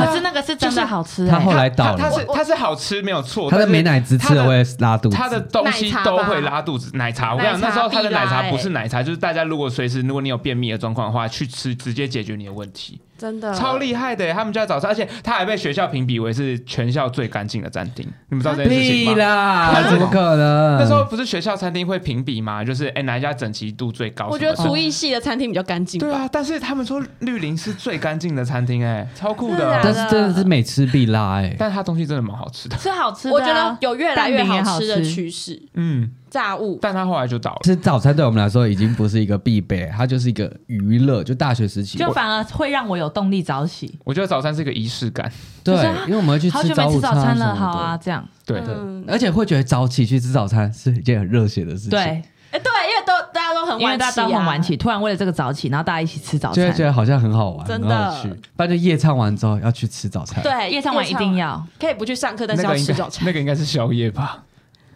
[SPEAKER 4] 可是那个是真的好吃
[SPEAKER 3] 它
[SPEAKER 4] 哎
[SPEAKER 3] 后来
[SPEAKER 2] 它
[SPEAKER 3] 倒
[SPEAKER 2] 它
[SPEAKER 3] 了，
[SPEAKER 2] 是它是好吃没有错，
[SPEAKER 3] 它的
[SPEAKER 2] 但是
[SPEAKER 3] 美乃滋吃
[SPEAKER 2] 它
[SPEAKER 3] 了
[SPEAKER 2] 的
[SPEAKER 3] 会拉
[SPEAKER 1] 嗯
[SPEAKER 3] 肚子。
[SPEAKER 2] 他的东西都会拉肚子，奶茶。我跟你讲，
[SPEAKER 1] 奶
[SPEAKER 2] 那
[SPEAKER 1] 茶
[SPEAKER 2] 时候他的
[SPEAKER 1] 必拉
[SPEAKER 2] 奶茶
[SPEAKER 1] 欸
[SPEAKER 2] 不是奶茶，就是大家如果随时如果你有便秘的状况的话，去吃直接解决你的问题。
[SPEAKER 1] 真的
[SPEAKER 2] 超厉害的耶！欸他们家早餐，而且他还被学校评比为是全校最干净的餐厅。你们知道这件事情
[SPEAKER 4] 啊
[SPEAKER 3] 屁
[SPEAKER 2] 吗？
[SPEAKER 3] 啦，怎么可能？
[SPEAKER 2] 那时候不是学校餐厅会评比吗？就是哎、哪一家整齐度最高什么
[SPEAKER 1] 我
[SPEAKER 2] 的？
[SPEAKER 1] 觉得厨艺系的餐厅比较干净吧。
[SPEAKER 2] 对啊，但是他们说绿林是最干净的餐厅，哎，超酷
[SPEAKER 1] 真的
[SPEAKER 2] 的
[SPEAKER 1] 啊。
[SPEAKER 3] 但是真的是每吃必拉哎、
[SPEAKER 2] 但是它东西真的蛮好吃的，
[SPEAKER 4] 是好吃的啊，
[SPEAKER 1] 我觉得有越来越
[SPEAKER 4] 蛋饼也
[SPEAKER 1] 好
[SPEAKER 4] 好
[SPEAKER 1] 吃的
[SPEAKER 4] 吃
[SPEAKER 1] 趋势，
[SPEAKER 2] 嗯，
[SPEAKER 1] 炸物。
[SPEAKER 2] 但它后来就倒了。
[SPEAKER 3] 其实早餐对我们来说已经不是一个必备，它就是一个娱乐。就大学时期，
[SPEAKER 4] 就
[SPEAKER 3] 我
[SPEAKER 4] 反而会让我有动力早起。
[SPEAKER 2] 我觉得早餐是一个仪式感，
[SPEAKER 3] 对
[SPEAKER 4] 就是啊，
[SPEAKER 3] 因为我们会去
[SPEAKER 4] 好久
[SPEAKER 3] 吃
[SPEAKER 4] 没
[SPEAKER 3] 午
[SPEAKER 4] 吃早餐
[SPEAKER 3] 什么
[SPEAKER 4] 了，
[SPEAKER 3] 的
[SPEAKER 4] 好啊，，这样
[SPEAKER 2] 对，
[SPEAKER 1] 嗯，
[SPEAKER 3] 而且会觉得早起去吃早餐是一件很热血的事情，，
[SPEAKER 4] 对，
[SPEAKER 1] 哎，对，因为都大家都很
[SPEAKER 4] 因为
[SPEAKER 1] 晚起
[SPEAKER 4] 大
[SPEAKER 1] 啊，
[SPEAKER 4] 家都很晚起，突然为了这个早起，然后大家一起吃早
[SPEAKER 3] 就会觉
[SPEAKER 4] 餐。
[SPEAKER 3] 得好像很好玩，
[SPEAKER 1] 真的
[SPEAKER 3] 很有趣。不然就夜唱完之后要去吃早餐，，
[SPEAKER 1] 对，
[SPEAKER 4] 夜唱完一定要，
[SPEAKER 1] 可以不去上课，但
[SPEAKER 2] 那
[SPEAKER 1] 是要
[SPEAKER 2] 个应
[SPEAKER 1] 吃
[SPEAKER 2] 该
[SPEAKER 1] 早餐。
[SPEAKER 2] 那个应该是宵夜吧？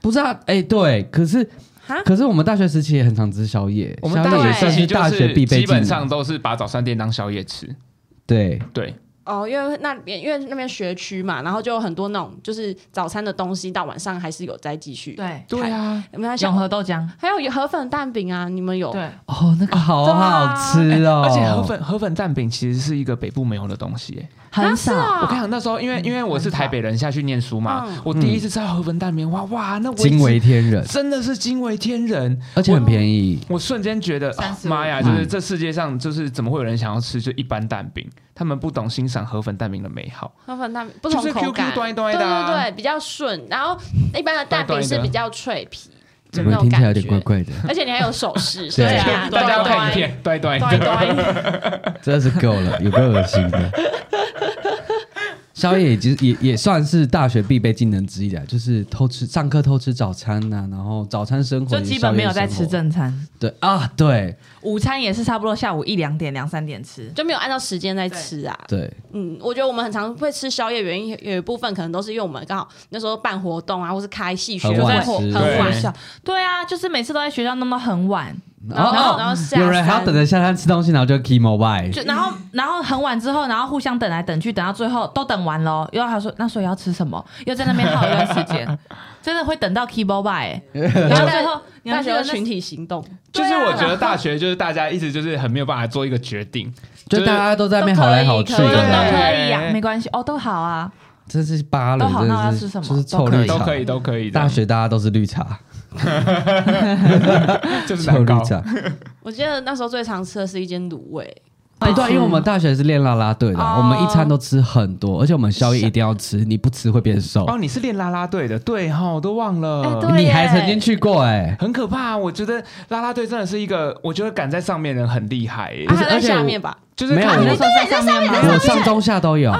[SPEAKER 3] 不是啊，哎、对，可是
[SPEAKER 1] 哈
[SPEAKER 3] 可是我们大学时期也很常吃宵夜，
[SPEAKER 2] 我们大
[SPEAKER 3] 宵夜也
[SPEAKER 2] 学
[SPEAKER 3] 算
[SPEAKER 2] 时期
[SPEAKER 3] 是
[SPEAKER 2] 就
[SPEAKER 3] 大学
[SPEAKER 2] 是
[SPEAKER 3] 必备技能，
[SPEAKER 2] 基本上都是把早餐店当宵夜吃，
[SPEAKER 3] 对，
[SPEAKER 2] 对，
[SPEAKER 1] 哦，因为那边因为那边学区嘛，然后就有很多那种就是早餐的东西，到晚上还是有在继续。，
[SPEAKER 4] 对，
[SPEAKER 2] 对啊，
[SPEAKER 1] 有没有
[SPEAKER 4] 永
[SPEAKER 1] 想
[SPEAKER 4] 和豆浆，
[SPEAKER 1] 还有河粉蛋饼啊？你们有？
[SPEAKER 4] 对，啊哎
[SPEAKER 3] 哦，那个好好吃哦，
[SPEAKER 2] 而且河粉河粉蛋饼其实是一个北部没有的东西，哎
[SPEAKER 4] 很
[SPEAKER 1] 是啊
[SPEAKER 4] 少。
[SPEAKER 3] 哦
[SPEAKER 2] 我跟你讲，那时候因
[SPEAKER 3] 嗯
[SPEAKER 2] 为因为我是台北人下去念书嘛
[SPEAKER 1] 嗯，
[SPEAKER 2] 我第一次吃到河粉蛋饼，哇哇，那
[SPEAKER 3] 惊为
[SPEAKER 2] 味
[SPEAKER 3] 天人，
[SPEAKER 2] 真的是惊为天人，
[SPEAKER 3] 而且很便宜，
[SPEAKER 2] 我瞬间觉得，啊
[SPEAKER 4] 35
[SPEAKER 2] 妈呀，就是
[SPEAKER 3] 嗯
[SPEAKER 2] 这世界上就是怎么会有人想要吃就一般蛋饼？他们不懂欣赏河粉蛋饼的美好。
[SPEAKER 1] 河粉蛋饼不
[SPEAKER 2] 就
[SPEAKER 1] 同
[SPEAKER 2] 是
[SPEAKER 1] 口
[SPEAKER 2] QQ
[SPEAKER 1] 感，
[SPEAKER 2] 端一端
[SPEAKER 1] 对
[SPEAKER 2] 的啊
[SPEAKER 1] 对对，比较顺。然后一般的蛋饼是比较脆皮，就
[SPEAKER 3] 怎
[SPEAKER 1] 那
[SPEAKER 3] 么
[SPEAKER 1] 种
[SPEAKER 3] 听起来有
[SPEAKER 1] 感觉
[SPEAKER 3] 点。怪怪的？
[SPEAKER 1] 而且你还有手势，
[SPEAKER 3] 对
[SPEAKER 1] 所以
[SPEAKER 4] 啊
[SPEAKER 2] 大家要
[SPEAKER 4] 对
[SPEAKER 2] 看影，片，端一端一
[SPEAKER 3] 啊
[SPEAKER 1] 端一
[SPEAKER 2] 端。
[SPEAKER 1] 端， 端一
[SPEAKER 3] 真的是够了，有个恶心 的。宵夜也其实也也算是大学必备技能之一的，就是偷吃上课偷吃早餐呐、然后早餐生活
[SPEAKER 4] 就基本没有在吃
[SPEAKER 3] 这。
[SPEAKER 4] 正餐，
[SPEAKER 3] 对啊，对
[SPEAKER 4] 午餐也是差不多下午一两点、两三点吃。
[SPEAKER 1] 就没有按照时间在吃啊。
[SPEAKER 3] 对，
[SPEAKER 1] 嗯，我觉得我们很常会吃宵夜，原因有一部分可能都是因为我们刚好那时候办活动啊，或是开戏学
[SPEAKER 3] 很
[SPEAKER 1] 会
[SPEAKER 3] 晚
[SPEAKER 1] 很
[SPEAKER 3] 吃
[SPEAKER 2] 对
[SPEAKER 1] 晚
[SPEAKER 4] 学校对啊，就是每次都在学校弄到很晚，
[SPEAKER 1] 然后然后然后下
[SPEAKER 3] 哦有人还要
[SPEAKER 1] 山
[SPEAKER 3] 等着下山吃东西，然后就 key mobile，
[SPEAKER 4] 就然后然后很晚之后，然后互相等来等去，等到最后都等完了哦，又要他说那所以要吃什么，又在那边耗一段时间，真的会等到 keyboard by，然后最后你
[SPEAKER 1] 大
[SPEAKER 4] 要
[SPEAKER 1] 学
[SPEAKER 4] 记
[SPEAKER 1] 的
[SPEAKER 4] 得
[SPEAKER 1] 群
[SPEAKER 4] 那
[SPEAKER 1] 体行动，
[SPEAKER 2] 就是我觉
[SPEAKER 4] 对
[SPEAKER 2] 得
[SPEAKER 4] 啊
[SPEAKER 2] 大学就是大家一直就是很没有办法做一个决定，
[SPEAKER 3] 就大家都在那边好来好去
[SPEAKER 1] 都可以
[SPEAKER 4] 都
[SPEAKER 2] 对
[SPEAKER 3] 的，
[SPEAKER 4] 可以啊，没关系哦，都好啊，
[SPEAKER 3] 真是扒了，
[SPEAKER 4] 都好
[SPEAKER 3] 真
[SPEAKER 4] 那要
[SPEAKER 3] 的
[SPEAKER 4] 吃
[SPEAKER 3] 是
[SPEAKER 4] 什么
[SPEAKER 3] 就是臭绿
[SPEAKER 2] 都
[SPEAKER 3] 茶
[SPEAKER 2] 可。以都可以。
[SPEAKER 3] 大学大家都是绿茶，
[SPEAKER 2] 就是
[SPEAKER 3] 臭
[SPEAKER 2] 蛋
[SPEAKER 3] 绿
[SPEAKER 2] 糕，
[SPEAKER 3] 茶。
[SPEAKER 1] 我记得那时候最常吃的是一间卤味，
[SPEAKER 4] 哎
[SPEAKER 3] 不对，因为我
[SPEAKER 4] 嗯
[SPEAKER 3] 们大学是练啦啦队的，
[SPEAKER 1] 哦
[SPEAKER 3] 我们一餐都吃很多，而且我们宵夜一定要吃，你不吃会变瘦。
[SPEAKER 2] 哦，你是练啦啦队的，对哈，我都忘
[SPEAKER 1] 哎
[SPEAKER 2] 了
[SPEAKER 1] 对。
[SPEAKER 3] 你
[SPEAKER 1] 耶
[SPEAKER 3] 还曾经去过哎、
[SPEAKER 2] 很可怕、我觉得啦啦队真的是一个，我觉得赶在上面的人很厉害、耶
[SPEAKER 1] 啊，
[SPEAKER 3] 是
[SPEAKER 1] 它在
[SPEAKER 3] 而且
[SPEAKER 1] 下
[SPEAKER 3] 我
[SPEAKER 1] 面吧？啊
[SPEAKER 2] 就是
[SPEAKER 3] 没有
[SPEAKER 2] 看
[SPEAKER 3] 我
[SPEAKER 2] 因
[SPEAKER 4] 那
[SPEAKER 2] 为
[SPEAKER 4] 时候在上面吗？
[SPEAKER 3] 我上中下都有，
[SPEAKER 1] 哦，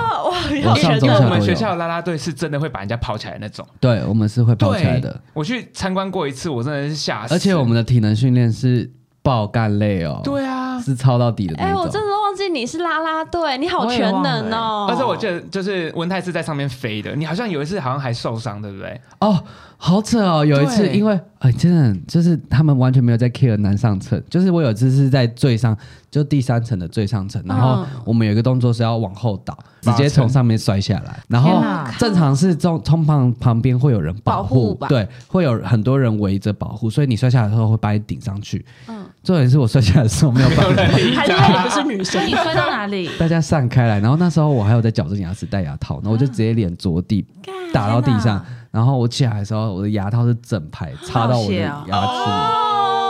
[SPEAKER 1] 哇，
[SPEAKER 3] 我上
[SPEAKER 2] 因
[SPEAKER 3] 中
[SPEAKER 2] 为我
[SPEAKER 3] 下都
[SPEAKER 2] 们学校
[SPEAKER 3] 有。
[SPEAKER 2] 的啦啦队是真的会把人家跑起来那种。
[SPEAKER 3] 对，我们是会跑起来
[SPEAKER 2] 对
[SPEAKER 3] 的，，
[SPEAKER 2] 我去参观过一次，我真的是吓死。
[SPEAKER 3] 而且我们的体能训练是爆干累哦，，
[SPEAKER 2] 对啊，
[SPEAKER 3] 是操到底的
[SPEAKER 1] 哎，
[SPEAKER 3] 那
[SPEAKER 1] 我
[SPEAKER 3] 种。
[SPEAKER 1] 真的忘记你是啦啦队，你好
[SPEAKER 4] 我也
[SPEAKER 1] 全
[SPEAKER 4] 忘了
[SPEAKER 1] 能哦。
[SPEAKER 2] 而且我记得就是文泰是在上面飞的，你好像有一次好像还受伤，对不 对？
[SPEAKER 3] 哦，好扯哦！有一次，
[SPEAKER 2] 对
[SPEAKER 3] 因为哎，真的就是他们完全没有在 care 难上层，就是我有一次是在最上，就第三层的最上层，然后我们有一个动作是要往后倒，直接从上面摔下来，然后
[SPEAKER 4] 天哪
[SPEAKER 3] 正常是中冲旁旁边会有人保
[SPEAKER 1] 保护
[SPEAKER 3] 护
[SPEAKER 1] 吧，
[SPEAKER 3] 对，会有很多人围着保护，所以你摔下来的时候会把你顶上去。
[SPEAKER 1] 嗯
[SPEAKER 3] 重点是我摔下来的时候 没有办法，
[SPEAKER 1] 还是因为你不是女
[SPEAKER 4] 那
[SPEAKER 1] 生
[SPEAKER 4] 你，摔到哪里？
[SPEAKER 3] 大家散开来，然后那时候我还有在矫正牙齿戴牙套，
[SPEAKER 1] 嗯
[SPEAKER 3] 然后我就直接脸着地打到地上，然后我起来的时候，我的牙套是整排插到我的牙齿里。
[SPEAKER 1] 哦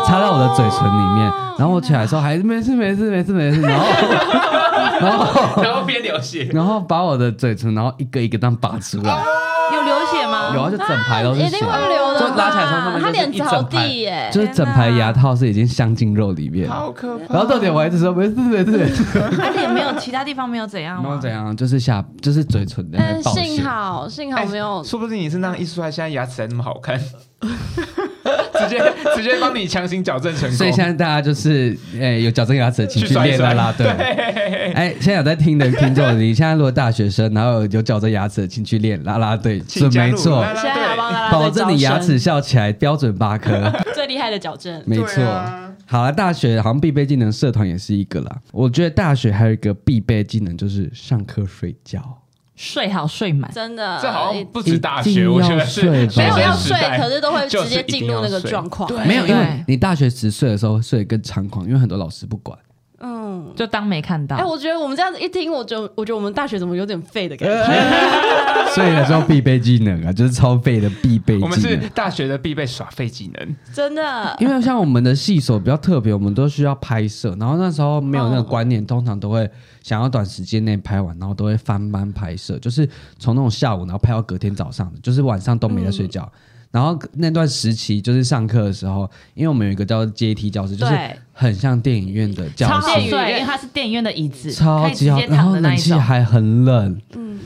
[SPEAKER 3] 插到我的嘴唇里面，然后我起来的时候还是没事没事没事没事，然后 然后
[SPEAKER 2] 然后边流血，
[SPEAKER 3] 然后把我的嘴唇，然后一个一个这样拔出来，
[SPEAKER 4] 有流血吗？
[SPEAKER 3] 有啊，就整排都是
[SPEAKER 1] 哦一
[SPEAKER 3] 血
[SPEAKER 1] 定，会啊流的吧。
[SPEAKER 3] 就拉起来的时候他们
[SPEAKER 1] 他
[SPEAKER 3] 就是
[SPEAKER 1] 脸
[SPEAKER 3] 一整
[SPEAKER 1] 着
[SPEAKER 3] 排
[SPEAKER 1] 地耶，
[SPEAKER 3] 就是整排牙套是已经镶进肉里面。
[SPEAKER 2] 好可怕。
[SPEAKER 3] 然后重点我还一直说没事没事没事，
[SPEAKER 4] 他脸没有其他地方没有怎
[SPEAKER 1] 啊
[SPEAKER 4] 样
[SPEAKER 3] 然后
[SPEAKER 4] 吗？
[SPEAKER 3] 怎样就是下就是嘴唇在那
[SPEAKER 1] 但
[SPEAKER 3] 边爆血，
[SPEAKER 1] 嗯幸好幸
[SPEAKER 3] 哎
[SPEAKER 1] 好没有
[SPEAKER 2] 哎说不定你是那样一出来，现在牙齿还那么好看，直接直接帮你强行矫正成功。
[SPEAKER 3] 所以现在大家就是，哎、有矫正牙齿的请
[SPEAKER 2] 哦去
[SPEAKER 3] 去
[SPEAKER 2] 摔一
[SPEAKER 3] 练
[SPEAKER 2] 摔
[SPEAKER 3] 啦啦队。哎、现在有在听的听众，你现在如果大学生，然后有矫正牙齿的，请去练啦啦队，
[SPEAKER 2] 请
[SPEAKER 3] 准
[SPEAKER 2] 加
[SPEAKER 3] 没
[SPEAKER 2] 入
[SPEAKER 3] 错
[SPEAKER 2] 啦，啦
[SPEAKER 1] 现在还要帮
[SPEAKER 2] 队。
[SPEAKER 1] 大家
[SPEAKER 3] 保
[SPEAKER 1] 在
[SPEAKER 3] 证你
[SPEAKER 1] 矫
[SPEAKER 3] 牙
[SPEAKER 1] 正
[SPEAKER 3] 齿笑起来标准八颗，
[SPEAKER 2] 啊
[SPEAKER 1] 最厉害的矫正。
[SPEAKER 3] 没错
[SPEAKER 2] 对。啊
[SPEAKER 3] 好了，大学好像必备技能，社团也是一个啦。我觉得大学还有一个必备技能就是上课睡觉，
[SPEAKER 4] 睡好睡满，
[SPEAKER 1] 真的，
[SPEAKER 2] 这好像不
[SPEAKER 3] 一
[SPEAKER 2] 止
[SPEAKER 3] 定
[SPEAKER 2] 大学，我觉得是
[SPEAKER 3] 要睡吧
[SPEAKER 1] 呃没
[SPEAKER 2] 学
[SPEAKER 1] 有
[SPEAKER 2] 生
[SPEAKER 1] 要
[SPEAKER 2] 时
[SPEAKER 1] 睡，
[SPEAKER 2] 代
[SPEAKER 1] 可是都会
[SPEAKER 2] 就
[SPEAKER 1] 直
[SPEAKER 2] 是
[SPEAKER 1] 接
[SPEAKER 2] 一定
[SPEAKER 1] 进入
[SPEAKER 2] 要
[SPEAKER 1] 那个
[SPEAKER 2] 睡
[SPEAKER 1] 状况。
[SPEAKER 2] 对
[SPEAKER 3] 没有，因为
[SPEAKER 4] 对
[SPEAKER 3] 你大学时睡的时候睡得更猖狂，因为很多老师不管。
[SPEAKER 1] 嗯，
[SPEAKER 4] 就当没看到。
[SPEAKER 1] 哎、我觉得我们这样子一听，我就我觉得我们大学怎么有点废的感
[SPEAKER 3] 呃
[SPEAKER 1] 觉。
[SPEAKER 3] 所以呢，叫必备技能啊，就是超废的必备
[SPEAKER 2] 我们
[SPEAKER 3] 技
[SPEAKER 2] 是
[SPEAKER 3] 能。
[SPEAKER 2] 大学的必备耍废技能，
[SPEAKER 1] 真 的，
[SPEAKER 3] 因为像我们的系所比较特别，我们都需要拍摄，然后那时候没有那个观念，通常都会想要短时间内拍完，然后都会翻班拍摄，就是从那种下午然后拍到隔天早上的，就是晚上都没得睡觉。然后那段时期就是上课的时候，因为我们有一个叫阶梯教室，就是
[SPEAKER 1] 对
[SPEAKER 3] 很像电影院的教
[SPEAKER 4] 超
[SPEAKER 3] 室
[SPEAKER 4] 好，睡，
[SPEAKER 1] 电影院
[SPEAKER 4] 因为它是电影院的椅子，
[SPEAKER 3] 超
[SPEAKER 4] 可以直
[SPEAKER 3] 级好，
[SPEAKER 4] 接
[SPEAKER 3] 然
[SPEAKER 4] 躺
[SPEAKER 3] 后
[SPEAKER 4] 的那
[SPEAKER 3] 冷
[SPEAKER 4] 一
[SPEAKER 3] 气
[SPEAKER 4] 种，
[SPEAKER 3] 还很冷，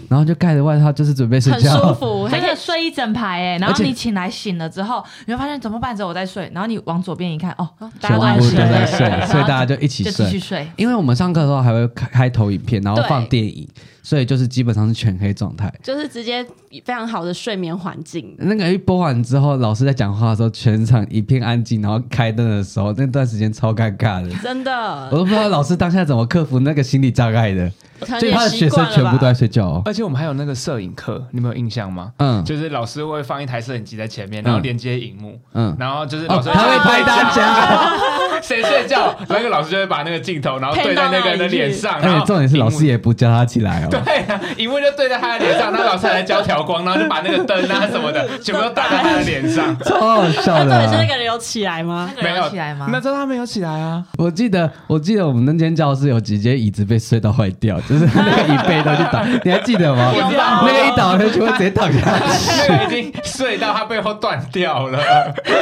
[SPEAKER 3] 然后就盖着外套，就是准备睡
[SPEAKER 1] 很
[SPEAKER 3] 觉，
[SPEAKER 1] 舒 服，
[SPEAKER 4] 还
[SPEAKER 1] 还
[SPEAKER 4] 可
[SPEAKER 1] 可
[SPEAKER 4] 以
[SPEAKER 1] 以
[SPEAKER 4] 睡一整排哎。然
[SPEAKER 3] 而
[SPEAKER 4] 后
[SPEAKER 3] 且
[SPEAKER 4] 你醒来醒了之后，你会发现怎么办？只有我在睡。然后你往左边一看，哦，大
[SPEAKER 3] 全
[SPEAKER 4] 家
[SPEAKER 3] 部
[SPEAKER 4] 都在
[SPEAKER 3] 都
[SPEAKER 4] 睡，
[SPEAKER 3] 在睡
[SPEAKER 4] 然，后
[SPEAKER 3] 所以大家就一起
[SPEAKER 4] 就继续
[SPEAKER 3] 睡。
[SPEAKER 4] 睡。
[SPEAKER 3] 因为我们上课的时候还会开开投影片，然后放电影，所以就是基本上是全黑状态。
[SPEAKER 1] 就是直接非常好的睡眠环境。
[SPEAKER 3] 那个一播完之后，老师在讲话的时候，全场一片安静，然后开灯的时候，那段时间超尴尬的，
[SPEAKER 1] 真
[SPEAKER 3] 我
[SPEAKER 1] 的，
[SPEAKER 3] 都不知道老师当下怎么克服那个心理障碍的。
[SPEAKER 1] 可能
[SPEAKER 3] 就
[SPEAKER 1] 也
[SPEAKER 3] 他的
[SPEAKER 1] 习
[SPEAKER 3] 学
[SPEAKER 1] 惯
[SPEAKER 3] 生
[SPEAKER 1] 了
[SPEAKER 3] 全部都
[SPEAKER 1] 吧
[SPEAKER 3] 在睡觉、哦，
[SPEAKER 2] 而且我们还有那个摄影课，你们有印象吗？
[SPEAKER 3] 嗯
[SPEAKER 2] 就是老师会放一台摄影机在前面，然后连接荧幕，
[SPEAKER 3] 嗯，
[SPEAKER 2] 然后就是老
[SPEAKER 3] 哦，
[SPEAKER 2] 师
[SPEAKER 3] 他会拍大 家。
[SPEAKER 2] 谁睡觉，那个老师就会把那个镜头，然后对在那个人的脸上，然
[SPEAKER 3] 而
[SPEAKER 2] 后
[SPEAKER 3] 哎且重点是老师
[SPEAKER 2] 也
[SPEAKER 3] 也不叫他起来哦，
[SPEAKER 2] 对啊，荧幕就对在他的脸上，那老师还在教调光，然后就把那个灯啊什么的全部都打在他的脸上。
[SPEAKER 3] 超好笑
[SPEAKER 1] 那
[SPEAKER 3] 的
[SPEAKER 1] 到底是
[SPEAKER 3] 啊、
[SPEAKER 1] 那个人有起来 吗？
[SPEAKER 4] 那个
[SPEAKER 2] 没
[SPEAKER 4] 人有
[SPEAKER 2] 有
[SPEAKER 4] 起来吗？
[SPEAKER 2] 那时候他没有起来啊，
[SPEAKER 3] 我记得，我记得我们那间教室有几间椅子被睡到坏掉，就是 那个椅背都去倒，你还记得吗？
[SPEAKER 4] 有
[SPEAKER 3] 那个一倒下去会直接躺下去。
[SPEAKER 2] 那个已经睡到他背后断掉了，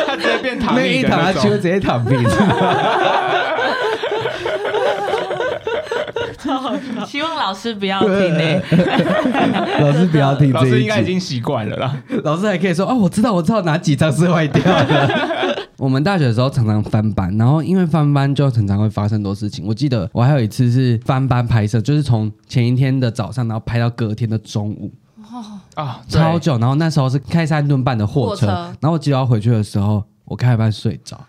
[SPEAKER 2] 他直接变躺
[SPEAKER 3] 那
[SPEAKER 2] 椅
[SPEAKER 3] 一
[SPEAKER 2] 的
[SPEAKER 3] 躺
[SPEAKER 2] 那
[SPEAKER 3] 下去会
[SPEAKER 2] 种
[SPEAKER 3] 直。接躺平，
[SPEAKER 4] 希望老师不要听哎。
[SPEAKER 3] 老师不要听
[SPEAKER 2] 老
[SPEAKER 3] 这
[SPEAKER 2] 师
[SPEAKER 3] 一
[SPEAKER 2] 应该已
[SPEAKER 3] 句。
[SPEAKER 2] 经习惯了啦。
[SPEAKER 3] 老师还可以说哦，我知道，我知道哪几张是坏掉的。 我们大学的时候常常翻班，然后因为翻班就常常会发生很多事情。我记得我还有一次是翻班拍摄，就是从前一天的早上，然后拍到隔天的中午，
[SPEAKER 2] 啊，对
[SPEAKER 3] 超久。然后那时候是开三顿半的货
[SPEAKER 1] 货车
[SPEAKER 3] 车，
[SPEAKER 1] 嗯
[SPEAKER 3] 然后我记得要回去的时候，我开一半睡着。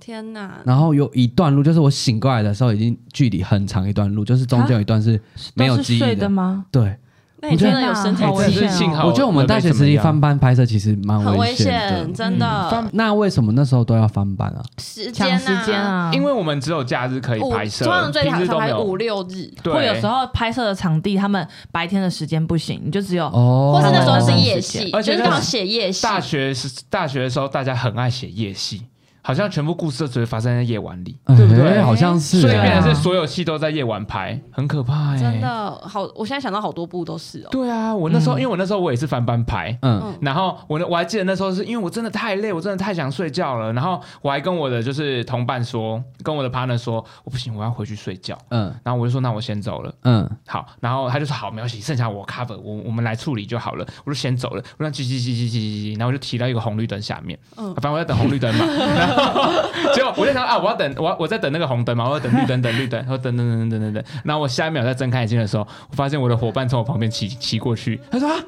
[SPEAKER 1] 天哪！
[SPEAKER 3] 然后有一段路，就是我醒过来的时候，已经距离很长一段路，就是中间有一段是 没有
[SPEAKER 4] 都是
[SPEAKER 3] 记忆
[SPEAKER 4] 睡
[SPEAKER 3] 的
[SPEAKER 4] 的。吗？
[SPEAKER 3] 对，
[SPEAKER 1] 那你
[SPEAKER 3] 我觉
[SPEAKER 1] 真
[SPEAKER 3] 得
[SPEAKER 1] 的有身体
[SPEAKER 4] 好
[SPEAKER 1] 危
[SPEAKER 2] 哎真
[SPEAKER 1] 险
[SPEAKER 2] 的
[SPEAKER 1] 哦，
[SPEAKER 2] 是
[SPEAKER 4] 危
[SPEAKER 2] 幸好
[SPEAKER 3] 我觉得我们大学时期翻班拍摄其实蛮
[SPEAKER 1] 很危
[SPEAKER 3] 危
[SPEAKER 1] 险，
[SPEAKER 3] 险的。
[SPEAKER 1] 真的
[SPEAKER 3] 翻。那为什么那时候都要翻班啊？
[SPEAKER 1] 嗯时
[SPEAKER 4] 抢
[SPEAKER 1] 间
[SPEAKER 4] 时间，啊！
[SPEAKER 2] 因为我们只有假日可以
[SPEAKER 1] 五
[SPEAKER 2] 拍摄，
[SPEAKER 1] 通常最
[SPEAKER 2] 平
[SPEAKER 1] 常
[SPEAKER 2] 日都
[SPEAKER 1] 常
[SPEAKER 2] 没
[SPEAKER 1] 拍
[SPEAKER 2] 有。
[SPEAKER 1] 五六日，
[SPEAKER 2] 对，啊
[SPEAKER 4] 或有时候拍摄的场地，他们白天的时间不行，你就只有
[SPEAKER 3] 哦，
[SPEAKER 1] 或是那时候
[SPEAKER 4] 哦
[SPEAKER 1] 是夜戏，
[SPEAKER 2] 而且
[SPEAKER 1] 就是
[SPEAKER 2] 那
[SPEAKER 1] 刚好写夜戏，
[SPEAKER 2] 大学是大学的时候，大家很爱写夜戏，好像全部故事都只会发生在夜晚里，
[SPEAKER 3] 哎
[SPEAKER 2] 对不对？
[SPEAKER 3] 好像是
[SPEAKER 2] 所以
[SPEAKER 3] 哎
[SPEAKER 2] 变成是所有戏都在夜晚拍，很可怕哎、
[SPEAKER 1] 真。的好，我现在想到好多部都是哦。
[SPEAKER 2] 对啊，我那时候、
[SPEAKER 4] 嗯
[SPEAKER 2] 因为我那时候我也是翻班拍。
[SPEAKER 3] 嗯，
[SPEAKER 1] 嗯，
[SPEAKER 2] 然后我呢，我还记得那时候是因为我真的太累，我真的太想睡觉了。然后我还跟我的就是同伴说，跟我的 partner 说，我不行，我要回去睡觉。
[SPEAKER 3] 嗯
[SPEAKER 2] 然后我就说，那我先走了。
[SPEAKER 3] 嗯
[SPEAKER 2] 好，然后他就说好，没关系，剩下我 cover，我我们来处理就好了。我就先走了，我让叽叽叽叽叽叽叽，然后我就提到一个红绿灯下面，
[SPEAKER 1] 嗯
[SPEAKER 2] 反正我在等红绿灯嘛。然后结果我就想啊，我要等，我要我在等那个红灯嘛，我要等绿灯，等绿灯，然后等等等等等等。然后我下一秒在睁开眼睛的时候，我发现我的伙伴从我旁边骑骑过去，他说啊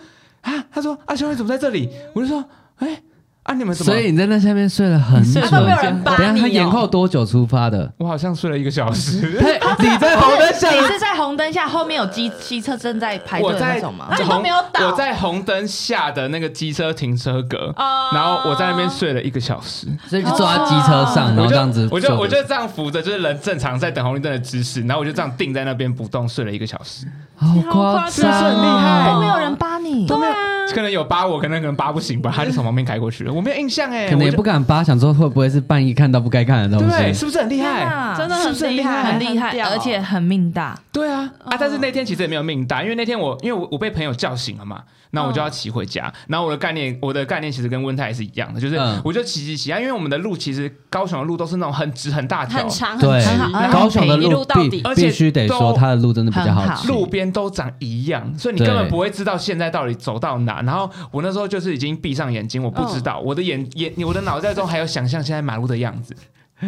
[SPEAKER 2] 啊，他说阿兄你怎么在这里？我就说哎、啊你们怎么
[SPEAKER 3] 所？以你在那下面睡了很久，
[SPEAKER 4] 睡了
[SPEAKER 3] 等
[SPEAKER 4] 没有
[SPEAKER 1] 人扒
[SPEAKER 3] 一下
[SPEAKER 1] 你哦
[SPEAKER 3] 他延后多久出发的？
[SPEAKER 2] 我好像睡了一个小时。
[SPEAKER 3] 他你在红灯下
[SPEAKER 4] 你是在红灯下，后面有机机车正在排队
[SPEAKER 2] 我
[SPEAKER 4] 的
[SPEAKER 2] 在
[SPEAKER 4] 那种吗
[SPEAKER 1] 啊？你都
[SPEAKER 2] 红
[SPEAKER 1] 没有倒
[SPEAKER 2] 我在红灯下的那个机车停车格，
[SPEAKER 1] 啊
[SPEAKER 2] 然后我在那边睡了一个小时。
[SPEAKER 3] 所以就坐在机车
[SPEAKER 1] 哦
[SPEAKER 3] 上，然
[SPEAKER 4] 嗯
[SPEAKER 2] 我
[SPEAKER 3] 后
[SPEAKER 2] 就
[SPEAKER 3] 这样子
[SPEAKER 2] 我就
[SPEAKER 3] 坐着
[SPEAKER 2] 我就这样扶着，就是人正常在等红绿灯的姿势，然后我就这样定在那边不动，睡了一个小时，
[SPEAKER 3] 好
[SPEAKER 1] 夸张哦
[SPEAKER 3] 夸张哦，
[SPEAKER 1] 是很厉害
[SPEAKER 4] 都没哎有人扒你，
[SPEAKER 1] 对啊，
[SPEAKER 2] 可能有扒我，可能可能扒不醒吧，他就从旁边开过去了，我没有印象哎，
[SPEAKER 3] 可能也不
[SPEAKER 2] 我
[SPEAKER 3] 敢扒，想说会不会是半夜看到不该看的
[SPEAKER 2] 就
[SPEAKER 3] 东西？
[SPEAKER 2] 对，是不是很厉
[SPEAKER 4] 天
[SPEAKER 2] 害？
[SPEAKER 4] 哪
[SPEAKER 1] 真的
[SPEAKER 2] 是不是
[SPEAKER 1] 很
[SPEAKER 2] 很厉
[SPEAKER 1] 厉
[SPEAKER 2] 害
[SPEAKER 1] 害，
[SPEAKER 4] 很厉害，
[SPEAKER 1] 屌
[SPEAKER 4] 而且很命大。
[SPEAKER 2] 对啊，啊！但是那天其实也没有命大，因为那天我因为我我被朋友叫醒了嘛，那我就要骑回家。然后我的概念，我的概念其实跟温太也是一样的，就是
[SPEAKER 3] 嗯
[SPEAKER 2] 我就骑骑骑啊，因为我们的路其实高雄的路都是那种很直很大条
[SPEAKER 1] 很，长很
[SPEAKER 3] 对
[SPEAKER 1] 直
[SPEAKER 4] 很，好
[SPEAKER 1] 然后
[SPEAKER 3] 高雄的
[SPEAKER 1] 一
[SPEAKER 3] 路
[SPEAKER 1] 路到
[SPEAKER 3] 必
[SPEAKER 1] 底
[SPEAKER 2] 而且
[SPEAKER 3] 必须得说，
[SPEAKER 2] 都
[SPEAKER 3] 它的路真的比较
[SPEAKER 4] 很
[SPEAKER 3] 好
[SPEAKER 4] 好
[SPEAKER 3] 骑。
[SPEAKER 2] 路边都长一样，所以你根本
[SPEAKER 3] 对
[SPEAKER 2] 不会知道现在到底走到哪。然后我那时候就是已经闭上眼睛，我不知道、我的眼眼我的脑袋中还有想象现在马路的样子。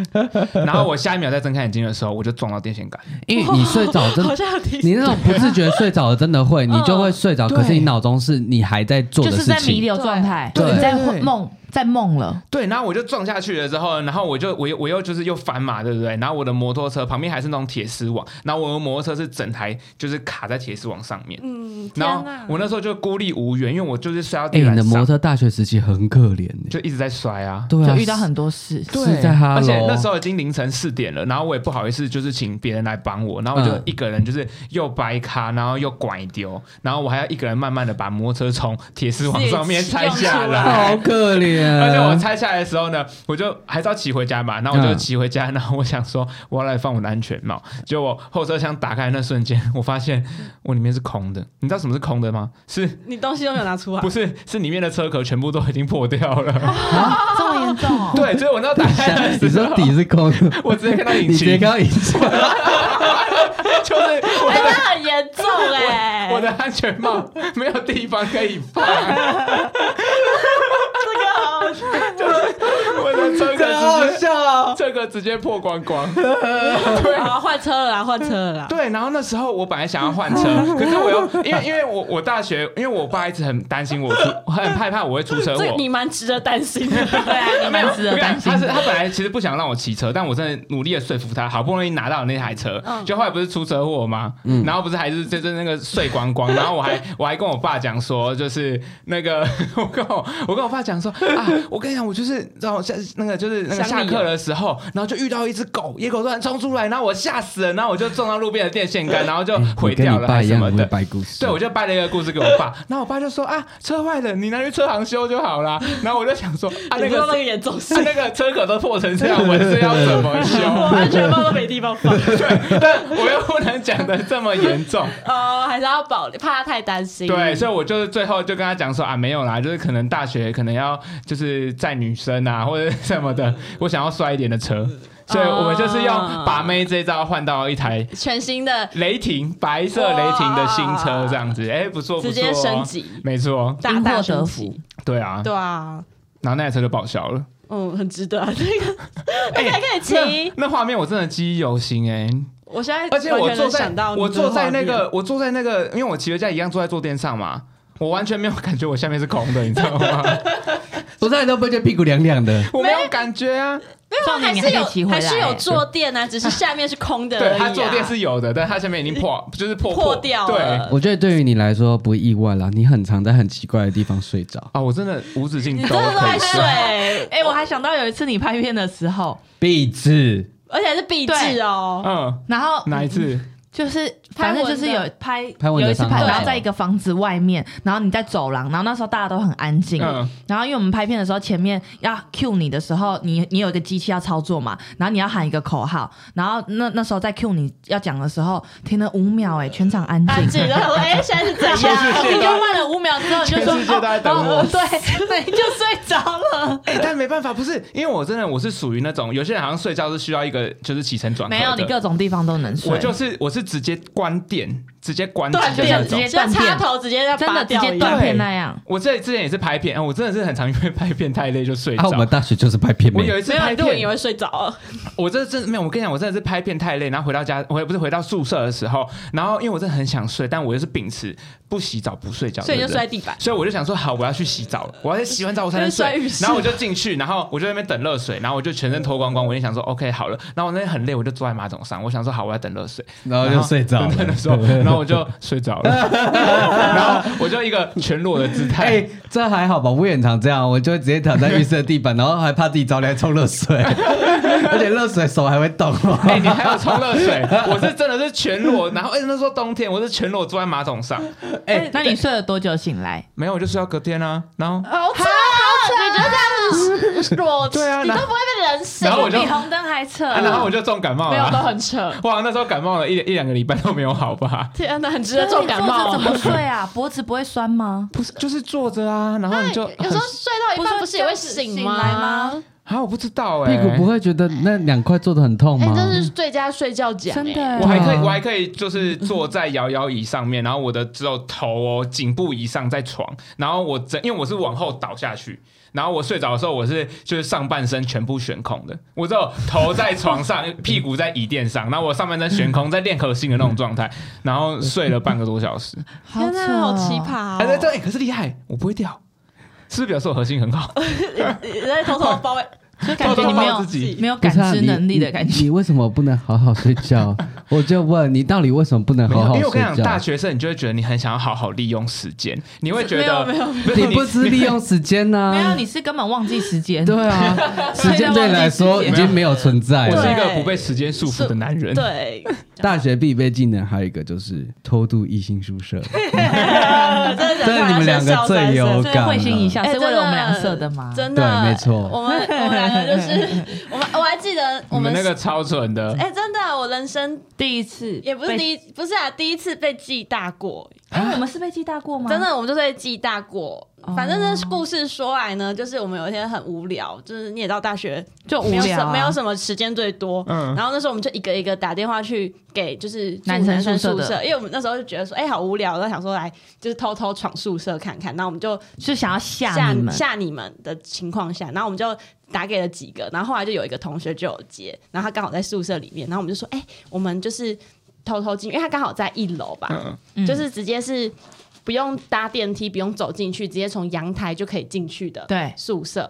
[SPEAKER 2] 然后我下一秒再睁开眼睛的时候，我就撞到电线杆。
[SPEAKER 3] 因为你睡着 真
[SPEAKER 1] 好像有提
[SPEAKER 3] 你那种不自觉睡着的真的
[SPEAKER 2] 嗯
[SPEAKER 3] 会，你就会睡着，
[SPEAKER 2] 对
[SPEAKER 3] 可是你脑中是你还在做
[SPEAKER 4] 就
[SPEAKER 3] 的
[SPEAKER 4] 是
[SPEAKER 3] 事
[SPEAKER 4] 在弥
[SPEAKER 3] 情。
[SPEAKER 4] 留状态，
[SPEAKER 2] 对
[SPEAKER 4] 你在
[SPEAKER 2] 对
[SPEAKER 4] 梦在梦了，
[SPEAKER 2] 对，然后我就撞下去了之后，然后我就我又我又就是又翻嘛，对不对？然后我的摩托车旁边还是那种铁丝网，然后我的摩托车是整台就是卡在铁丝网上面，
[SPEAKER 1] 嗯，天
[SPEAKER 2] 然后
[SPEAKER 1] 哪！
[SPEAKER 2] 我那时候就孤立无援，因为我就是摔到
[SPEAKER 3] 哎、
[SPEAKER 2] 地板
[SPEAKER 3] 你的
[SPEAKER 2] 上，
[SPEAKER 3] 模特大学时期很可怜呢、
[SPEAKER 2] 就一直在摔啊。
[SPEAKER 3] 对
[SPEAKER 4] 就
[SPEAKER 3] 啊，
[SPEAKER 4] 遇到很多事。
[SPEAKER 3] 对是在哈喽
[SPEAKER 2] 而且那时候已经凌晨四点了，然后我也不好意思，就是请别人来帮我，然后我就
[SPEAKER 3] 嗯
[SPEAKER 2] 一个人就是又掰咖，然后又拐丢，然后我还要一个人慢慢的把摩托车从铁丝网上面拆下
[SPEAKER 1] 用出来
[SPEAKER 2] 来。
[SPEAKER 3] 好可怜。
[SPEAKER 2] 而且我拆下来的时候呢，我就还是要骑回家嘛，然后我
[SPEAKER 3] 嗯
[SPEAKER 2] 就骑回家， 然后我想说我要来放我的安全帽，结果我后车厢打开那瞬间，我发现我里面是空的。你知道什么是空的吗？是
[SPEAKER 1] 你东西都没有拿出来啊
[SPEAKER 2] 不，是是里面的车壳全部都已经破掉了？
[SPEAKER 4] 这么严重哦、
[SPEAKER 2] 对，所以我那时候打开的
[SPEAKER 3] 你
[SPEAKER 2] 时
[SPEAKER 3] 说
[SPEAKER 2] 候，
[SPEAKER 3] 底是空的，
[SPEAKER 2] 我直接看到引
[SPEAKER 3] 你直接
[SPEAKER 2] 擎，
[SPEAKER 3] 刚刚已经
[SPEAKER 2] 就是我
[SPEAKER 1] 哎、
[SPEAKER 4] 啊
[SPEAKER 2] 的
[SPEAKER 1] 那很严重哎、
[SPEAKER 2] 我的安全帽没有地方可以放，
[SPEAKER 1] 这个
[SPEAKER 2] 我的车壳直接
[SPEAKER 3] 笑哦。
[SPEAKER 2] 这个直接破光光。
[SPEAKER 1] 好，好啊换车了啦，换车了啦。啊
[SPEAKER 2] 对，然后那时候我本来想要 换车，可是我又因为因为我我大学，因为我爸一直很担心我出，很害怕我 会出车祸
[SPEAKER 1] 这。你蛮值得担 心的，
[SPEAKER 4] 对啊，你蛮值
[SPEAKER 2] 我跟
[SPEAKER 4] 得
[SPEAKER 2] 你讲
[SPEAKER 4] 担心
[SPEAKER 2] 他。是他本来其实不想让我骑车，但我真的努力的说服他，好不容易拿到那台车，
[SPEAKER 1] 嗯
[SPEAKER 2] 就后来不是出车祸吗？
[SPEAKER 3] 嗯
[SPEAKER 2] 然后不是还是就是那个碎光光，然后 我还我还跟我爸讲说，就是那个我跟我我跟我爸讲说啊，我跟你讲，我就是然后下那个就是那个
[SPEAKER 1] 想
[SPEAKER 2] 下
[SPEAKER 1] 你
[SPEAKER 2] 课
[SPEAKER 1] 了
[SPEAKER 2] 的时候，然后就遇到一只狗，野狗突然冲出来，然后我吓死了，然后我就撞到路边的电线杆，然后就 毁
[SPEAKER 3] 哎你跟
[SPEAKER 2] 掉
[SPEAKER 3] 你
[SPEAKER 2] 了
[SPEAKER 3] 爸
[SPEAKER 2] 还
[SPEAKER 3] 一
[SPEAKER 2] 是什
[SPEAKER 3] 样
[SPEAKER 2] 么
[SPEAKER 3] 很会
[SPEAKER 2] 的。
[SPEAKER 3] 掰故事，
[SPEAKER 2] 对，我就掰了一个故事给我爸，然后我爸就说啊，车坏了，你拿去车行修就好啦。然后我就想说啊，
[SPEAKER 1] 你不
[SPEAKER 2] 那
[SPEAKER 1] 知道
[SPEAKER 2] 个
[SPEAKER 1] 那个严 重性
[SPEAKER 2] 他，那个车壳都破成这样，我是要怎么修？
[SPEAKER 1] 我安全帽都没地方 放，
[SPEAKER 2] 但我又不能讲的这么严重，
[SPEAKER 1] 呃，还是要保，怕他太担心。
[SPEAKER 2] 对，所以我就是最后就跟他讲说啊，没有啦，就是可能大学可能要就是载女生啊或者什么的，我想要帅一点的车，所以我们就是用把妹这招换到一台
[SPEAKER 1] 全新的
[SPEAKER 2] 雷霆白色雷霆的新车这样子，哎、不错不嗯错，
[SPEAKER 1] 哦直接升，级，
[SPEAKER 2] 没错，
[SPEAKER 1] 大
[SPEAKER 4] 因祸
[SPEAKER 1] 大
[SPEAKER 4] 得
[SPEAKER 1] 升
[SPEAKER 4] 福
[SPEAKER 1] 级，
[SPEAKER 2] 对啊，
[SPEAKER 1] 对啊，
[SPEAKER 2] 然后那台车就报销了，
[SPEAKER 1] 嗯，很值 得啊，那个
[SPEAKER 2] 哎、
[SPEAKER 1] 还可以骑。
[SPEAKER 2] 那画面我真的记忆犹新哎、
[SPEAKER 1] 我现在
[SPEAKER 2] 而且
[SPEAKER 1] 完
[SPEAKER 2] 我
[SPEAKER 1] 全
[SPEAKER 2] 坐
[SPEAKER 1] 能
[SPEAKER 2] 在
[SPEAKER 1] 想到你
[SPEAKER 2] 我
[SPEAKER 1] 的
[SPEAKER 2] 坐在
[SPEAKER 1] 画
[SPEAKER 2] 那
[SPEAKER 1] 面
[SPEAKER 2] 个我坐在那个，因为我骑回家一样坐在坐垫上嘛，我完全没有感觉我下面是空的，你知道 吗？
[SPEAKER 3] 我差点都不觉得屁股凉凉的。
[SPEAKER 2] 我没有感觉啊。
[SPEAKER 1] 没有，
[SPEAKER 4] 少年
[SPEAKER 1] 还
[SPEAKER 4] 你
[SPEAKER 1] 是
[SPEAKER 4] 还可以骑
[SPEAKER 1] 有
[SPEAKER 4] 回
[SPEAKER 1] 还
[SPEAKER 4] 来
[SPEAKER 1] 是有
[SPEAKER 4] 欸
[SPEAKER 1] 坐垫啊， 只是下面是空的而已啊。
[SPEAKER 2] 对，它坐垫是有的，但它下面已经破，就是破
[SPEAKER 1] 破掉
[SPEAKER 2] 对
[SPEAKER 1] 了
[SPEAKER 2] 啊、
[SPEAKER 3] 我觉得对于你来说不意外啦，你很常在很奇怪的地方睡着。
[SPEAKER 2] 啊我真的无止境
[SPEAKER 1] 你
[SPEAKER 2] 都
[SPEAKER 1] 真的都
[SPEAKER 2] 可
[SPEAKER 1] 在
[SPEAKER 2] 以
[SPEAKER 1] 睡
[SPEAKER 2] 睡。，
[SPEAKER 4] 哎、我还想到有一次你拍片的时候，
[SPEAKER 3] 壁纸，
[SPEAKER 1] 而且是壁纸 哦，
[SPEAKER 2] 嗯，
[SPEAKER 4] 然后
[SPEAKER 2] 哪 一次？
[SPEAKER 4] 就是反正就是有拍
[SPEAKER 3] 拍文的
[SPEAKER 4] 有一次
[SPEAKER 3] 伤
[SPEAKER 4] 拍，
[SPEAKER 3] 害
[SPEAKER 4] 然后在一个房子外面，然后你在走廊，然后那时候大家都很安静。
[SPEAKER 2] 嗯
[SPEAKER 4] 然后因为我们拍片的时候，前面要 cue 你的时候，你你有一个机器要操作嘛，然后你要喊一个口号，然后那那时候在 cue 你要讲的时候，停了五秒、哎，全场安静。
[SPEAKER 1] 安静。然后我说哎，现在是怎
[SPEAKER 2] 全世
[SPEAKER 1] 样？
[SPEAKER 2] 界
[SPEAKER 4] 你就
[SPEAKER 2] 都
[SPEAKER 4] 慢了五秒之后，你就说
[SPEAKER 2] 全世界都在等我
[SPEAKER 4] 哦哦对， 那你就睡着了。
[SPEAKER 2] 哎、但没办法，不是因为我真的我是属于那种有些人好像睡觉是需要一个就是起承转合的
[SPEAKER 4] 没有，你各种地方都能睡。
[SPEAKER 2] 我就是我是直接关电，直接关
[SPEAKER 1] 断
[SPEAKER 2] 机的
[SPEAKER 1] 电，
[SPEAKER 2] 那
[SPEAKER 4] 直
[SPEAKER 2] 种
[SPEAKER 4] 接。
[SPEAKER 1] 就插
[SPEAKER 4] 断电
[SPEAKER 1] 头直接要
[SPEAKER 4] 真
[SPEAKER 1] 拔
[SPEAKER 4] 的直
[SPEAKER 1] 掉
[SPEAKER 4] 接
[SPEAKER 1] 一样
[SPEAKER 4] 断片那样。
[SPEAKER 2] 我这之前也是拍片，啊我真的是很常因为拍片太累就睡
[SPEAKER 3] 啊，
[SPEAKER 2] 着。
[SPEAKER 3] 我们大学就是拍片
[SPEAKER 2] 我
[SPEAKER 3] 妹
[SPEAKER 2] 有，一次
[SPEAKER 1] 没有
[SPEAKER 2] 拍
[SPEAKER 1] 你录影
[SPEAKER 2] 片
[SPEAKER 1] 也，会睡着哦，
[SPEAKER 2] 我这真的没有，我跟你讲，我真的是拍片太累，然后回到家，我也不是回到宿舍的时候，然后因为我真的很想睡，但我又是秉持不洗澡不睡觉的
[SPEAKER 1] 所以
[SPEAKER 2] 人，
[SPEAKER 1] 你就睡在地板。
[SPEAKER 2] 所以我就想说，好，我要去洗澡了，我要去洗完澡我才能
[SPEAKER 1] 就是
[SPEAKER 2] 睡
[SPEAKER 1] 摔浴。室
[SPEAKER 2] 然后我就进去，然后我就在那边等热水，然后我就全身脱光光，我就想说，OK，好了。然后我那天很累，我就坐在马桶上，我想说，好，我要等热水。
[SPEAKER 3] 然哦后就睡着
[SPEAKER 2] 等等 的
[SPEAKER 3] 了。
[SPEAKER 2] 时候，然后我就睡着了， 然后我就一个全裸的姿态。
[SPEAKER 3] 哎、这还好吧？我也很常这样，我就会直接躺在浴室的地板，然后还怕自己着凉冲 热水，而且热水手还会动哦。
[SPEAKER 2] 哎、你还要冲热水？ 我是真的是全裸，然后哎、那时候冬天，我是全裸坐在马桶上，
[SPEAKER 4] 哎，那你睡了多久醒 来？
[SPEAKER 2] 没有我就睡到隔天啊，然后
[SPEAKER 1] 好惨，好惨！你就这 样子裸，
[SPEAKER 2] 对啊
[SPEAKER 1] 你
[SPEAKER 2] 然
[SPEAKER 1] 都
[SPEAKER 2] 后
[SPEAKER 1] 不会被人性，
[SPEAKER 2] 然后我就
[SPEAKER 4] 比红灯还扯。
[SPEAKER 2] 啊然后我就重感冒
[SPEAKER 1] 呃没
[SPEAKER 2] 了
[SPEAKER 1] 有都
[SPEAKER 2] 啊、
[SPEAKER 1] 很扯。
[SPEAKER 2] 哇，那时候感冒了一一两个礼拜都没有好吧？
[SPEAKER 1] 天哪，很值得重感冒
[SPEAKER 4] 怎
[SPEAKER 1] 哦。
[SPEAKER 4] 么睡 啊？脖子不会酸吗？
[SPEAKER 2] 不是，就是坐着啊，然后你就
[SPEAKER 1] 有时候睡到一
[SPEAKER 4] 不
[SPEAKER 1] 半
[SPEAKER 4] 是
[SPEAKER 1] 不是也会
[SPEAKER 4] 这样子
[SPEAKER 1] 醒
[SPEAKER 4] 醒来吗？
[SPEAKER 2] 啊，我不知道哎、
[SPEAKER 3] 屁股不会觉得那两块做的很痛
[SPEAKER 1] 哎，
[SPEAKER 3] 哦吗？
[SPEAKER 1] 这是最佳睡觉奖，
[SPEAKER 4] 真的欸
[SPEAKER 1] 哎
[SPEAKER 2] 我还可以，
[SPEAKER 3] 对啊
[SPEAKER 2] 我还可以，就是坐在摇摇椅上面，然后我的只有头哦，颈部以上在床，然后我整，因为我是往后倒下去，然后我睡着的时候，我是就是上半身全部悬空的，我只有头在床上，屁股在椅垫上，然后我上半身悬空，在练核心的那种状态，然后睡了半个多小时，
[SPEAKER 1] 天哪，好奇葩哦！
[SPEAKER 2] 哎、对对，可是厉害，我不会掉，是不是表示我核心很好？
[SPEAKER 1] 你在偷偷包围，
[SPEAKER 4] 就感觉你没有
[SPEAKER 2] 自己
[SPEAKER 4] 没有
[SPEAKER 3] 不
[SPEAKER 4] 感
[SPEAKER 3] 是啊
[SPEAKER 4] 知
[SPEAKER 3] 你
[SPEAKER 4] 能力的感
[SPEAKER 3] 你。
[SPEAKER 4] 觉
[SPEAKER 3] 你。为什么不能好好睡 觉？我就问你，到底为什么不能
[SPEAKER 2] 没
[SPEAKER 3] 好
[SPEAKER 2] 有，
[SPEAKER 3] 好
[SPEAKER 2] 因为我跟你
[SPEAKER 3] 睡
[SPEAKER 2] 讲，
[SPEAKER 3] 觉
[SPEAKER 2] 大？学生你就会觉得你很想要好好利用时间，你会觉 得
[SPEAKER 1] 没有没
[SPEAKER 2] 不是
[SPEAKER 3] 你不知利用时间啊呢、
[SPEAKER 4] 没有，你是根本忘记时 间。
[SPEAKER 3] 对 啊，时间对你来说已经没有存在
[SPEAKER 2] 我是一
[SPEAKER 3] 了。
[SPEAKER 2] 个不被时间束缚的男人。
[SPEAKER 1] 哎对，
[SPEAKER 3] 大学必备技能还有一个就是偷渡异性宿舍，
[SPEAKER 1] 真的想
[SPEAKER 3] 这你们两个最有
[SPEAKER 4] 这个
[SPEAKER 3] 感
[SPEAKER 4] 会心一
[SPEAKER 3] 了。
[SPEAKER 4] 笑
[SPEAKER 1] 哎
[SPEAKER 4] 是为了我们
[SPEAKER 1] 真的
[SPEAKER 4] 俩设的吗？
[SPEAKER 1] 真的，
[SPEAKER 3] 对没错
[SPEAKER 1] 我们我们两个 就是我们，我还记得我
[SPEAKER 2] 我们
[SPEAKER 1] 们
[SPEAKER 2] 那个超准的，
[SPEAKER 1] 哎、真的，我人生
[SPEAKER 4] 第一次
[SPEAKER 1] 也不是第一，不是啊，第一次被记大过，
[SPEAKER 4] 哎，我们是被记大过吗？
[SPEAKER 1] 真的，我们就是被记大过。
[SPEAKER 4] 哦
[SPEAKER 1] 反正这故事说来呢，就是我们有一天很无聊，就是你也到大学
[SPEAKER 4] 就无
[SPEAKER 1] 没有
[SPEAKER 4] 聊
[SPEAKER 1] 什
[SPEAKER 4] 啊，
[SPEAKER 1] 没有什么时间最多。
[SPEAKER 2] 嗯
[SPEAKER 1] 然后那时候我们就一个一个打电话去给就是住
[SPEAKER 4] 男生
[SPEAKER 1] 男生
[SPEAKER 4] 宿舍
[SPEAKER 1] 宿
[SPEAKER 4] 的
[SPEAKER 1] 舍，因为我们那时候就觉得说，哎、好无聊，然后想说来就是偷偷闯宿舍看看。那我们就
[SPEAKER 4] 就想要吓
[SPEAKER 1] 吓
[SPEAKER 4] 你们。
[SPEAKER 1] 吓你们的情况下，然后我们就打给了几个，然后后来就有一个同学就有接，然后他刚好在宿舍里面，然后我们就说，哎、我们就是偷偷进，因为他刚好在一楼吧，
[SPEAKER 2] 嗯，
[SPEAKER 4] 嗯
[SPEAKER 1] 就是直接是不用搭电梯，不用走进去，直接从阳台就可以进去的
[SPEAKER 4] 对
[SPEAKER 1] 宿舍。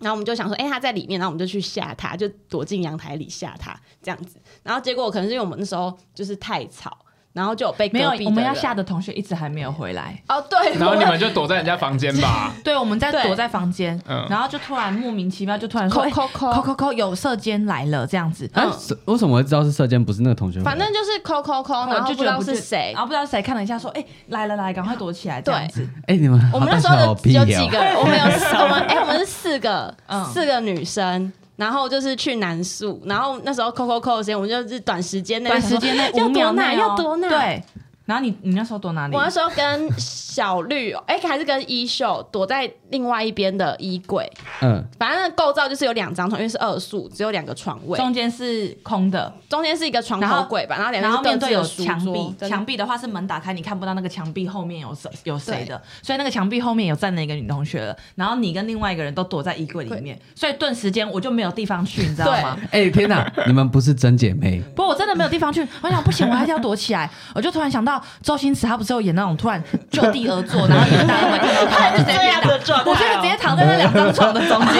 [SPEAKER 1] 然后我们就想说，哎、他在里面，然后我们就去吓他，就躲进阳台里吓他这样子。然后结果可能是因为我们那时候就是太吵，然后就有被
[SPEAKER 4] 没有
[SPEAKER 1] 隔壁，的
[SPEAKER 4] 我们要
[SPEAKER 1] 人
[SPEAKER 4] 吓的同学一直还没有回来。
[SPEAKER 1] 哦，对，
[SPEAKER 2] 然后你
[SPEAKER 1] 我
[SPEAKER 2] 们就躲在人家房间 吧，
[SPEAKER 4] 对，我们在
[SPEAKER 1] 对
[SPEAKER 4] 躲在房间，
[SPEAKER 2] 嗯
[SPEAKER 4] 然后就突然莫名其妙就突然说，
[SPEAKER 1] 扣
[SPEAKER 4] 哎
[SPEAKER 1] 扣扣
[SPEAKER 4] 扣扣扣，有射箭来了这样子，
[SPEAKER 1] 嗯
[SPEAKER 3] 哎、是为什么会知道是射箭？不是那个同学？
[SPEAKER 1] 反正就是抠抠抠，然
[SPEAKER 4] 我
[SPEAKER 1] 后
[SPEAKER 4] 就
[SPEAKER 1] 不知哦
[SPEAKER 4] 觉得
[SPEAKER 1] 道是谁
[SPEAKER 4] 然，后不知道是谁看了一下说，哎，来了来了，赶快躲起来这样子。
[SPEAKER 3] 哎、你们
[SPEAKER 1] 我
[SPEAKER 3] 好
[SPEAKER 1] 们那
[SPEAKER 3] 大
[SPEAKER 1] 时候
[SPEAKER 3] 小
[SPEAKER 1] 有
[SPEAKER 3] 屁
[SPEAKER 1] 有
[SPEAKER 3] 哦、
[SPEAKER 1] 几个人，我们有四我们哎、我们是四个、
[SPEAKER 4] 嗯
[SPEAKER 1] 四个女生。然后就是去南宿，然后那时候扣扣扣的时间，我们就是短时间内
[SPEAKER 4] 短时间内
[SPEAKER 1] 要
[SPEAKER 4] 五秒
[SPEAKER 1] 躲哪
[SPEAKER 4] 内哦
[SPEAKER 1] 要躲哪。，
[SPEAKER 4] 对。然后你你那时候躲哪里
[SPEAKER 1] 我？那时候跟小绿，哎、还是跟衣袖躲在另外一边的衣柜，
[SPEAKER 3] 嗯，
[SPEAKER 1] 反正构造就是有两张床，因为是二宿，只有两个床位，
[SPEAKER 4] 中间是空的，
[SPEAKER 1] 中间是一个床头柜吧，然后两边
[SPEAKER 4] 然后
[SPEAKER 1] 是各
[SPEAKER 4] 面
[SPEAKER 1] 自
[SPEAKER 4] 对
[SPEAKER 1] 的
[SPEAKER 4] 有
[SPEAKER 1] 书
[SPEAKER 4] 墙
[SPEAKER 1] 桌
[SPEAKER 4] 壁，
[SPEAKER 1] 真的
[SPEAKER 4] 墙壁的话是门打开，你看不到那个墙壁后面有谁有谁的，所以那个墙壁后面有站了一个女同学了，然后你跟另外一个人都躲在衣柜里面，所以顿时间我就没有地方去，你知道吗？
[SPEAKER 3] 哎、天哪，你们不是真姐妹？
[SPEAKER 4] 不过我真的没有地方去，我想不行，我还是要躲起来。我就突然想到周星驰，他不是有演那种突然就地而坐，然后演大家都 没看到他，就直接
[SPEAKER 1] 这样的状态哦
[SPEAKER 4] 我就直接躺在那两张床的中间，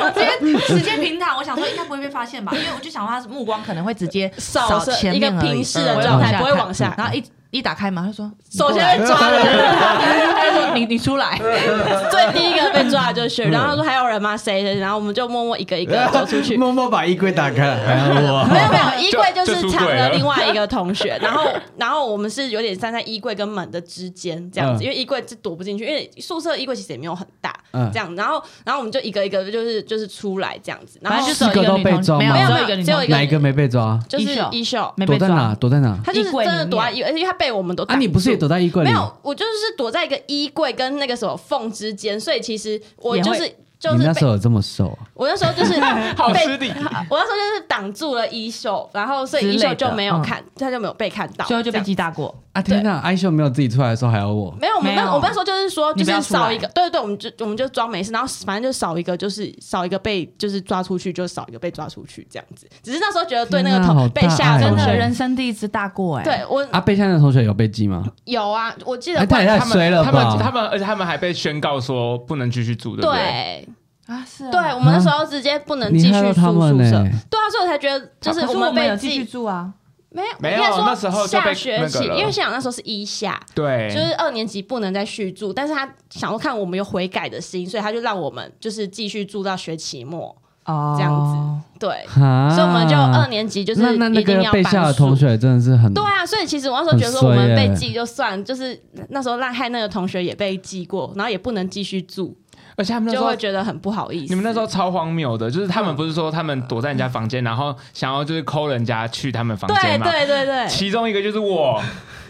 [SPEAKER 4] 我直接直接平躺。我想说应该不会被发现吧，因为我就想他目光可能会直接
[SPEAKER 1] 扫射
[SPEAKER 4] 前
[SPEAKER 1] 一个
[SPEAKER 4] 面而已
[SPEAKER 1] 平视的
[SPEAKER 4] 嗯
[SPEAKER 1] 状态
[SPEAKER 4] 我就
[SPEAKER 1] 不会
[SPEAKER 4] 看
[SPEAKER 1] 往下
[SPEAKER 4] 然后一一打开门，他就说
[SPEAKER 1] 首先被抓 的人。
[SPEAKER 4] 他就说你你出来，
[SPEAKER 1] 最第一个被抓的就是
[SPEAKER 3] 嗯
[SPEAKER 1] 雪，然后他说还有人吗？谁谁？然后我们就默默一个一个走出去。
[SPEAKER 3] 默默把衣柜打开，哎
[SPEAKER 1] 没
[SPEAKER 3] 我
[SPEAKER 1] 有没有，衣柜
[SPEAKER 2] 就是出
[SPEAKER 1] 藏
[SPEAKER 2] 轨
[SPEAKER 1] 了
[SPEAKER 2] 了
[SPEAKER 1] 另外一个同学，然后然后我们是有点站在衣柜跟门的之间这样子，
[SPEAKER 3] 嗯
[SPEAKER 1] 因为衣柜是躲不进去，因为宿舍衣柜其实也没有很大，
[SPEAKER 3] 嗯
[SPEAKER 1] 这样，然后然后我们就一个一个就是就是出来这样子，然
[SPEAKER 4] 反正
[SPEAKER 1] 后
[SPEAKER 4] 就
[SPEAKER 1] 就
[SPEAKER 4] 只有一
[SPEAKER 3] 四个
[SPEAKER 4] 个
[SPEAKER 3] 都
[SPEAKER 4] 女
[SPEAKER 3] 被
[SPEAKER 4] 同学，
[SPEAKER 3] 抓
[SPEAKER 4] 没有
[SPEAKER 3] 吗
[SPEAKER 4] 只有一个
[SPEAKER 1] 没
[SPEAKER 4] 女
[SPEAKER 1] 有
[SPEAKER 4] 同
[SPEAKER 1] 没有
[SPEAKER 4] 学
[SPEAKER 1] 一个
[SPEAKER 3] 哪一个没被抓？
[SPEAKER 1] 就是
[SPEAKER 4] 衣袖
[SPEAKER 1] 衣袖，
[SPEAKER 4] 没
[SPEAKER 3] 躲
[SPEAKER 4] 被
[SPEAKER 3] 在
[SPEAKER 4] 抓
[SPEAKER 3] 哪？。躲在哪？
[SPEAKER 1] 他就是
[SPEAKER 4] 衣柜
[SPEAKER 1] 真
[SPEAKER 4] 里面
[SPEAKER 1] 的躲在衣柜，而且他被我们都
[SPEAKER 3] 啊，你不是也躲在衣柜里？
[SPEAKER 1] 没有，我就是躲在一个衣柜跟那个什么缝之间，所以其实我
[SPEAKER 4] 也
[SPEAKER 1] 就
[SPEAKER 4] 会
[SPEAKER 1] 是就
[SPEAKER 3] 你
[SPEAKER 1] 是
[SPEAKER 3] 那
[SPEAKER 1] 被
[SPEAKER 3] 时候有这么瘦啊？
[SPEAKER 1] 我那时候就是
[SPEAKER 2] 好
[SPEAKER 1] 被
[SPEAKER 2] 失礼。
[SPEAKER 1] 啊我那时候就是挡住了衣袖，然后所以衣
[SPEAKER 4] 之
[SPEAKER 1] 袖
[SPEAKER 4] 类的嗯
[SPEAKER 1] 就没有看，他就没有被看到，
[SPEAKER 4] 最后就
[SPEAKER 1] 这
[SPEAKER 4] 被
[SPEAKER 1] 样
[SPEAKER 4] 击打过，
[SPEAKER 3] 啊天哪！艾秀没有自己出来的时候还有我，
[SPEAKER 1] 没有，我们
[SPEAKER 4] 没
[SPEAKER 1] 那
[SPEAKER 4] 有
[SPEAKER 1] 我们那时候就是说，就
[SPEAKER 4] 你不
[SPEAKER 1] 是
[SPEAKER 4] 要出来
[SPEAKER 1] 少一个，对对对，我们就我们就装没事，然后反正就少一个，就是少一个被就是抓出去，就少一个被抓出去这样子。只是那时候觉得对那
[SPEAKER 3] 天
[SPEAKER 1] 个
[SPEAKER 3] 啊
[SPEAKER 1] 同
[SPEAKER 3] 好
[SPEAKER 1] 被吓
[SPEAKER 3] 大
[SPEAKER 1] 的
[SPEAKER 3] 爱哦
[SPEAKER 4] 真
[SPEAKER 1] 同
[SPEAKER 4] 的
[SPEAKER 2] 哎
[SPEAKER 1] 学，
[SPEAKER 4] 人生第一次大过哎，
[SPEAKER 1] 对我
[SPEAKER 3] 啊，背下的同学有被记吗？
[SPEAKER 1] 有啊，我记得
[SPEAKER 3] 哎，他也太
[SPEAKER 2] 他
[SPEAKER 3] 衰
[SPEAKER 2] 们
[SPEAKER 3] 了
[SPEAKER 2] 他
[SPEAKER 3] 吧！
[SPEAKER 2] 们他们，而且他们还被宣告说不能继续住，对不对？
[SPEAKER 1] 对
[SPEAKER 4] 啊是啊，
[SPEAKER 1] 对，我们那时候直接不能继
[SPEAKER 3] 你害
[SPEAKER 1] 续
[SPEAKER 3] 到
[SPEAKER 1] 住
[SPEAKER 3] 他们
[SPEAKER 1] 宿舍
[SPEAKER 3] 呢，
[SPEAKER 1] 对啊，所以我才觉得就是
[SPEAKER 4] 可是
[SPEAKER 1] 们
[SPEAKER 4] 有
[SPEAKER 1] 被
[SPEAKER 4] 继续
[SPEAKER 1] 记
[SPEAKER 4] 住啊，
[SPEAKER 1] 没有
[SPEAKER 2] 没有
[SPEAKER 1] 应该说
[SPEAKER 2] 那时候就
[SPEAKER 1] 下
[SPEAKER 2] 被
[SPEAKER 1] 学
[SPEAKER 2] 那
[SPEAKER 1] 期，
[SPEAKER 2] 个了
[SPEAKER 1] 因为现场那时候是一下，
[SPEAKER 2] 对，
[SPEAKER 1] 就是二年级不能再续住，但是他想要看我们有悔改的心，所以他就让我们就是继续住到学期末。
[SPEAKER 4] 哦
[SPEAKER 1] 这样子对，
[SPEAKER 3] 啊
[SPEAKER 1] 所以我们就二年级就是
[SPEAKER 3] 那那那
[SPEAKER 1] 一定
[SPEAKER 3] 个
[SPEAKER 1] 要
[SPEAKER 3] 被
[SPEAKER 1] 搬
[SPEAKER 3] 吓的
[SPEAKER 1] 宿
[SPEAKER 3] 同。学真的是很
[SPEAKER 1] 对啊，所以其实我那时候觉得说我
[SPEAKER 3] 很衰
[SPEAKER 1] 们被
[SPEAKER 3] 耶
[SPEAKER 1] 记就算，就是那时候让害那个同学也被记过，然后也不能继续住，
[SPEAKER 2] 而且他们那时
[SPEAKER 1] 就
[SPEAKER 2] 候
[SPEAKER 1] 会嗯觉得很不好意思。
[SPEAKER 2] 你们那时候超荒谬的，就是他们不是说他们躲在人家房间，然后想要就是抠人家去他们房
[SPEAKER 1] 对
[SPEAKER 2] 间嘛？
[SPEAKER 1] 对对对，
[SPEAKER 2] 其中一个就是我，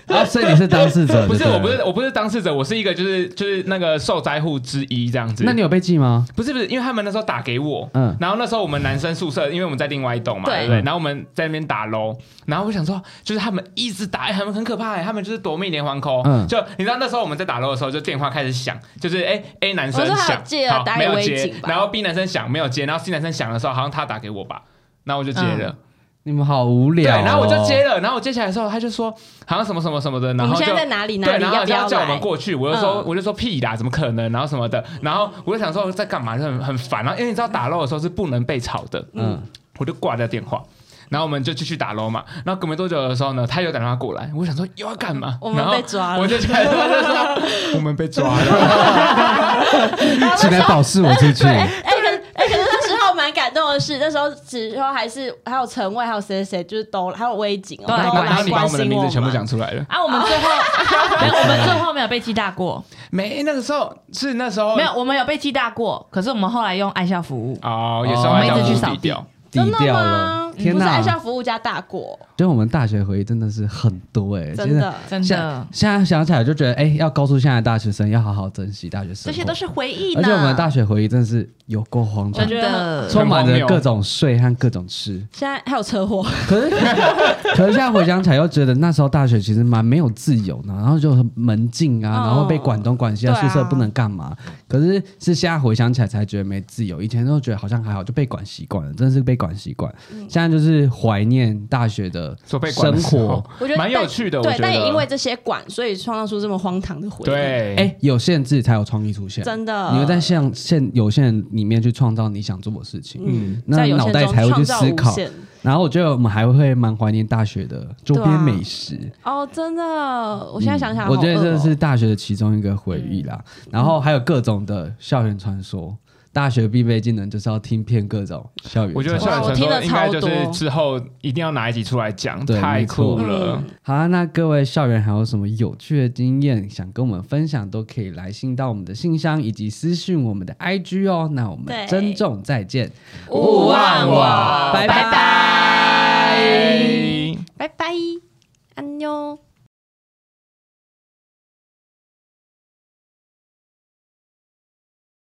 [SPEAKER 3] 啊，所以你是当事 者，
[SPEAKER 2] 不是
[SPEAKER 3] 对
[SPEAKER 2] 我
[SPEAKER 3] 对
[SPEAKER 2] 不是。我不是当事者，我是一个就是就是那个受灾户之一这样子。
[SPEAKER 3] 那你有被记吗？
[SPEAKER 2] 不是不是，因为他们那时候打给我，
[SPEAKER 3] 嗯
[SPEAKER 2] 然后那时候我们男生宿舍，因为我们在另外一栋嘛，
[SPEAKER 1] 对
[SPEAKER 2] 对不对？然后我们在那边打喽，然后我想说，就是他们一直打，哎他们很可怕、哎他们就是夺命连环扣。
[SPEAKER 3] 嗯
[SPEAKER 2] 就你知道那时候我们在打喽的时候，就电话开始响，就是哎 A 男生
[SPEAKER 1] 我说还有
[SPEAKER 2] 响，
[SPEAKER 1] 借
[SPEAKER 2] 好
[SPEAKER 1] 打给
[SPEAKER 2] 没有
[SPEAKER 1] 微
[SPEAKER 2] 接
[SPEAKER 1] 景，吧
[SPEAKER 2] 然后 B 男生响没有接，然后 C 男生响的时候，好像他打给我吧，那我就接了。
[SPEAKER 3] 你们好无聊、哦。
[SPEAKER 2] 对，然后我就接了，然后我接起来的时候，他就说好像什么什么什么的，然
[SPEAKER 1] 我
[SPEAKER 2] 后
[SPEAKER 1] 们
[SPEAKER 2] 就
[SPEAKER 1] 现在在哪里？哪
[SPEAKER 2] 对，
[SPEAKER 1] 里
[SPEAKER 2] 然后
[SPEAKER 1] 要
[SPEAKER 2] 他
[SPEAKER 1] 不
[SPEAKER 2] 就
[SPEAKER 1] 要
[SPEAKER 2] 叫我
[SPEAKER 1] 来
[SPEAKER 2] 们？过去，我就说
[SPEAKER 1] 嗯
[SPEAKER 2] 我就说屁啦，怎么可能？然后什么的，然后我就想说在干嘛，就很很烦。然后因为你知道打漏的时候是不能被吵的，
[SPEAKER 3] 嗯，
[SPEAKER 2] 我就挂掉电话。然后我们就继续打捞嘛，然后隔没多久的时候呢，他又打电话过来，我想说又要干嘛？
[SPEAKER 1] 我们
[SPEAKER 2] 然后
[SPEAKER 1] 被抓了
[SPEAKER 2] 我就觉得 我就说我们被抓了，
[SPEAKER 3] 请来保释我出去。
[SPEAKER 1] 哎、可是哎、可是那时候蛮感动的是，那时候只说还是还有陈伟，还有谁谁，就是都还有威警哦，
[SPEAKER 4] 对
[SPEAKER 1] 都
[SPEAKER 2] 然后然后
[SPEAKER 1] 来
[SPEAKER 2] 你把
[SPEAKER 1] 关
[SPEAKER 2] 我们的
[SPEAKER 1] 心
[SPEAKER 2] 名字全部
[SPEAKER 1] 们。
[SPEAKER 2] 讲出来了，
[SPEAKER 4] 啊，我们最 后，没有，我们最后没有被击打过，
[SPEAKER 2] 没那个时候是那时候
[SPEAKER 4] 没有，我们有被击打过，可是我们后来用爱校服务，
[SPEAKER 2] 哦，也是
[SPEAKER 3] 哦
[SPEAKER 2] 要
[SPEAKER 3] 我们一直
[SPEAKER 2] 讲
[SPEAKER 4] 去
[SPEAKER 2] 低
[SPEAKER 4] 扫地
[SPEAKER 2] 调
[SPEAKER 3] 低
[SPEAKER 1] 真的
[SPEAKER 3] 调
[SPEAKER 1] 吗
[SPEAKER 3] 了，？
[SPEAKER 1] 你
[SPEAKER 3] 天
[SPEAKER 1] 不是哎爱
[SPEAKER 3] 哪
[SPEAKER 1] 校！服务加大过，
[SPEAKER 3] 就我们大学回忆真的是很多哎、
[SPEAKER 1] 真的。
[SPEAKER 4] 真
[SPEAKER 3] 现
[SPEAKER 4] 的
[SPEAKER 3] 在，现在想起来就觉得，哎、要告诉现在的大学生要好好珍惜大学生活。
[SPEAKER 4] 这些都是回忆呢。
[SPEAKER 3] 而且我们的大学回忆真的是有够荒唐
[SPEAKER 1] 啊我，觉
[SPEAKER 4] 真的
[SPEAKER 1] 得
[SPEAKER 3] 充满着各种睡和各种吃。
[SPEAKER 1] 现在还有车祸，
[SPEAKER 3] 可是， 可是现在回想起来，又觉得那时候大学其实蛮没有自由的，然后就很门禁
[SPEAKER 1] 嗯
[SPEAKER 3] 啊，然后被管东管西啊，
[SPEAKER 1] 对啊
[SPEAKER 3] 宿舍不能干嘛。可是是现在回想起来才觉得没自由，以前都觉得好像还好，就被管习惯了，真的是被管习惯。
[SPEAKER 1] 嗯
[SPEAKER 3] 现在就是怀念大学的
[SPEAKER 2] 所被管的
[SPEAKER 3] 生
[SPEAKER 2] 时候
[SPEAKER 3] 活。
[SPEAKER 1] 我觉得
[SPEAKER 2] 蛮有
[SPEAKER 1] 但
[SPEAKER 2] 趣的我
[SPEAKER 1] 对，
[SPEAKER 2] 觉
[SPEAKER 1] 但也
[SPEAKER 2] 得
[SPEAKER 1] 因为这些管，所以创造出这么荒唐的回忆。，
[SPEAKER 2] 对，
[SPEAKER 3] 哎、有限制才有创意出现，
[SPEAKER 1] 真的
[SPEAKER 3] 你会在限限有限里面去创造你想做的事情，
[SPEAKER 1] 嗯，
[SPEAKER 3] 那
[SPEAKER 1] 在有
[SPEAKER 3] 脑
[SPEAKER 1] 限
[SPEAKER 3] 袋
[SPEAKER 1] 中
[SPEAKER 3] 才会
[SPEAKER 1] 创
[SPEAKER 3] 去
[SPEAKER 1] 造
[SPEAKER 3] 思
[SPEAKER 1] 无
[SPEAKER 3] 考。
[SPEAKER 1] 限
[SPEAKER 3] 然后我觉得我们还会蛮怀念大学的周
[SPEAKER 1] 对
[SPEAKER 3] 边
[SPEAKER 1] 啊
[SPEAKER 3] 美食。
[SPEAKER 1] 哦，真的，我现在想想，
[SPEAKER 3] 嗯我觉得
[SPEAKER 1] 好饿
[SPEAKER 3] 这
[SPEAKER 1] 哦嗯
[SPEAKER 3] 是大学的其中一个回忆啦。然后还有各种的校园传说，大学必备技能就是要听遍各种校园传说。
[SPEAKER 2] 我觉得校
[SPEAKER 1] 哇
[SPEAKER 2] 园
[SPEAKER 1] 我
[SPEAKER 2] 传
[SPEAKER 1] 听
[SPEAKER 2] 说
[SPEAKER 1] 了
[SPEAKER 2] 应该
[SPEAKER 1] 超
[SPEAKER 2] 就是
[SPEAKER 1] 多
[SPEAKER 2] 之后一定要拿一集出来讲，
[SPEAKER 3] 对
[SPEAKER 2] 太
[SPEAKER 3] 没错
[SPEAKER 2] 酷
[SPEAKER 1] 嗯
[SPEAKER 2] 了。
[SPEAKER 3] 好啊，那各位校园还有什么有趣的经验想跟我们分享，都可以来信到我们的信箱以及私讯我们的 IG 哦。那我们
[SPEAKER 1] 对
[SPEAKER 3] 珍重再见，
[SPEAKER 1] 勿忘我
[SPEAKER 3] 拜
[SPEAKER 1] 拜拜
[SPEAKER 2] 拜
[SPEAKER 1] 拜拜，安妞。